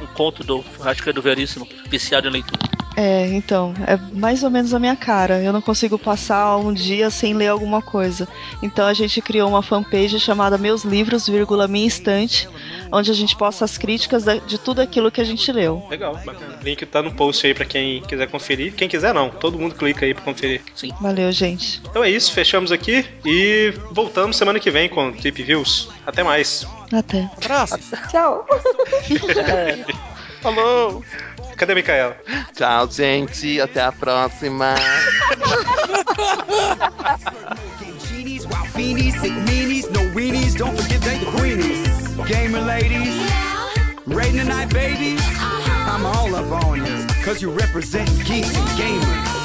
B: um conto do, acho que é do Veríssimo, viciado em leitura.
D: É, então, é mais ou menos a minha cara. Eu não consigo passar um dia sem ler alguma coisa. Então a gente criou uma fanpage chamada Meus Livros, vírgula, Minha Estante, onde a gente posta as críticas da- de tudo aquilo que a gente leu.
E: Legal, bacana. O link tá no post aí pra quem quiser conferir. Quem quiser, não. Todo mundo clica aí pra conferir.
B: Sim.
D: Valeu, gente.
E: Então é isso, fechamos aqui e voltamos semana que vem com Trip Views. Até mais.
D: Até.
A: Tchau.
C: Falou!
E: Cadê a Micaela?
C: Tchau, gente. Até a próxima.
O: Genies
J: While fiendies, sick meanies, no weenies, don't forget they the queenies. Gamer ladies, raiding tonight, baby. I'm all up on you, cause you represent geeks and gamers.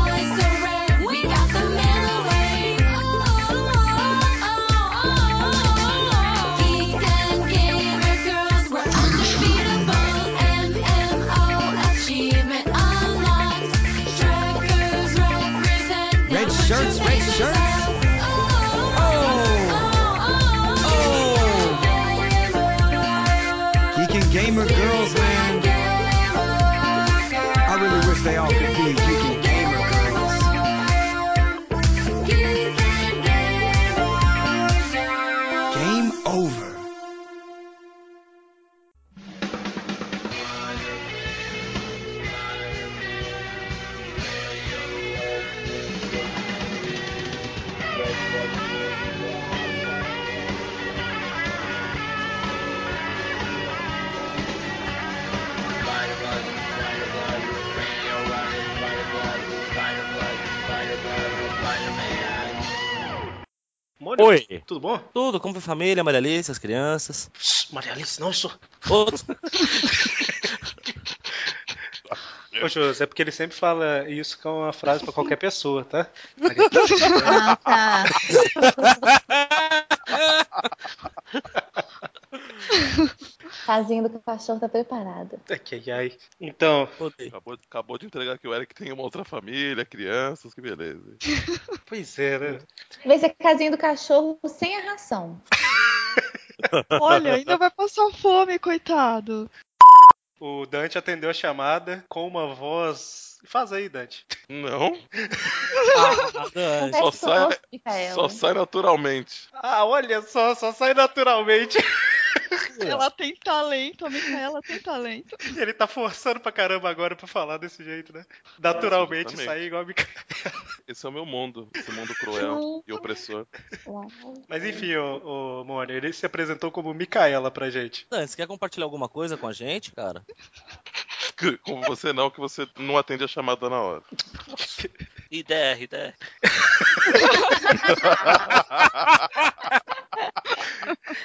H: Oh,
J: Red shirts, red shirts. Oh, oh. Geek and gamer girls, man. I really wish they all could be geek and gamer girls. Game over.
E: Mônio,
G: Oi.
E: Tudo bom?
G: Tudo, como foi a família, Maria Alice, as crianças?
E: Maria Alice, não, isso.
G: Outros.
E: Ô, José, é porque ele sempre fala isso com uma frase pra qualquer pessoa, tá?
A: Ah, tá. Casinha do cachorro tá preparada.
E: É ai, ai. Então.
C: Acabou, acabou de entregar que o Eric tem uma outra família, crianças, que beleza. hein?
E: Pois é, né?
A: Vai ser casinha do cachorro sem a ração.
D: Olha, ainda vai passar fome, coitado.
E: O Dante atendeu a chamada com uma voz. Faz aí, Dante.
C: Não.
G: Ah,
A: Acontece
C: só
A: com
C: sai-
A: você, Micaela.
C: Só sai naturalmente.
E: Ah, olha só, só sai naturalmente.
D: Ela tem talento, a Micaela tem talento.
E: Ele tá forçando pra caramba agora pra falar desse jeito, né? Naturalmente
C: Exatamente.
E: sair igual a Mica-
C: Esse é o meu mundo. Esse mundo cruel e opressor.
E: Mas enfim, o, o Mônio, ele se apresentou como Micaela pra gente.
G: Dan, você quer compartilhar alguma coisa com a gente, cara?
C: Que- Com você não, que você não atende a chamada na hora.
B: IDR, IDR.